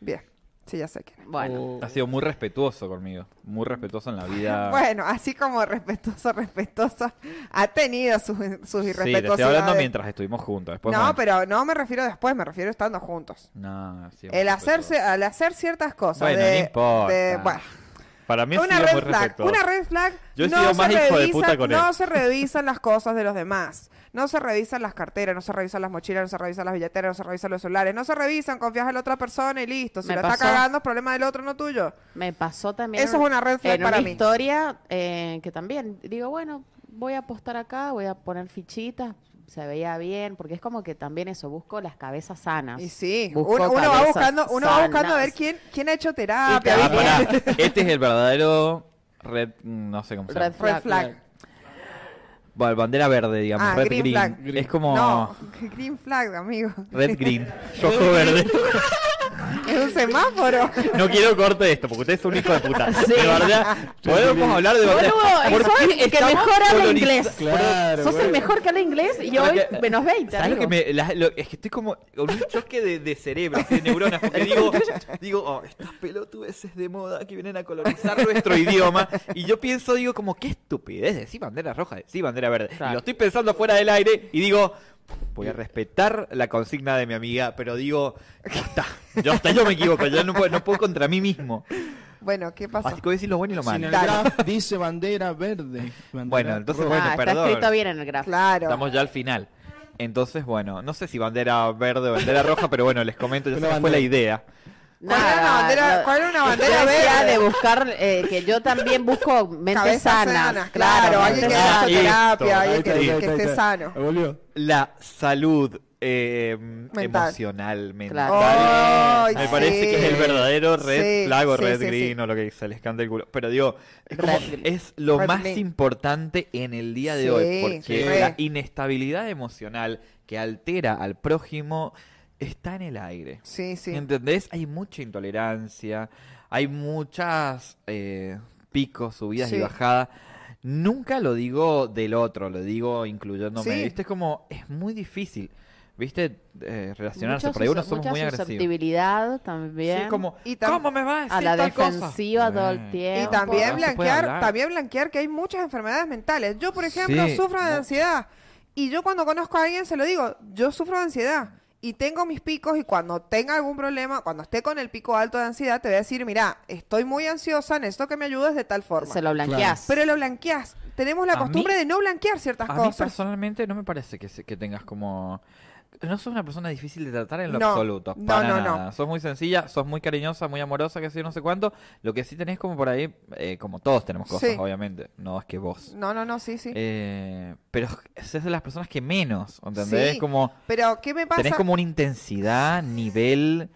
Bien, sí, ya sé quién. es.
Bueno.
Oh. Ha sido muy respetuoso conmigo. Muy respetuoso en la vida.
[LAUGHS] Bueno, así como respetuoso, respetuosa, ha tenido sus, sus
sí, te estoy
irrespetuosidades.
hablando mientras pues, estuvimos juntos. Después
no,
no.
pero no me refiero después, me refiero estando juntos.
No, sí, muy
El hacerse, al hacer ciertas cosas.
Bueno,
de-
no importa.
de- bueno,
respetuoso. Para mí ha
una
sido muy
red flag,
respetuoso.
una red flag.
Yo he
no
sido
se
más hijo de
revisan-
puta con él.
No se revisan las cosas de los demás. No se revisan las carteras, no se revisan las mochilas, no se revisan las billeteras, no se revisan los celulares, no se revisan, confías en la otra persona y listo. Si
Me
la
pasó.
está cagando, es problema del otro, no tuyo.
Me pasó también.
Eso es una red flag
en
para
una
mí.
historia eh, que también digo, bueno, voy a apostar acá, voy a poner fichitas, se veía bien, porque es como que también eso, busco las cabezas sanas.
Y sí,
Busco
uno, uno va
cabezas
buscando, uno va buscando a
sanas.
ver quién, quién ha hecho
Ah,
terapia. ¿viste?
pará. Este es el verdadero red... No sé cómo se llama.
Red flag.
Bueno, bandera verde, digamos.
Ah,
red
green
green.
flag.
Es como...
No, [LAUGHS] green flag, amigo.
Red green.
[LAUGHS]
Yo juego verde.
Es un
[LAUGHS]
semáforo.
No quiero corte esto, porque usted es un hijo de puta. De verdad, podemos hablar de verdad.
Boludo,
¿Por
sos
qué
el que
estamos
mejor habla
coloniza-
inglés.
Claro,
sos el
boludo.
mejor que habla inglés y hoy
Porque-
menos 20.
¿Sabes lo que
amigo. Ah,
me, la- lo- es que estoy como con un choque de, de cerebro, de neuronas, porque digo, digo oh, estas pelotudeces de moda que vienen a colonizar nuestro [LAUGHS] idioma, y yo pienso, digo, como, qué estupidez, decir bandera roja, decir bandera verde. Y lo estoy pensando fuera del aire y digo, voy a respetar la consigna de mi amiga, pero digo, ya está, yo, hasta yo me equivoco, yo no puedo, no puedo contra mí mismo.
Bueno, ¿qué pasó?
Así que voy a decir lo bueno y lo
Si en
malo.
el graph dice bandera verde. bandera
Bueno, entonces,
roja.
bueno,
Ah, está
perdón.
escrito bien en el gráfico.
Claro.
Estamos ya al final. Entonces, bueno, no sé si bandera verde o bandera roja, pero bueno, les comento, ya se
Una
me fue la
bandera.
idea.
¿Cuál era una bandera, cuál era una bandera
decía
verde?
de buscar, eh, que yo también busco mentes
Cabezas
sanas.
sanas, claro, alguien
mentes
que haya
sanas.
hecho terapia,
Ahí
alguien que,
está,
que
ahí
está, ahí
esté
está.
sano.
Volvió.
La salud eh,
Mental.
emocional, mental.
Claro.
Ay,
me parece que es el
sí.
verdadero red
Sí,
flag o
sí,
red
sí,
green
sí.
o lo que se les cante el culo. Pero digo, es, como-
Red-
es lo
red
más
green.
importante en el día de
Sí,
hoy, porque
sí.
la inestabilidad emocional que altera al prójimo está en el aire.
Sí, sí.
¿Entendés? Hay mucha intolerancia, hay muchas eh, picos, subidas y
Sí.
bajadas. Nunca lo digo del otro, lo digo incluyéndome.
Sí.
¿Viste? Es como, es muy difícil. ¿Viste? Eh, relacionarse.
Mucho
Por ahí uno
sus-
somos
mucha
muy agresivos.
susceptibilidad también.
Sí, como,
Y tam-
¿cómo me va a decir
A la
tal cosa?
defensiva todo el
Y
tiempo.
también
no se puede
blanquear,
hablar.
también blanquear que hay muchas enfermedades mentales. Yo, por ejemplo,
Sí,
sufro de
no.
ansiedad. Y yo cuando conozco a alguien se lo digo, yo sufro de ansiedad. Y tengo mis picos y cuando tenga algún problema, cuando esté con el pico alto de ansiedad, te voy a decir, mira, estoy muy ansiosa, necesito que me ayudes de tal forma.
Se lo blanqueás.
Pero lo blanqueás. Tenemos la
A
costumbre
mí-
de no blanquear ciertas
A mí
cosas.
personalmente no me parece que, se- que tengas como... No sos una persona difícil de tratar en lo
No,
absoluto.
no,
Para
no, no.
nada. Sos muy sencilla, sos muy cariñosa, muy amorosa, que sé yo, no sé cuánto. Lo que sí tenés como por ahí, eh, como todos tenemos cosas,
Sí.
obviamente. No es que vos.
No, no, no, sí, sí.
Eh, pero es de las personas que menos, ¿entendés?
Sí,
Como,
Pero, ¿qué me pasa?
Tenés como una intensidad, nivel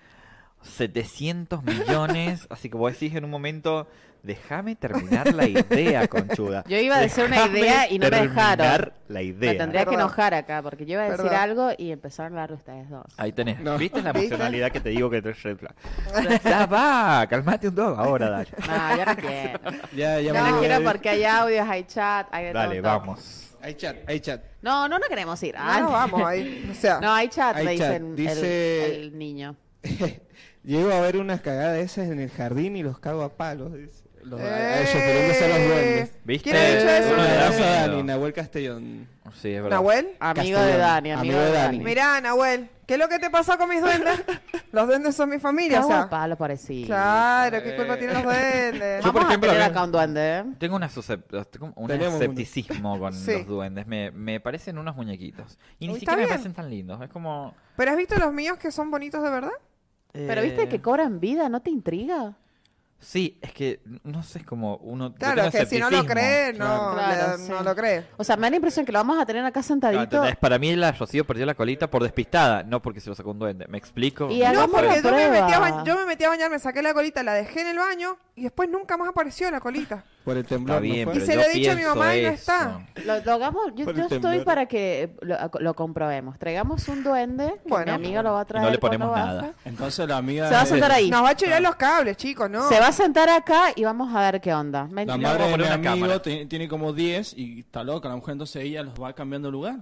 700
[LAUGHS]
millones. así que vos decís en un momento, déjame terminar la
[LAUGHS]
idea, conchuda.
Yo iba a decir una
Déjame
idea y no me
terminar
dejaron.
la
Me
idea.
tendría que
Perdón.
enojar acá porque yo iba a decir
Perdón.
algo y empezaron a hablar ustedes dos.
Ahí tenés.
No.
¿Viste la
¿Viste?
emocionalidad que te digo que te red
[LAUGHS]
flag? Ya va, calmate un toque ahora, dale.
No,
[LAUGHS]
yo no quiero.
Ya, ya
No,
me
quiero porque hay audios, hay chat, hay de
Dale,
todo, todo.
vamos.
Hay chat, hay chat.
No, no, no queremos ir. ah.
No, no, vamos ahí. O sea,
No, hay chat,
Hay
me
chat.
dicen el-
Dice-
el niño.
Llego a ver unas cagadas esas en el jardín y los cago a palos. dice. Los, a- a ellos,
Eh,
pero no son los duendes.
¿Viste?
¿Quién ha dicho eso?
Un
No,
abrazo
no,
a
no.
Dani, Nahuel Castellón.
Sí, es verdad.
Nahuel.
Amigo
Castellón,
de Dani, amigo, de Dani.
Mirá, Nahuel, ¿qué es lo que te pasó con
[LAUGHS]
mis duendes? los duendes son mi familia, o
Cago a
sea.
palo parecido.
Claro, ¿qué culpa tienen
[LAUGHS]
los duendes?
Yo, por
Vamos
ejemplo,
a tener
a ver-
acá un duende, ¿eh?
Tengo una suscep- tengo un
Tenemos uno.
escepticismo con
Sí.
los duendes. Me, me parecen unos muñequitos. Y ni
Uy, está
siquiera me
bien.
parecen tan lindos. Es como.
¿Pero has visto los míos que son bonitos de verdad?
Pero viste
eh,
que cobran vida, ¿no te intriga?
Sí, es que no sé, es como uno. yo
Claro,
tengo
que si no lo
escepticismo.
crees, no,
Claro.
Claro,
le-
sí.
no lo crees.
O sea, me da la impresión que lo vamos a tener acá
Claro,
sentadito.
¿entendés? Para mí la Rocío perdió la colita por despistada, no porque se lo sacó un duende. ¿Me explico?
Y a
No,
Hagamos la
porque yo me, metí a
prueba.
ba- yo me metí a bañar, me saqué la colita, la dejé en el baño y después nunca más apareció la colita.
Por el
Está
temblor. ¿no
bien,
fue?
pero
se
yo
lo he dicho a mi
pienso
mamá y no
eso. este
está.
Lo, lo hagamos, yo,
Por el
yo estoy
temblor.
para que lo, lo comprobemos. Traigamos un duende, que
Bueno.
mi amiga lo va a
Y
traer.
no le ponemos
cuando
nada.
baje.
Entonces la amiga.
Se va a
de-
sentar ahí.
Nos va a chillar los cables, chicos, ¿no?
Se va a sentar acá y vamos a ver qué onda. Me-
La
Le
madre
vamos a
de mi
poner una
amigo
cámara.
ti- tiene como 10 y está loca. La mujer entonces ella los va cambiando de lugar.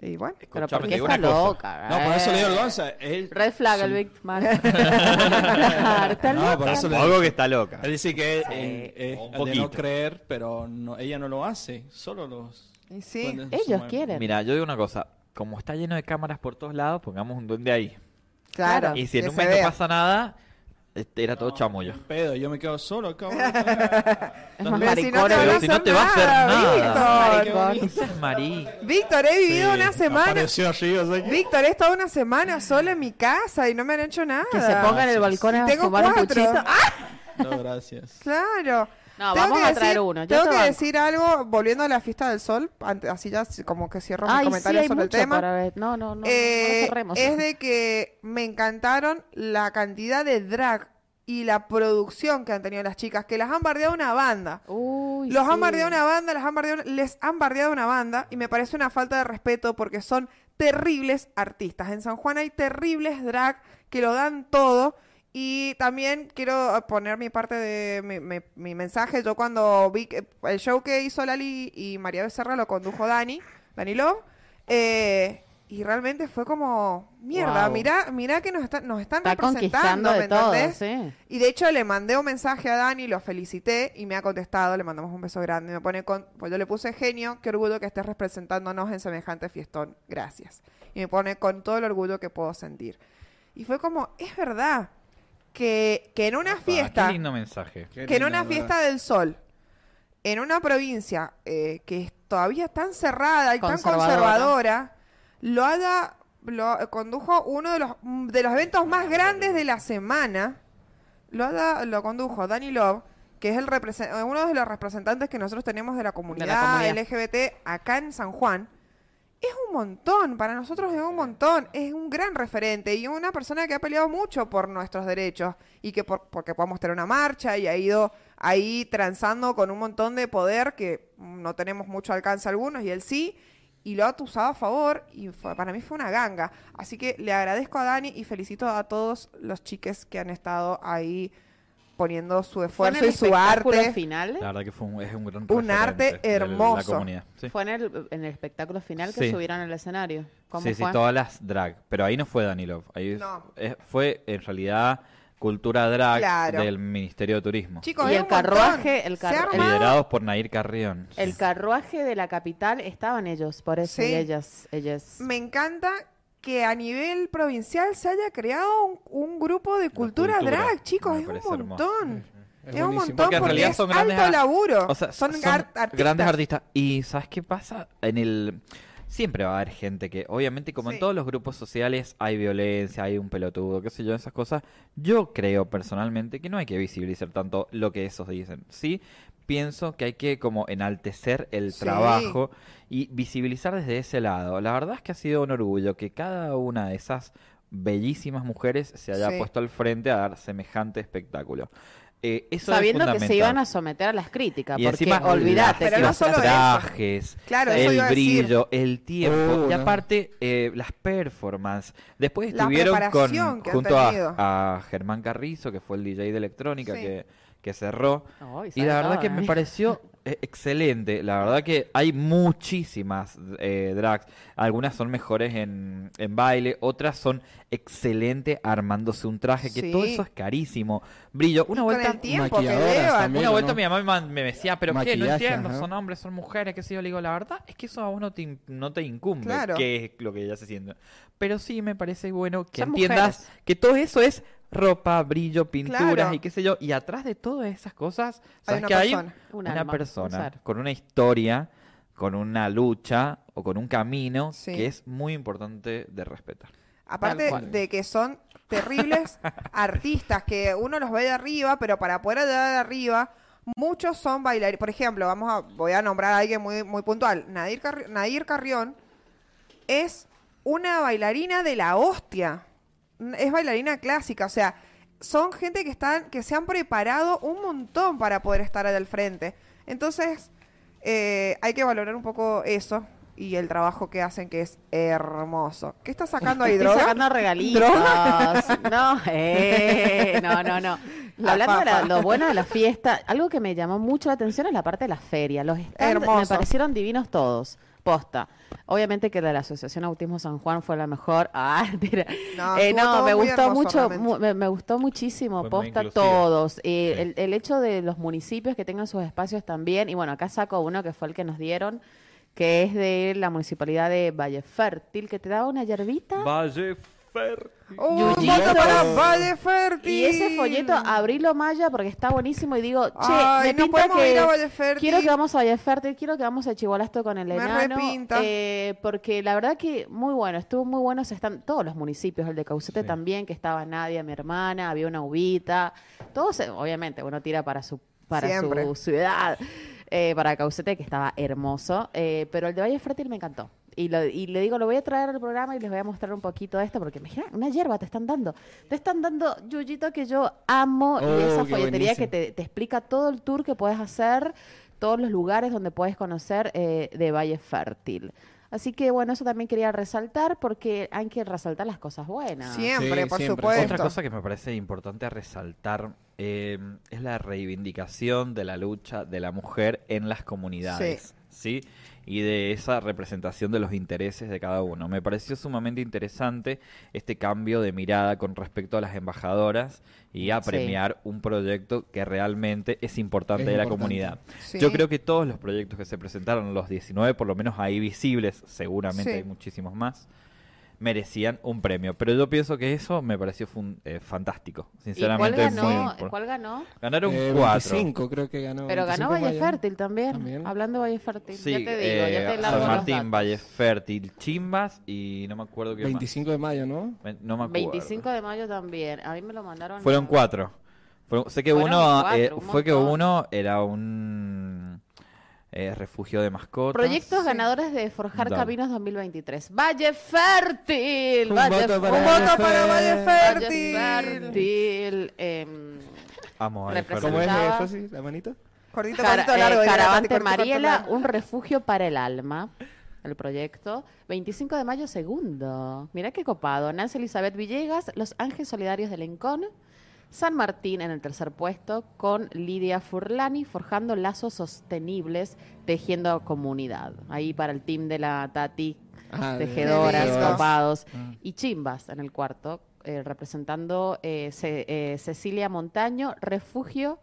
Y bueno.
Pero
Escuchame,
porque
te digo
está
una cosa.
loca.
No, por eso le digo
eh.
Gonza. Él,
Red flag el
son-
Big Mac.
[LAUGHS]
[LAUGHS] Claro, está
No, por
loca.
eso le
Algo que está loca.
Él dice que eh, es
Un
de
poquito.
no creer, pero no- ella no lo hace. Solo los.
Y sí.
duendes se
Ellos
mueven.
quieren.
Mira, yo digo una cosa. Como está lleno de cámaras por todos lados, pongamos un duende ahí.
Claro.
Y si en
que
un
se
momento
vea.
pasa nada, este, era todo chamullo.
Pedo, yo me quedo solo
[LAUGHS]
acá.
Es más
Pero si no te
maricona.
van a
Pero
hacer
si no te va a hacer
nada,
nada.
Víctor.
No seas marí.
Víctor, he vivido una semana.
Apareció allí, o sea que-
Víctor, he estado una semana sola en mi casa y no me han hecho nada.
Que se ponga en el balcón a
Y tengo
fumar un
cuatro.
puchito. ¡Ah!
No, gracias.
[LAUGHS]
Claro.
No,
Tengo
vamos
que
a traer
decir-
uno. Yo
tengo
te
que
banco.
decir algo, volviendo a la fiesta del sol, ante- así ya s- como que cierro mi
Ay, sí,
comentario
hay
sobre el
mucho
tema.
para ver. No, no, no, no,
Eh,
no cerremos.
es de que me encantaron la cantidad de drag y la producción que han tenido las chicas, que las han bardeado una banda.
Uy,
Los han
sí.
bardeado una banda, las han bardeado- les han bardeado una banda y me parece una falta de respeto porque son terribles artistas. En San Juan hay terribles drag que lo dan todo y también quiero eh, poner mi parte de mi, mi- mi mensaje. Yo cuando vi que- el show que hizo Lali y María Becerra lo condujo Dani, Dani Love, eh, y realmente fue como, mierda,
Guau.
mirá, mirá que nos, está- nos están
Está conquistando
representando, ¿me
de todo,
entendés?
sí.
Y de hecho le mandé un mensaje a Dani, lo felicité y me ha contestado, le mandamos un beso grande. Me pone con, pues yo le puse genio, qué orgullo que estés representándonos en semejante fiestón, gracias. Y me pone con todo el orgullo que puedo sentir. Y fue como, es verdad que, que en una
Ah,
fiesta,
Qué lindo mensaje.
que en una fiesta del sol, en una provincia eh, que es todavía tan cerrada y tan
Conservadora.
conservadora, lo haya lo condujo uno de los de los eventos más grandes de la semana. Lo haya- lo condujo Danny Love, que es el represen- uno de los representantes que nosotros tenemos de la comunidad,
comunidad.
LGBT acá en San Juan. Es un montón, para nosotros es un montón, es un gran referente y una persona que ha peleado mucho por nuestros derechos y que por, porque podamos tener una marcha y ha ido ahí transando con un montón de poder que no tenemos mucho alcance algunos y él sí, y lo ha usado a favor y fue- para mí fue una ganga. Así que le agradezco a Dani y felicito a todos los chiques que han estado ahí poniendo su
¿Fue en
esfuerzo
el
y su
espectáculo
arte.
final?
La verdad que fue un, es un gran
Un arte
referente de la- La
hermoso.
comunidad. Sí.
Fue en el, en el espectáculo final que
Sí.
subieron al escenario. ¿Cómo
sí,
fue?
sí, todas las drag. Pero ahí no fue Danilov. Ahí
No.
es- fue en realidad cultura drag
Claro.
del Ministerio de Turismo.
Chicos,
Y
es
el
un montón.
carruaje, el
Se
carru-
ha armado-
Liderados por Nair Carrión.
El carruaje de la capital estaban ellos, por eso,
Sí.
y ellas, ellas.
Me encanta que a nivel provincial se haya creado un, un grupo de cultura,
cultura.
drag, chicos,
Me
es un
parece hermoso.
montón. Es, un
buenísimo.
montón
Porque
porque,
en realidad
es
son grandes
alto
ar-
laburo.
O sea,
son
son
ar- artistas.
grandes artistas. Y ¿sabes qué pasa? En el siempre va a haber gente que obviamente como en todos los grupos sociales hay violencia, hay un pelotudo, qué sé yo, esas cosas. Yo creo personalmente que no hay que visibilizar tanto lo que esos dicen. Sí, pienso que hay que como enaltecer el
Sí.
trabajo y visibilizar desde ese lado. La verdad es que ha sido un orgullo que cada una de esas bellísimas mujeres se haya
Sí.
puesto al frente a dar semejante espectáculo. Eh, eso es
sabiendo que se
fundamental.
iban a someter a las críticas,
Y
porque
encima
olvídate
las-
que
los
vas a-
trajes,
Claro, eso
el
iba a decir.
brillo, el tiempo
Oh,
y
no.
aparte eh, las performances. Después
La
estuvieron
preparación
con
que han
junto
tenido.
a, a Germán Carrizo, que fue el DJ de electrónica
Sí.
que, que cerró.
Ay,
y
sabe
la verdad
todo,
que
eh.
me pareció eh, excelente. La verdad que hay muchísimas eh, drags. Algunas son mejores en, en baile, otras son excelentes armándose un traje, que todo
Sí.
eso es carísimo. Brillo, una
Y con
vuelta
el tiempo que llevan.
una vuelta mi mamá me man- me decía, pero qué, no
Maquillaje,
entiendo,
ajá.
son hombres, son mujeres, qué sé yo, le digo, la verdad es que eso a vos no te, in- no te incumbe,
Claro.
que es lo que ya se siente. Pero sí me parece bueno que
Son
entiendas que todo eso es ropa, brillo, pinturas
Claro.
y qué sé yo, y atrás de todas esas cosas,
Hay
¿sabes
una
qué hay?
persona. Un
una
alma,
persona
un ser.
con una historia, con una lucha o con un camino
Sí.
que es muy importante de respetar. Tal
Aparte
cual.
de que son
[LAUGHS]
terribles artistas, que uno los ve de arriba, pero para poder llegar de arriba, muchos son bailarines. Por ejemplo, vamos a, voy a nombrar a alguien muy, muy puntual. Nadir, Carri- Nadir Carrión es una bailarina de la hostia. Es bailarina clásica, o sea, son gente que están, que se han preparado un montón para poder estar ahí al frente. Entonces, eh, hay que valorar un poco eso y el trabajo que hacen, que es hermoso. ¿Qué está sacando
[LAUGHS]
ahí,
Estoy
droga? [LAUGHS]
sacando regalitos.
¿Droga?
No, eh, [LAUGHS] no, no, no.
La
Hablando de la-
papa.
lo bueno de la fiesta, algo que me llamó mucho la atención es la parte de la feria. Los stands me
Hermoso.
parecieron divinos todos. Posta. Obviamente que la de la Asociación Autismo San Juan fue la mejor. [LAUGHS] Ah, mentira.
No,
Eh,
estuvo
no,
todo
me
muy
gustó
hermoso,
mucho,
realmente.
mu- me, me gustó muchísimo,
Fue muy
posta
inclusivo.
todos. Eh, el, el hecho de los municipios que tengan sus espacios también, y bueno, acá saco uno que fue el que nos dieron, que es de la municipalidad de Valle Fértil, que te daba una yerbita.
Valle Fer.
Un
Yuyito.
voto para Valle Fértil.
Y ese folleto, abrilo Maya, porque está buenísimo. Y digo, che,
Ay,
me
no
pinta
podemos
que
ir a Valle Fértil.
quiero que vamos a Valle Fértil, quiero que vamos a Chigualasto con el
Me
enano.
repinta.
eh, porque la verdad que muy bueno, estuvo muy bueno. Se están todos los municipios, el de Caucete también, que estaba Nadia, mi hermana, había una ubita. Todos, eh, obviamente, uno tira para su para
Siempre.
su ciudad, eh, para Caucete, que estaba hermoso. eh, pero el de Valle Fértil me encantó. Y, lo- y le digo, lo voy a traer al programa y les voy a mostrar un poquito de esto, porque imagina, una hierba te están dando. Te están dando yuyito que yo amo
Oh,
y esa
qué
folletería que
buenísimo.
te, te explica todo el tour que puedes hacer, todos los lugares donde puedes conocer eh, de Valle Fértil. Así que bueno, eso también quería resaltar porque hay que resaltar las cosas buenas.
Siempre, Sí, por siempre. supuesto.
Otra cosa que me parece importante resaltar eh, es la reivindicación de la lucha de la mujer en las comunidades, sí. Y de esa representación de los intereses de cada uno. Me pareció sumamente interesante este cambio de mirada con respecto a las embajadoras y a
Sí.
premiar un proyecto que realmente es importante
Es
de la
importante.
comunidad.
Sí.
Yo creo que todos los proyectos que se presentaron, los 19 por lo menos ahí visibles, seguramente
Sí.
hay muchísimos más, merecían un premio. Pero yo pienso que eso me pareció fun- eh, fantástico. Sinceramente,
¿Y cuál ganó?
muy impor-
¿Cuál ganó?
Ganaron
Eh,
cuatro.
25 creo que ganó.
Pero ganó
25
Valle
Valle-
Fértil también. Hablando de Valle Fértil,
Sí,
ya te digo,
eh,
ya te largo
San
los
Martín,
datos.
Valle Fértil, Chimbas y no me acuerdo qué
25 de mayo, ¿no?
más. Me- No me acuerdo.
25 de mayo también. A mí me lo mandaron.
Fueron cuatro. Fueron- sé que
Fueron
uno
cuatro,
eh,
un
fue que
montón.
uno era un eh, refugio de mascotas.
Proyectos ganadores de Forjar
Dale.
Caminos 2023. Valle Fértil.
Un
Valle
voto
Fértil.
para Valle Un voto para Fértil.
Valle
Valle
Fértil.
Fértil, em,
Amo a Valle Fértil.
¿Cómo es
Representaba-
eh, fácil? ¿La manita?
Cortito,
Cara-
cortito,
eh,
largo. diría
Caravante
Tati, cortito, cortito,
Mariela,
largo.
un refugio para el alma. El proyecto. 25 de mayo, segundo. Mirá qué copado. Nancy Elizabeth Villegas, Los Ángeles Solidarios de Lencón. San Martín en el tercer puesto con Lidia Furlani forjando lazos sostenibles, tejiendo comunidad. Ahí para el team de la Tati,
Ah, de-
tejedoras,
tejedoras.
copados.
Ah.
Y Chimbas en el cuarto, eh, representando eh, Ce- eh, Cecilia Montaño, Refugio,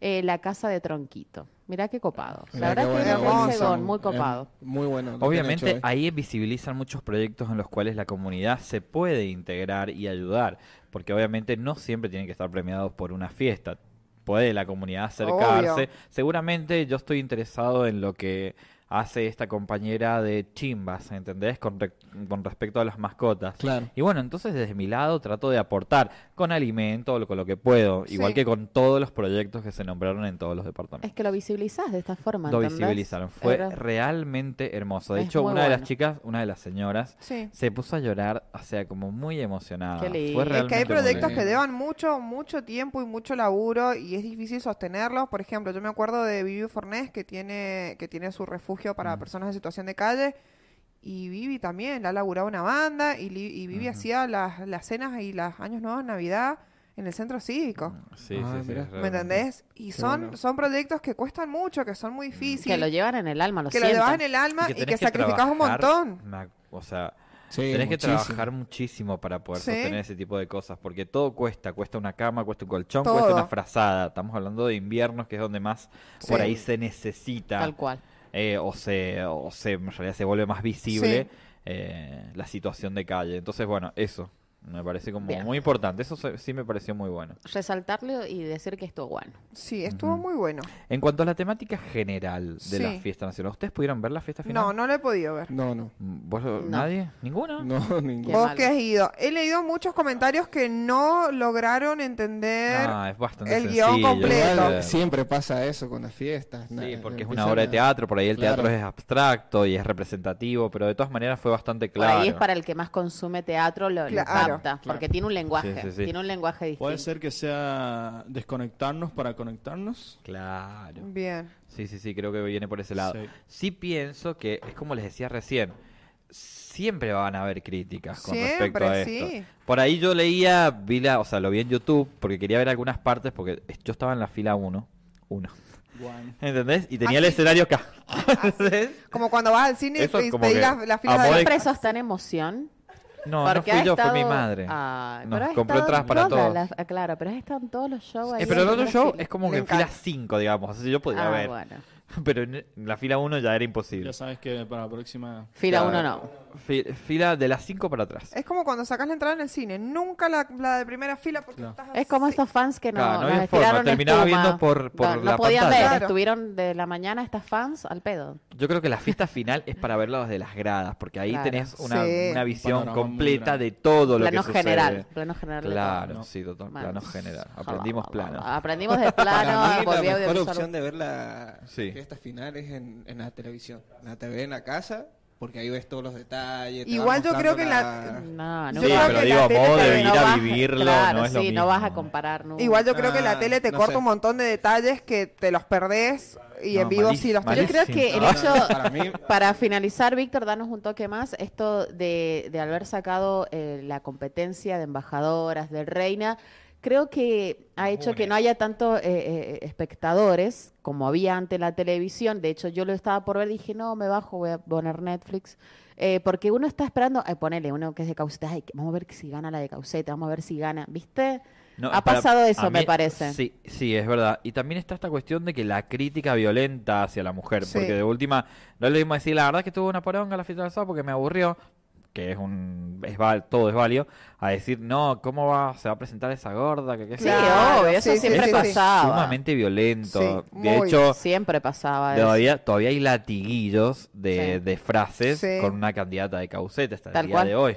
eh, la Casa de Tronquito. Mirá qué copado.
Mirá
la verdad
qué
que
bueno,
Rafael
hermoso. Em.
Segón, muy
Es
copado.
Muy bueno. lo que han
Obviamente
hecho, eh.
ahí visibilizan muchos proyectos en los cuales la comunidad se puede integrar y ayudar, porque obviamente no siempre tienen que estar premiados por una fiesta. Puede la comunidad acercarse.
Obvio.
Seguramente yo estoy interesado en lo que hace esta compañera de chimbas, ¿entendés? Con, re- con respecto a las mascotas.
Claro.
Y bueno, entonces desde mi lado trato de aportar con alimento, lo- con lo que puedo,
Sí.
igual que con todos los proyectos que se nombraron en todos los departamentos
Es que lo visibilizás de esta forma.
lo
¿entendés?
visibilizaron. Fue
Era-
realmente hermoso. De
Es
hecho,
muy
una de las
bueno.
chicas, una de las señoras,
Sí.
se puso a llorar, o sea, como muy emocionada.
Qué lindo.
Fue
Es que
realmente
hay
muy
proyectos
lindo.
que llevan mucho, mucho tiempo y mucho laburo y es difícil sostenerlos. Por ejemplo, yo me acuerdo de Vivi Fornés que tiene, que tiene su refugio para personas en situación de calle y Vivi también, la ha laburado una banda y, Li- y Vivi hacía las, las cenas y los años nuevos, Navidad en el centro cívico.
Sí,
Ah,
sí, sí.
mirá.
es
¿Me
realmente-
entendés?
Qué
Y son,
bueno.
son proyectos que cuestan mucho, que son muy difíciles.
Que lo llevan en el alma, lo
Que lo llevas
sientan.
en el alma y que,
tenés
sacrificas un
trabajar,
montón.
ma- O sea,
Sí,
tenés que
muchísimo.
trabajar muchísimo para poder
Sí.
sostener ese tipo de cosas, porque todo cuesta. Cuesta una cama, cuesta un colchón,
Todo.
cuesta una frazada. Estamos hablando de inviernos, que es donde más por
Sí.
ahí se necesita.
Tal cual.
eh, o, se, o se, en realidad se vuelve más visible
Sí.
eh, la situación de calle. Entonces, bueno, eso me parece como
Bien.
muy importante. Eso se- sí me pareció muy bueno.
Resaltarlo y decir que estuvo bueno.
Sí, estuvo muy bueno.
En cuanto a la temática general de la
Sí.
fiesta nacional, ¿ustedes pudieron ver la fiesta final?
No, no lo he podido ver.
No, no.
¿Vos, ¿Nadie? ¿Ninguno?
No, ninguno.
Vos que has ido. He leído muchos comentarios que no lograron entender.
Ah, es bastante
el
sencillo.
guión completo.
Igual,
Siempre pasa eso con las fiestas. eh,
Sí, porque es una obra de teatro, por ahí el
Claro.
teatro es abstracto y es representativo, pero de todas maneras fue bastante
Por
claro.
ahí es para el que más consume teatro, lo, lo
Claro.
capta,
Claro.
porque tiene un lenguaje,
Sí, sí, sí.
tiene un lenguaje distinto.
Puede ser que sea desconectarnos para conectarnos.
Claro.
Bien.
Sí, sí, sí, creo que viene por ese lado.
Sí.
Sí. pienso que, es como les decía recién, siempre van a haber críticas con respecto a
Siempre,
esto.
sí.
Por ahí yo leía, vi la, o sea, lo vi en YouTube, porque quería ver algunas partes, porque es- yo estaba en la fila 1. 1.
Guau.
[LAUGHS] ¿Entendés? Y tenía el escenario acá. ¿Entendés?
Como cuando vas al cine y
Eso es
y
como
pedís
que
las, las filas
a modo
de
de-
Siempre sos tan emoción.
No, no
porque
fui
ha
yo, fue mi
estado-
madre.
Ay,
Nos
pero ha
compró
estado
entradas
en
para
todas
todos.
las- ah, claro, pero has estado en todos los shows. ahí
Eh, pero
en
el otro
primera
show
fila.
es como
Le
que en fila
encanta.
5, digamos. Así yo podía
Ah,
ver.
bueno.
[LAUGHS] Pero en la fila 1 ya era
Ya
imposible.
sabes que para la próxima.
Fila
Ya-
1 no.
fi- Fila de las 5 para atrás.
Es como cuando sacas la entrada en el cine. Nunca la, la de primera fila porque estás
Es como estos fans que no,
Claro, no
nos
había forma,
estiraron
terminaba
espuma.
viendo por- por
no, no
la
podían
pantalla.
ver,
Claro.
estuvieron de la mañana estas fans al pedo.
Yo creo que la fiesta final es para verlo desde las gradas, porque ahí
Claro.
tenés una,
Sí.
una
Un
visión
panorama muy
completa
grande.
de todo lo
Plano
que sucede.
general, plano general de todo.
Claro,
No.
sí, total,
Bueno.
plano general. Aprendimos plano.
Aprendimos
[LAUGHS]
de plano,
Para mí,
volví
la
a
mejor
audiovisual.
opción de ver la
Sí.
fiestas finales en, en la televisión. La TV en la casa, porque ahí ves todos los detalles. te va
Igual yo creo
mostrando
que la-
No,
Sí,
no.
pero
creo que
digo,
la
a
tele
modo de
también
ir
no
a
va-
vivirlo,
claro,
no es
sí,
lo
no
mismo.
vas a comparar nunca.
Igual yo creo que la
Ah,
tele te
no
corta
sé.
un montón de detalles que te los perdés y
No,
en vivo sí los
malísimo,
tenés.
Yo creo que el
No, no,
hecho,
no, para mí-
para finalizar, Víctor, danos un toque más, esto de, de haber sacado eh, la competencia de embajadoras, de reina, creo que ha hecho que no haya tanto eh, eh, espectadores como había ante la televisión. De hecho, yo lo estaba por ver, dije, no, me bajo, voy a poner Netflix. Eh, porque uno está esperando, eh, ponele uno que es de Caucete, ay, que- vamos a ver si gana la de Caucete, vamos a ver si gana, ¿viste?
No,
ha
para-
pasado eso,
a
me
mí-
parece.
Sí, sí, es verdad. Y también está esta cuestión de que la crítica violenta hacia la mujer,
Sí.
porque de última, no es lo mismo decir, la verdad es que tuve una poronga la fiesta del sábado porque me aburrió, que es un, es val- todo es válido, a decir, no, ¿cómo va, se va a presentar esa gorda? Que, qué
Sí,
sé yo".
obvio, eso
sí, sí,
siempre
sí, sí.
pasaba.
Sumamente violento.
Sí,
de
muy.
hecho,
Siempre pasaba eso.
todavía, todavía hay latiguillos de,
Sí.
de frases
Sí.
con una candidata de cauceta hasta
Tal
el día
cual.
de hoy.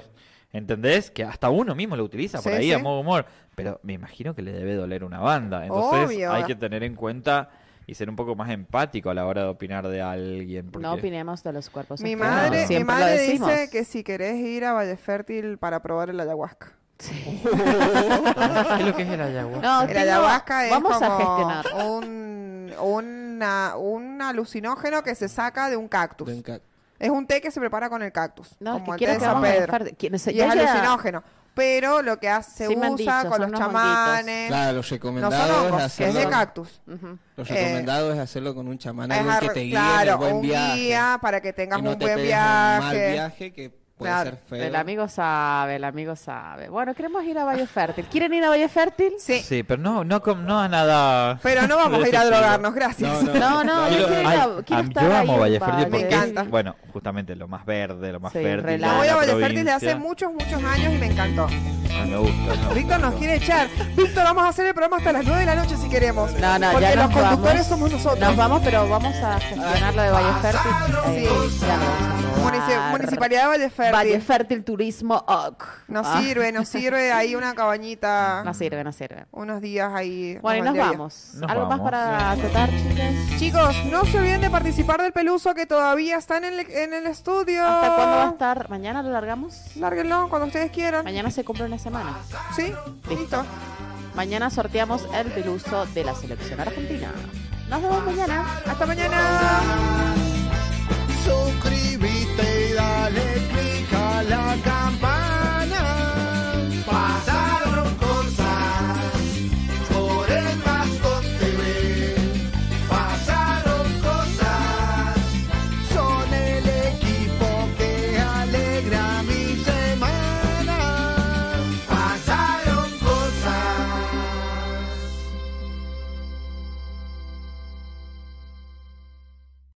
¿Entendés? Que hasta uno mismo lo utiliza por
Sí,
ahí
sí.
a modo humor. Pero me imagino que le debe doler una banda. Entonces
Obvio.
hay que tener en cuenta y ser un poco más empático a la hora de opinar de alguien. Porque... Ah,
No opinemos de los cuerpos.
Mi
ajenos,
madre, mi
siempre lo
madre
decimos.
dice que si querés ir a Valle Fértil para probar el ayahuasca.
¿Qué
[LAUGHS]
Ah, es lo que es el ayahuasca?
No,
El
tengo-
ayahuasca es
vamos a
como
gestionar.
Un, una- un alucinógeno que se saca de un cactus.
De un ca-
Es un té que se prepara con el cactus.
No, es que
como el té
quiero
de
que
San
vamos a
Pedro.
dejar de- que no sé,
y
yo
es
ya-
alucinógeno. pero lo que hace, se
Sí me han
usa
dicho,
con
son
los
unos manguitos.
chamanes.
Claro, los
No
recomendados
son hongos,
es
que es
hacerlo.
de cactus.
Los
Eh,
recomendados es hacerlo con un chamán
es
alguien que
arre-
te guíe en el
claro,
buen
un
viaje.
guía para que tengas
que no
un
te
buen
pegues un
viaje.
mal viaje que puede
Claro,
ser feo.
El amigo sabe, el amigo sabe. Bueno, queremos ir a Valle Fértil. ¿Quieren ir a Valle Fértil?
Sí.
Sí, pero no, no, com- no a nada.
Pero
[LAUGHS]
no vamos a ir a
de ese
drogarnos,
estilo.
gracias.
No, no, yo quiero ir a-
Ay,
quiero
am-
estar
yo
ahí
amo
en
Valle
Valle.
Fértil porque
Me
es,
encanta.
bueno, justamente lo más verde, lo más
Sí,
fértil. de
Yo voy a
la
Valle Fértil desde hace
provincia.
muchos, muchos años y me encantó.
Ah, me gusta. ¿no?
Víctor nos quiere echar. Víctor, vamos a hacer el programa hasta las 9 de la noche si queremos.
No, no,
Porque
ya
los
nos vamos.
conductores somos nosotros.
Nos vamos, pero vamos a gestionar lo de Valle Fértil. Sí, ya lo vamos a
Munici-
llevar.
Municipalidad de Valle Fértil.
Valle Fértil Turismo OC.
Nos
Ah,
sirve, nos sirve ahí
[LAUGHS]
una cabañita,
No sirve, no sirve.
unos días ahí.
Bueno, y nos
vendría bien.
vamos.
Nos
¿Algo más
vamos.
para acotar, chicas?
Chicos, no se olviden de participar del peluso que todavía está en el, en el estudio.
¿Hasta cuándo va a estar? ¿Mañana lo largamos?
Lárguenlo cuando ustedes quieran.
Mañana se cumple una semana.
¿Sí?
Listo.
Listo.
Mañana sorteamos el peluso de la selección argentina. Nos vemos mañana.
Hasta mañana.
Suscríbete.